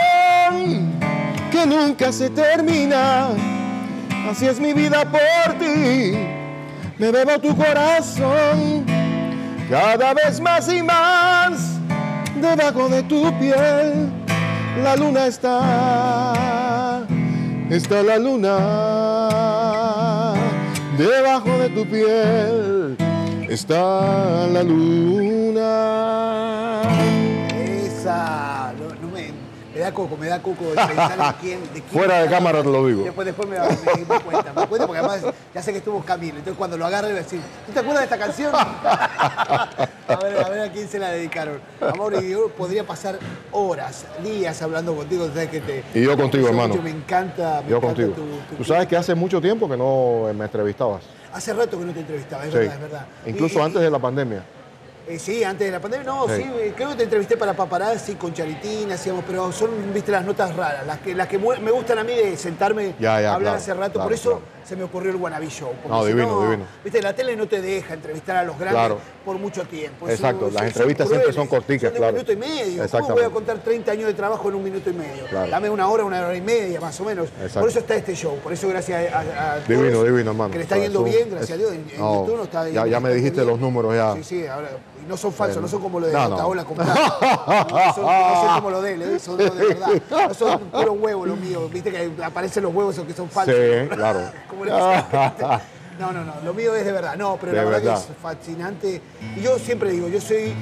[SPEAKER 1] que nunca se termina. Así es mi vida por ti, me bebo tu corazón, cada vez más y más, debajo de tu piel, la luna está, está la luna, debajo de tu piel está la luna.
[SPEAKER 2] Esa. No, no me, me da coco, me da coco de pensar en quién, de quién.
[SPEAKER 4] Fuera de cámara te lo digo.
[SPEAKER 2] Después, después me, me, me doy cuenta, me doy cuenta porque además ya sé que estuvo Camilo. Entonces cuando lo agarre le voy a decir, ¿tú te acuerdas de esta canción? a, ver, a ver a quién se la dedicaron. Amor, y yo podría pasar horas, días hablando contigo. Sabes que te,
[SPEAKER 4] Y yo contigo,
[SPEAKER 2] aprecio
[SPEAKER 4] hermano.
[SPEAKER 2] mucho, Me encanta, me
[SPEAKER 4] Yo
[SPEAKER 2] encanta
[SPEAKER 4] contigo.
[SPEAKER 2] tu- tu-
[SPEAKER 4] Tú sabes que hace mucho tiempo que no eh, me entrevistabas.
[SPEAKER 2] Hace rato que no te entrevistaba, es
[SPEAKER 4] Sí.
[SPEAKER 2] verdad, es verdad.
[SPEAKER 4] Incluso
[SPEAKER 2] Y-
[SPEAKER 4] antes de la pandemia.
[SPEAKER 2] Eh, sí, antes de la pandemia. No, sí.
[SPEAKER 4] Sí.
[SPEAKER 2] eh, creo que te entrevisté para paparazzi, con Charitín, hacíamos, pero son, viste, las notas raras, las que, las que mu- me gustan a mí de sentarme
[SPEAKER 4] Ya, ya,
[SPEAKER 2] a hablar
[SPEAKER 4] claro,
[SPEAKER 2] hace rato.
[SPEAKER 4] claro,
[SPEAKER 2] Por eso
[SPEAKER 4] claro.
[SPEAKER 2] se me ocurrió el Wannabe Show. porque
[SPEAKER 4] No,
[SPEAKER 2] si
[SPEAKER 4] divino, divino.
[SPEAKER 2] Viste, la tele no te deja entrevistar a los grandes
[SPEAKER 4] Claro.
[SPEAKER 2] por mucho tiempo.
[SPEAKER 4] Exacto, las
[SPEAKER 2] son
[SPEAKER 4] entrevistas siempre
[SPEAKER 2] crueles,
[SPEAKER 4] son corticas,
[SPEAKER 2] de
[SPEAKER 4] claro.
[SPEAKER 2] un minuto y medio. ¿Cómo voy a
[SPEAKER 4] Exactamente.
[SPEAKER 2] contar 30 años de trabajo en un minuto y medio?
[SPEAKER 4] Claro.
[SPEAKER 2] Dame una hora, una hora y media, más o menos.
[SPEAKER 4] Exacto.
[SPEAKER 2] Por eso está este show. Por eso gracias a, a- a
[SPEAKER 4] Divino,
[SPEAKER 2] todos
[SPEAKER 4] divino, hermano.
[SPEAKER 2] Que le está
[SPEAKER 4] Sabes,
[SPEAKER 2] yendo
[SPEAKER 4] tú-
[SPEAKER 2] bien, gracias a Dios. En, en
[SPEAKER 4] No,
[SPEAKER 2] YouTube no está
[SPEAKER 4] ya- ya me
[SPEAKER 2] bastante
[SPEAKER 4] dijiste
[SPEAKER 2] bien.
[SPEAKER 4] los números ya.
[SPEAKER 2] Sí, sí, ahora, y no son falsos, no son como los de
[SPEAKER 4] No,
[SPEAKER 2] no,
[SPEAKER 4] no.
[SPEAKER 2] con Plata. No, son, no son como los de él, ¿eh? son los de verdad. No son puros huevos los míos, viste que aparecen los huevos esos que son falsos.
[SPEAKER 4] Sí, claro.
[SPEAKER 2] Como le dicen a la gente. No, no, no, lo mío es de verdad. No, pero
[SPEAKER 4] De
[SPEAKER 2] la verdad,
[SPEAKER 4] verdad.
[SPEAKER 2] que es fascinante. Y yo siempre digo, yo soy...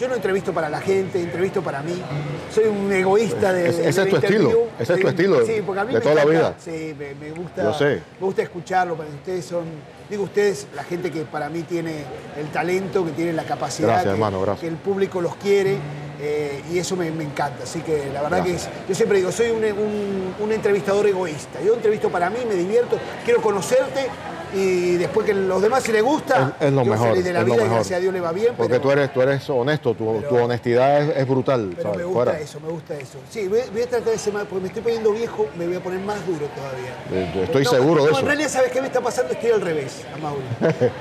[SPEAKER 2] Yo no entrevisto para la gente, entrevisto para mí. Soy un egoísta de,
[SPEAKER 4] Es-
[SPEAKER 2] de
[SPEAKER 4] ese
[SPEAKER 2] la
[SPEAKER 4] es tu estilo,
[SPEAKER 2] interview.
[SPEAKER 4] ese es tu
[SPEAKER 2] Sí,
[SPEAKER 4] estilo
[SPEAKER 2] sí, porque a mí
[SPEAKER 4] de
[SPEAKER 2] me
[SPEAKER 4] toda la
[SPEAKER 2] encanta-
[SPEAKER 4] vida.
[SPEAKER 2] Sí, me, me gusta.
[SPEAKER 4] Yo sé.
[SPEAKER 2] Me gusta escucharlo, porque ustedes son, digo ustedes, la gente que para mí tiene el talento, que tiene la capacidad,
[SPEAKER 4] Gracias,
[SPEAKER 2] que,
[SPEAKER 4] hermano, gracias.
[SPEAKER 2] que el público los quiere. eh, y eso me, me encanta, así que la verdad
[SPEAKER 4] Gracias.
[SPEAKER 2] que es- yo siempre digo, soy un, un- un entrevistador egoísta, yo entrevisto para mí, me divierto, quiero conocerte y después que los demás si les gusta,
[SPEAKER 4] Es, es lo
[SPEAKER 2] yo
[SPEAKER 4] mejor.
[SPEAKER 2] feliz de la
[SPEAKER 4] es lo
[SPEAKER 2] vida y
[SPEAKER 4] mejor.
[SPEAKER 2] gracias a Dios le va bien.
[SPEAKER 4] Porque
[SPEAKER 2] pero-
[SPEAKER 4] tú eres, tú eres honesto, tu, tu
[SPEAKER 2] pero-
[SPEAKER 4] honestidad es, es brutal.
[SPEAKER 2] pero
[SPEAKER 4] ¿sabes?
[SPEAKER 2] me gusta
[SPEAKER 4] Fuera.
[SPEAKER 2] eso, me gusta eso. Sí, voy, voy a tratar de ser más, porque me estoy poniendo viejo, me voy a poner más duro todavía.
[SPEAKER 4] Eh, yo estoy seguro de
[SPEAKER 2] no,
[SPEAKER 4] eso.
[SPEAKER 2] En realidad, ¿sabes qué me está pasando? Estoy al revés, Amauri.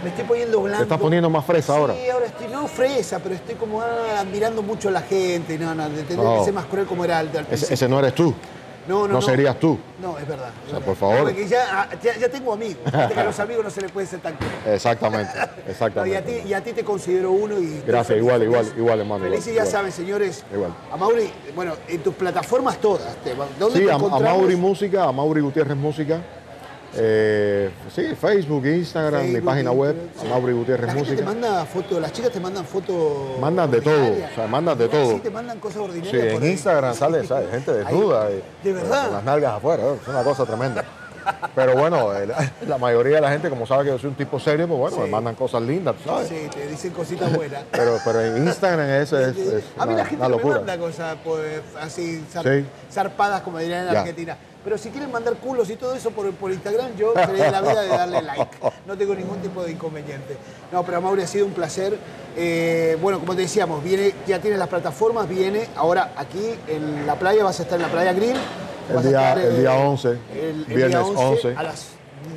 [SPEAKER 2] Me estoy poniendo blanco.
[SPEAKER 4] estás poniendo más fresa ahora.
[SPEAKER 2] Sí, ahora estoy, no fresa, pero estoy como ah, admirando mucho a la gente. No, no, tendría que
[SPEAKER 4] No.
[SPEAKER 2] ser más cruel como era Aldo al
[SPEAKER 4] Ese,
[SPEAKER 2] principio.
[SPEAKER 4] ese no eres tú.
[SPEAKER 2] no,
[SPEAKER 4] no serías tú.
[SPEAKER 2] No, es verdad. es
[SPEAKER 4] O sea,
[SPEAKER 2] verdad.
[SPEAKER 4] por favor.
[SPEAKER 2] Porque ya, ah, ya, ya tengo amigos. Viste que a los amigos no se les puede ser tan cruel.
[SPEAKER 4] Exactamente,
[SPEAKER 2] No, y,
[SPEAKER 4] exactamente.
[SPEAKER 2] a ti, y a ti te considero uno y... estoy
[SPEAKER 4] Gracias,
[SPEAKER 2] feliz
[SPEAKER 4] igual,
[SPEAKER 2] por
[SPEAKER 4] igual,
[SPEAKER 2] eso.
[SPEAKER 4] igual, hermano,
[SPEAKER 2] Feliz y ya
[SPEAKER 4] igual, igual.
[SPEAKER 2] saben, señores.
[SPEAKER 4] Igual.
[SPEAKER 2] A Mauri, bueno, en tus plataformas todas. te- ¿Dónde
[SPEAKER 4] Sí,
[SPEAKER 2] te
[SPEAKER 4] a, a
[SPEAKER 2] encontramos?
[SPEAKER 4] Mauri Música, a Mauri Gutiérrez Música. Eh, sí, Facebook, Instagram, mi
[SPEAKER 2] Facebook,
[SPEAKER 4] página web,
[SPEAKER 2] Instagram,
[SPEAKER 4] a
[SPEAKER 2] sí.
[SPEAKER 4] Mauri
[SPEAKER 2] La
[SPEAKER 4] Gutiérrez
[SPEAKER 2] gente te
[SPEAKER 4] Música.
[SPEAKER 2] manda fotos, las chicas te mandan fotos.
[SPEAKER 4] Mandan de todo,
[SPEAKER 2] ordinarias.
[SPEAKER 4] o sea, mandan de
[SPEAKER 2] Sí,
[SPEAKER 4] todo.
[SPEAKER 2] te mandan cosas ordinarias.
[SPEAKER 4] Sí, en
[SPEAKER 2] por ahí.
[SPEAKER 4] Instagram sale, ¿sabes? Gente desnuda.
[SPEAKER 2] Ahí.
[SPEAKER 4] y-
[SPEAKER 2] De
[SPEAKER 4] Con las
[SPEAKER 2] verdad.
[SPEAKER 4] nalgas afuera, ¿eh? es una cosa tremenda. Pero bueno, eh, la, la mayoría de la gente, como sabe que yo soy un tipo serio, pues bueno,
[SPEAKER 2] Sí.
[SPEAKER 4] me mandan cosas lindas, tú ¿sabes?
[SPEAKER 2] Sí, te dicen cositas buenas.
[SPEAKER 4] Pero, pero en Instagram eso es, es
[SPEAKER 2] a mí
[SPEAKER 4] una,
[SPEAKER 2] la gente no
[SPEAKER 4] una
[SPEAKER 2] me
[SPEAKER 4] locura.
[SPEAKER 2] manda cosas pues, así zar-
[SPEAKER 4] Sí.
[SPEAKER 2] zarpadas como dirían en
[SPEAKER 4] Ya.
[SPEAKER 2] Argentina. Pero si quieren mandar culos y todo eso por, por Instagram, yo seré de la vida de darle like. No tengo ningún tipo de inconveniente. No, pero Mauri ha sido un placer. Eh, bueno, como te decíamos, viene, ya tienes las plataformas, viene ahora aquí en la playa, vas a estar en la playa Grill.
[SPEAKER 4] El
[SPEAKER 2] vas a
[SPEAKER 4] día-
[SPEAKER 2] estar,
[SPEAKER 4] el día 11,
[SPEAKER 2] el- el día
[SPEAKER 4] viernes 11,
[SPEAKER 2] a las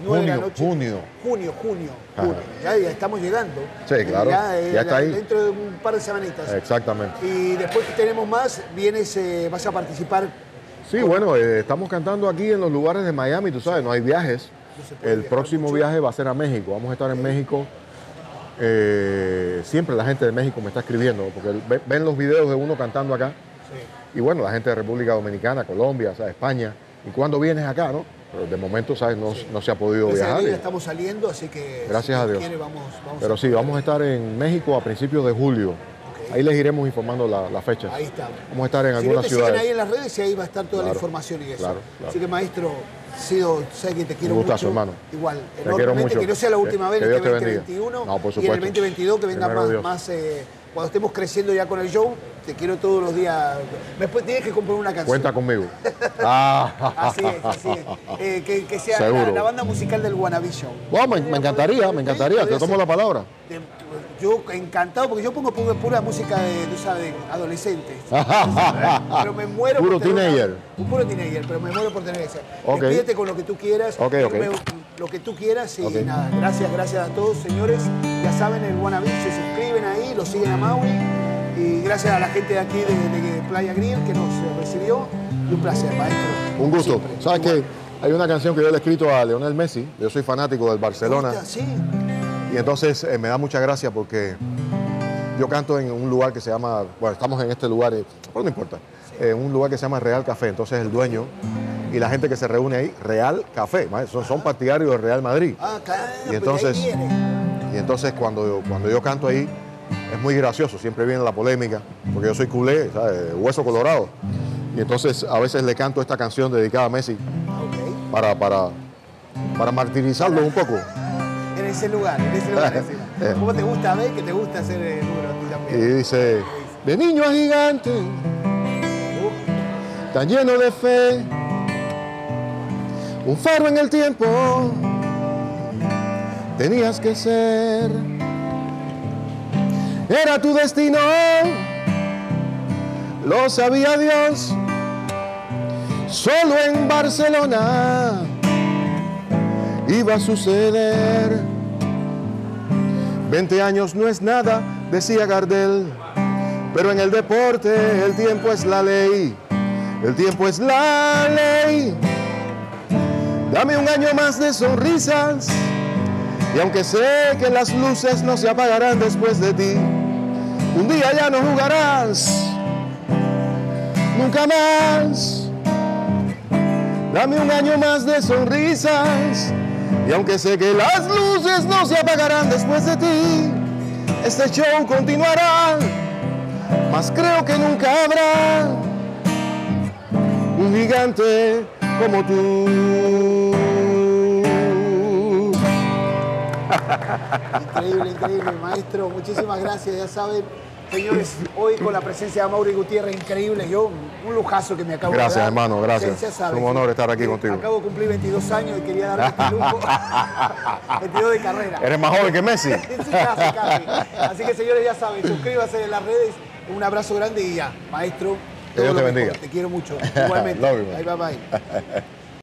[SPEAKER 2] 9 de la
[SPEAKER 1] Junio,
[SPEAKER 2] noche.
[SPEAKER 1] junio.
[SPEAKER 2] Junio, junio,
[SPEAKER 4] Ajá.
[SPEAKER 2] junio. Ya, ya estamos llegando.
[SPEAKER 4] Sí, claro.
[SPEAKER 2] eh,
[SPEAKER 4] Ya está ahí.
[SPEAKER 2] Dentro de un par de semanitas.
[SPEAKER 4] Exactamente.
[SPEAKER 2] Y después que tenemos más, vienes, eh, vas a participar.
[SPEAKER 4] Sí, bueno, eh, estamos cantando aquí en los lugares de Miami, tú sabes, no hay viajes.
[SPEAKER 2] No se puede
[SPEAKER 4] El
[SPEAKER 2] viajar
[SPEAKER 4] próximo
[SPEAKER 2] mucho.
[SPEAKER 4] viaje va a ser a México. Vamos a estar en México. Eh, siempre la gente de México me está escribiendo, porque ve- ven los videos de uno cantando acá. Y bueno, la gente de República Dominicana, Colombia, ¿sabes? España. ¿Y cuándo vienes acá, no? Pero de momento, ¿sabes? No, no se ha podido
[SPEAKER 2] Gracias a
[SPEAKER 4] viajar.
[SPEAKER 2] Dios
[SPEAKER 4] y-
[SPEAKER 2] ya estamos saliendo, así que.
[SPEAKER 4] Gracias
[SPEAKER 2] si
[SPEAKER 4] a Dios.
[SPEAKER 2] quiere, vamos, vamos
[SPEAKER 4] Pero
[SPEAKER 2] a-
[SPEAKER 4] sí, vamos a estar en México a principios de julio.
[SPEAKER 2] Ok.
[SPEAKER 4] Ahí les iremos informando la, la fecha.
[SPEAKER 2] Ahí está.
[SPEAKER 4] Vamos a estar en
[SPEAKER 2] Si no
[SPEAKER 4] algunas
[SPEAKER 2] te siguen
[SPEAKER 4] ciudades.
[SPEAKER 2] ahí en las redes, y ahí va a estar toda la
[SPEAKER 4] Claro,
[SPEAKER 2] información y eso.
[SPEAKER 4] claro, claro.
[SPEAKER 2] Así que, maestro, Sido, sé que te quiero
[SPEAKER 4] Un gustazo,
[SPEAKER 2] mucho.
[SPEAKER 4] hermano.
[SPEAKER 2] Igual,
[SPEAKER 4] quiero
[SPEAKER 2] enormemente,
[SPEAKER 4] mucho.
[SPEAKER 2] que no sea la última
[SPEAKER 4] Que-
[SPEAKER 2] vez
[SPEAKER 4] que
[SPEAKER 2] en este
[SPEAKER 4] Dios te bendiga.
[SPEAKER 2] 2021 y
[SPEAKER 4] No, por
[SPEAKER 2] en el
[SPEAKER 4] supuesto.
[SPEAKER 2] 2022 que venga
[SPEAKER 4] Primero
[SPEAKER 2] más,
[SPEAKER 4] Dios.
[SPEAKER 2] más eh, cuando estemos creciendo ya con el show, te quiero todos los días. Después tienes que componer una canción.
[SPEAKER 4] Cuenta conmigo. Ah,
[SPEAKER 2] Así es, así es. Eh, que, que sea la,
[SPEAKER 4] Seguro.
[SPEAKER 2] la banda musical del Wannabe Show.
[SPEAKER 4] Wow, me, me encantaría, me encantaría. Te tomo la palabra.
[SPEAKER 2] Te- Yo encantado, porque yo pongo pura, pura música de, tú sabes, de adolescentes. pero me muero
[SPEAKER 4] Ah, Puro
[SPEAKER 2] por tener
[SPEAKER 4] teenager.
[SPEAKER 2] una- un puro teenager, pero me muero por tener esa.
[SPEAKER 4] Ok.
[SPEAKER 2] Despídete con lo que tú quieras.
[SPEAKER 4] Ok, ok.
[SPEAKER 2] dime Lo que tú quieras y
[SPEAKER 4] Ok.
[SPEAKER 2] nada. Gracias, gracias a todos, señores. Ya saben, el Wannabe se suscriben ahí, lo siguen a Maui. Y gracias a la gente de aquí de, de Playa Grill que nos eh, recibió. Y un placer, maestro.
[SPEAKER 4] Un gusto.
[SPEAKER 2] Siempre.
[SPEAKER 4] ¿Sabes qué? Hay una canción que yo le he escrito a Leonel Messi. Yo soy fanático del Barcelona.
[SPEAKER 2] Sí.
[SPEAKER 4] Y entonces eh, me da mucha gracia porque yo canto en un lugar que se llama, bueno, estamos en este lugar, eh, pero no importa, en un lugar que se llama Real Café. Entonces el dueño y la gente que se reúne ahí, Real Café, ma- son, son partidarios del Real Madrid.
[SPEAKER 2] Ah, claro, pues de ahí
[SPEAKER 4] entonces-
[SPEAKER 2] viene.
[SPEAKER 4] Y entonces cuando yo, cuando yo canto ahí, es muy gracioso, siempre viene la polémica, porque yo soy culé, ¿sabes? hueso colorado. Y entonces a veces le canto esta canción dedicada a Messi
[SPEAKER 2] Ok.
[SPEAKER 4] para, para, para martirizarlo un poco.
[SPEAKER 2] En ese lugar, en ese lugar encima.
[SPEAKER 4] Eh.
[SPEAKER 2] ¿Cómo te gusta ver que te gusta hacer el número a ti
[SPEAKER 4] Y
[SPEAKER 2] también?
[SPEAKER 4] dice, de niño a gigante,
[SPEAKER 2] Uh,
[SPEAKER 4] tan lleno de fe, un faro en el tiempo, tenías que ser, era tu destino, lo sabía Dios, solo en Barcelona iba a suceder. 20 años no es nada, decía Gardel, pero en el deporte el tiempo es la ley, el tiempo es la ley. Dame un año más de sonrisas, y aunque sé que las luces no se apagarán después de ti, un día ya no jugarás, nunca más. Dame un año más de sonrisas. Y aunque sé que las luces no se apagarán después de ti, este show continuará. Mas creo que nunca habrá un gigante como tú.
[SPEAKER 2] Increíble, increíble, maestro. Muchísimas gracias, ya saben. Señores, hoy con la presencia de Mauri Gutiérrez, increíble. Yo, un lujazo que me acabo
[SPEAKER 4] Gracias,
[SPEAKER 2] de dar.
[SPEAKER 4] hermano, gracias.
[SPEAKER 2] Ya sabes,
[SPEAKER 4] Es un honor estar aquí
[SPEAKER 2] eh,
[SPEAKER 4] contigo.
[SPEAKER 2] Acabo de cumplir 22 años y quería darme este lujo. 22 de carrera.
[SPEAKER 4] Eres más joven que Messi.
[SPEAKER 2] Sí, casi, casi. Así que, señores, ya saben, suscríbanse en las redes. Un abrazo grande y ya, maestro. todo
[SPEAKER 4] Dios
[SPEAKER 2] lo
[SPEAKER 4] te
[SPEAKER 2] mejor.
[SPEAKER 4] bendiga.
[SPEAKER 2] Te quiero mucho. Igualmente.
[SPEAKER 4] Love you, man.
[SPEAKER 2] Bye, bye, bye.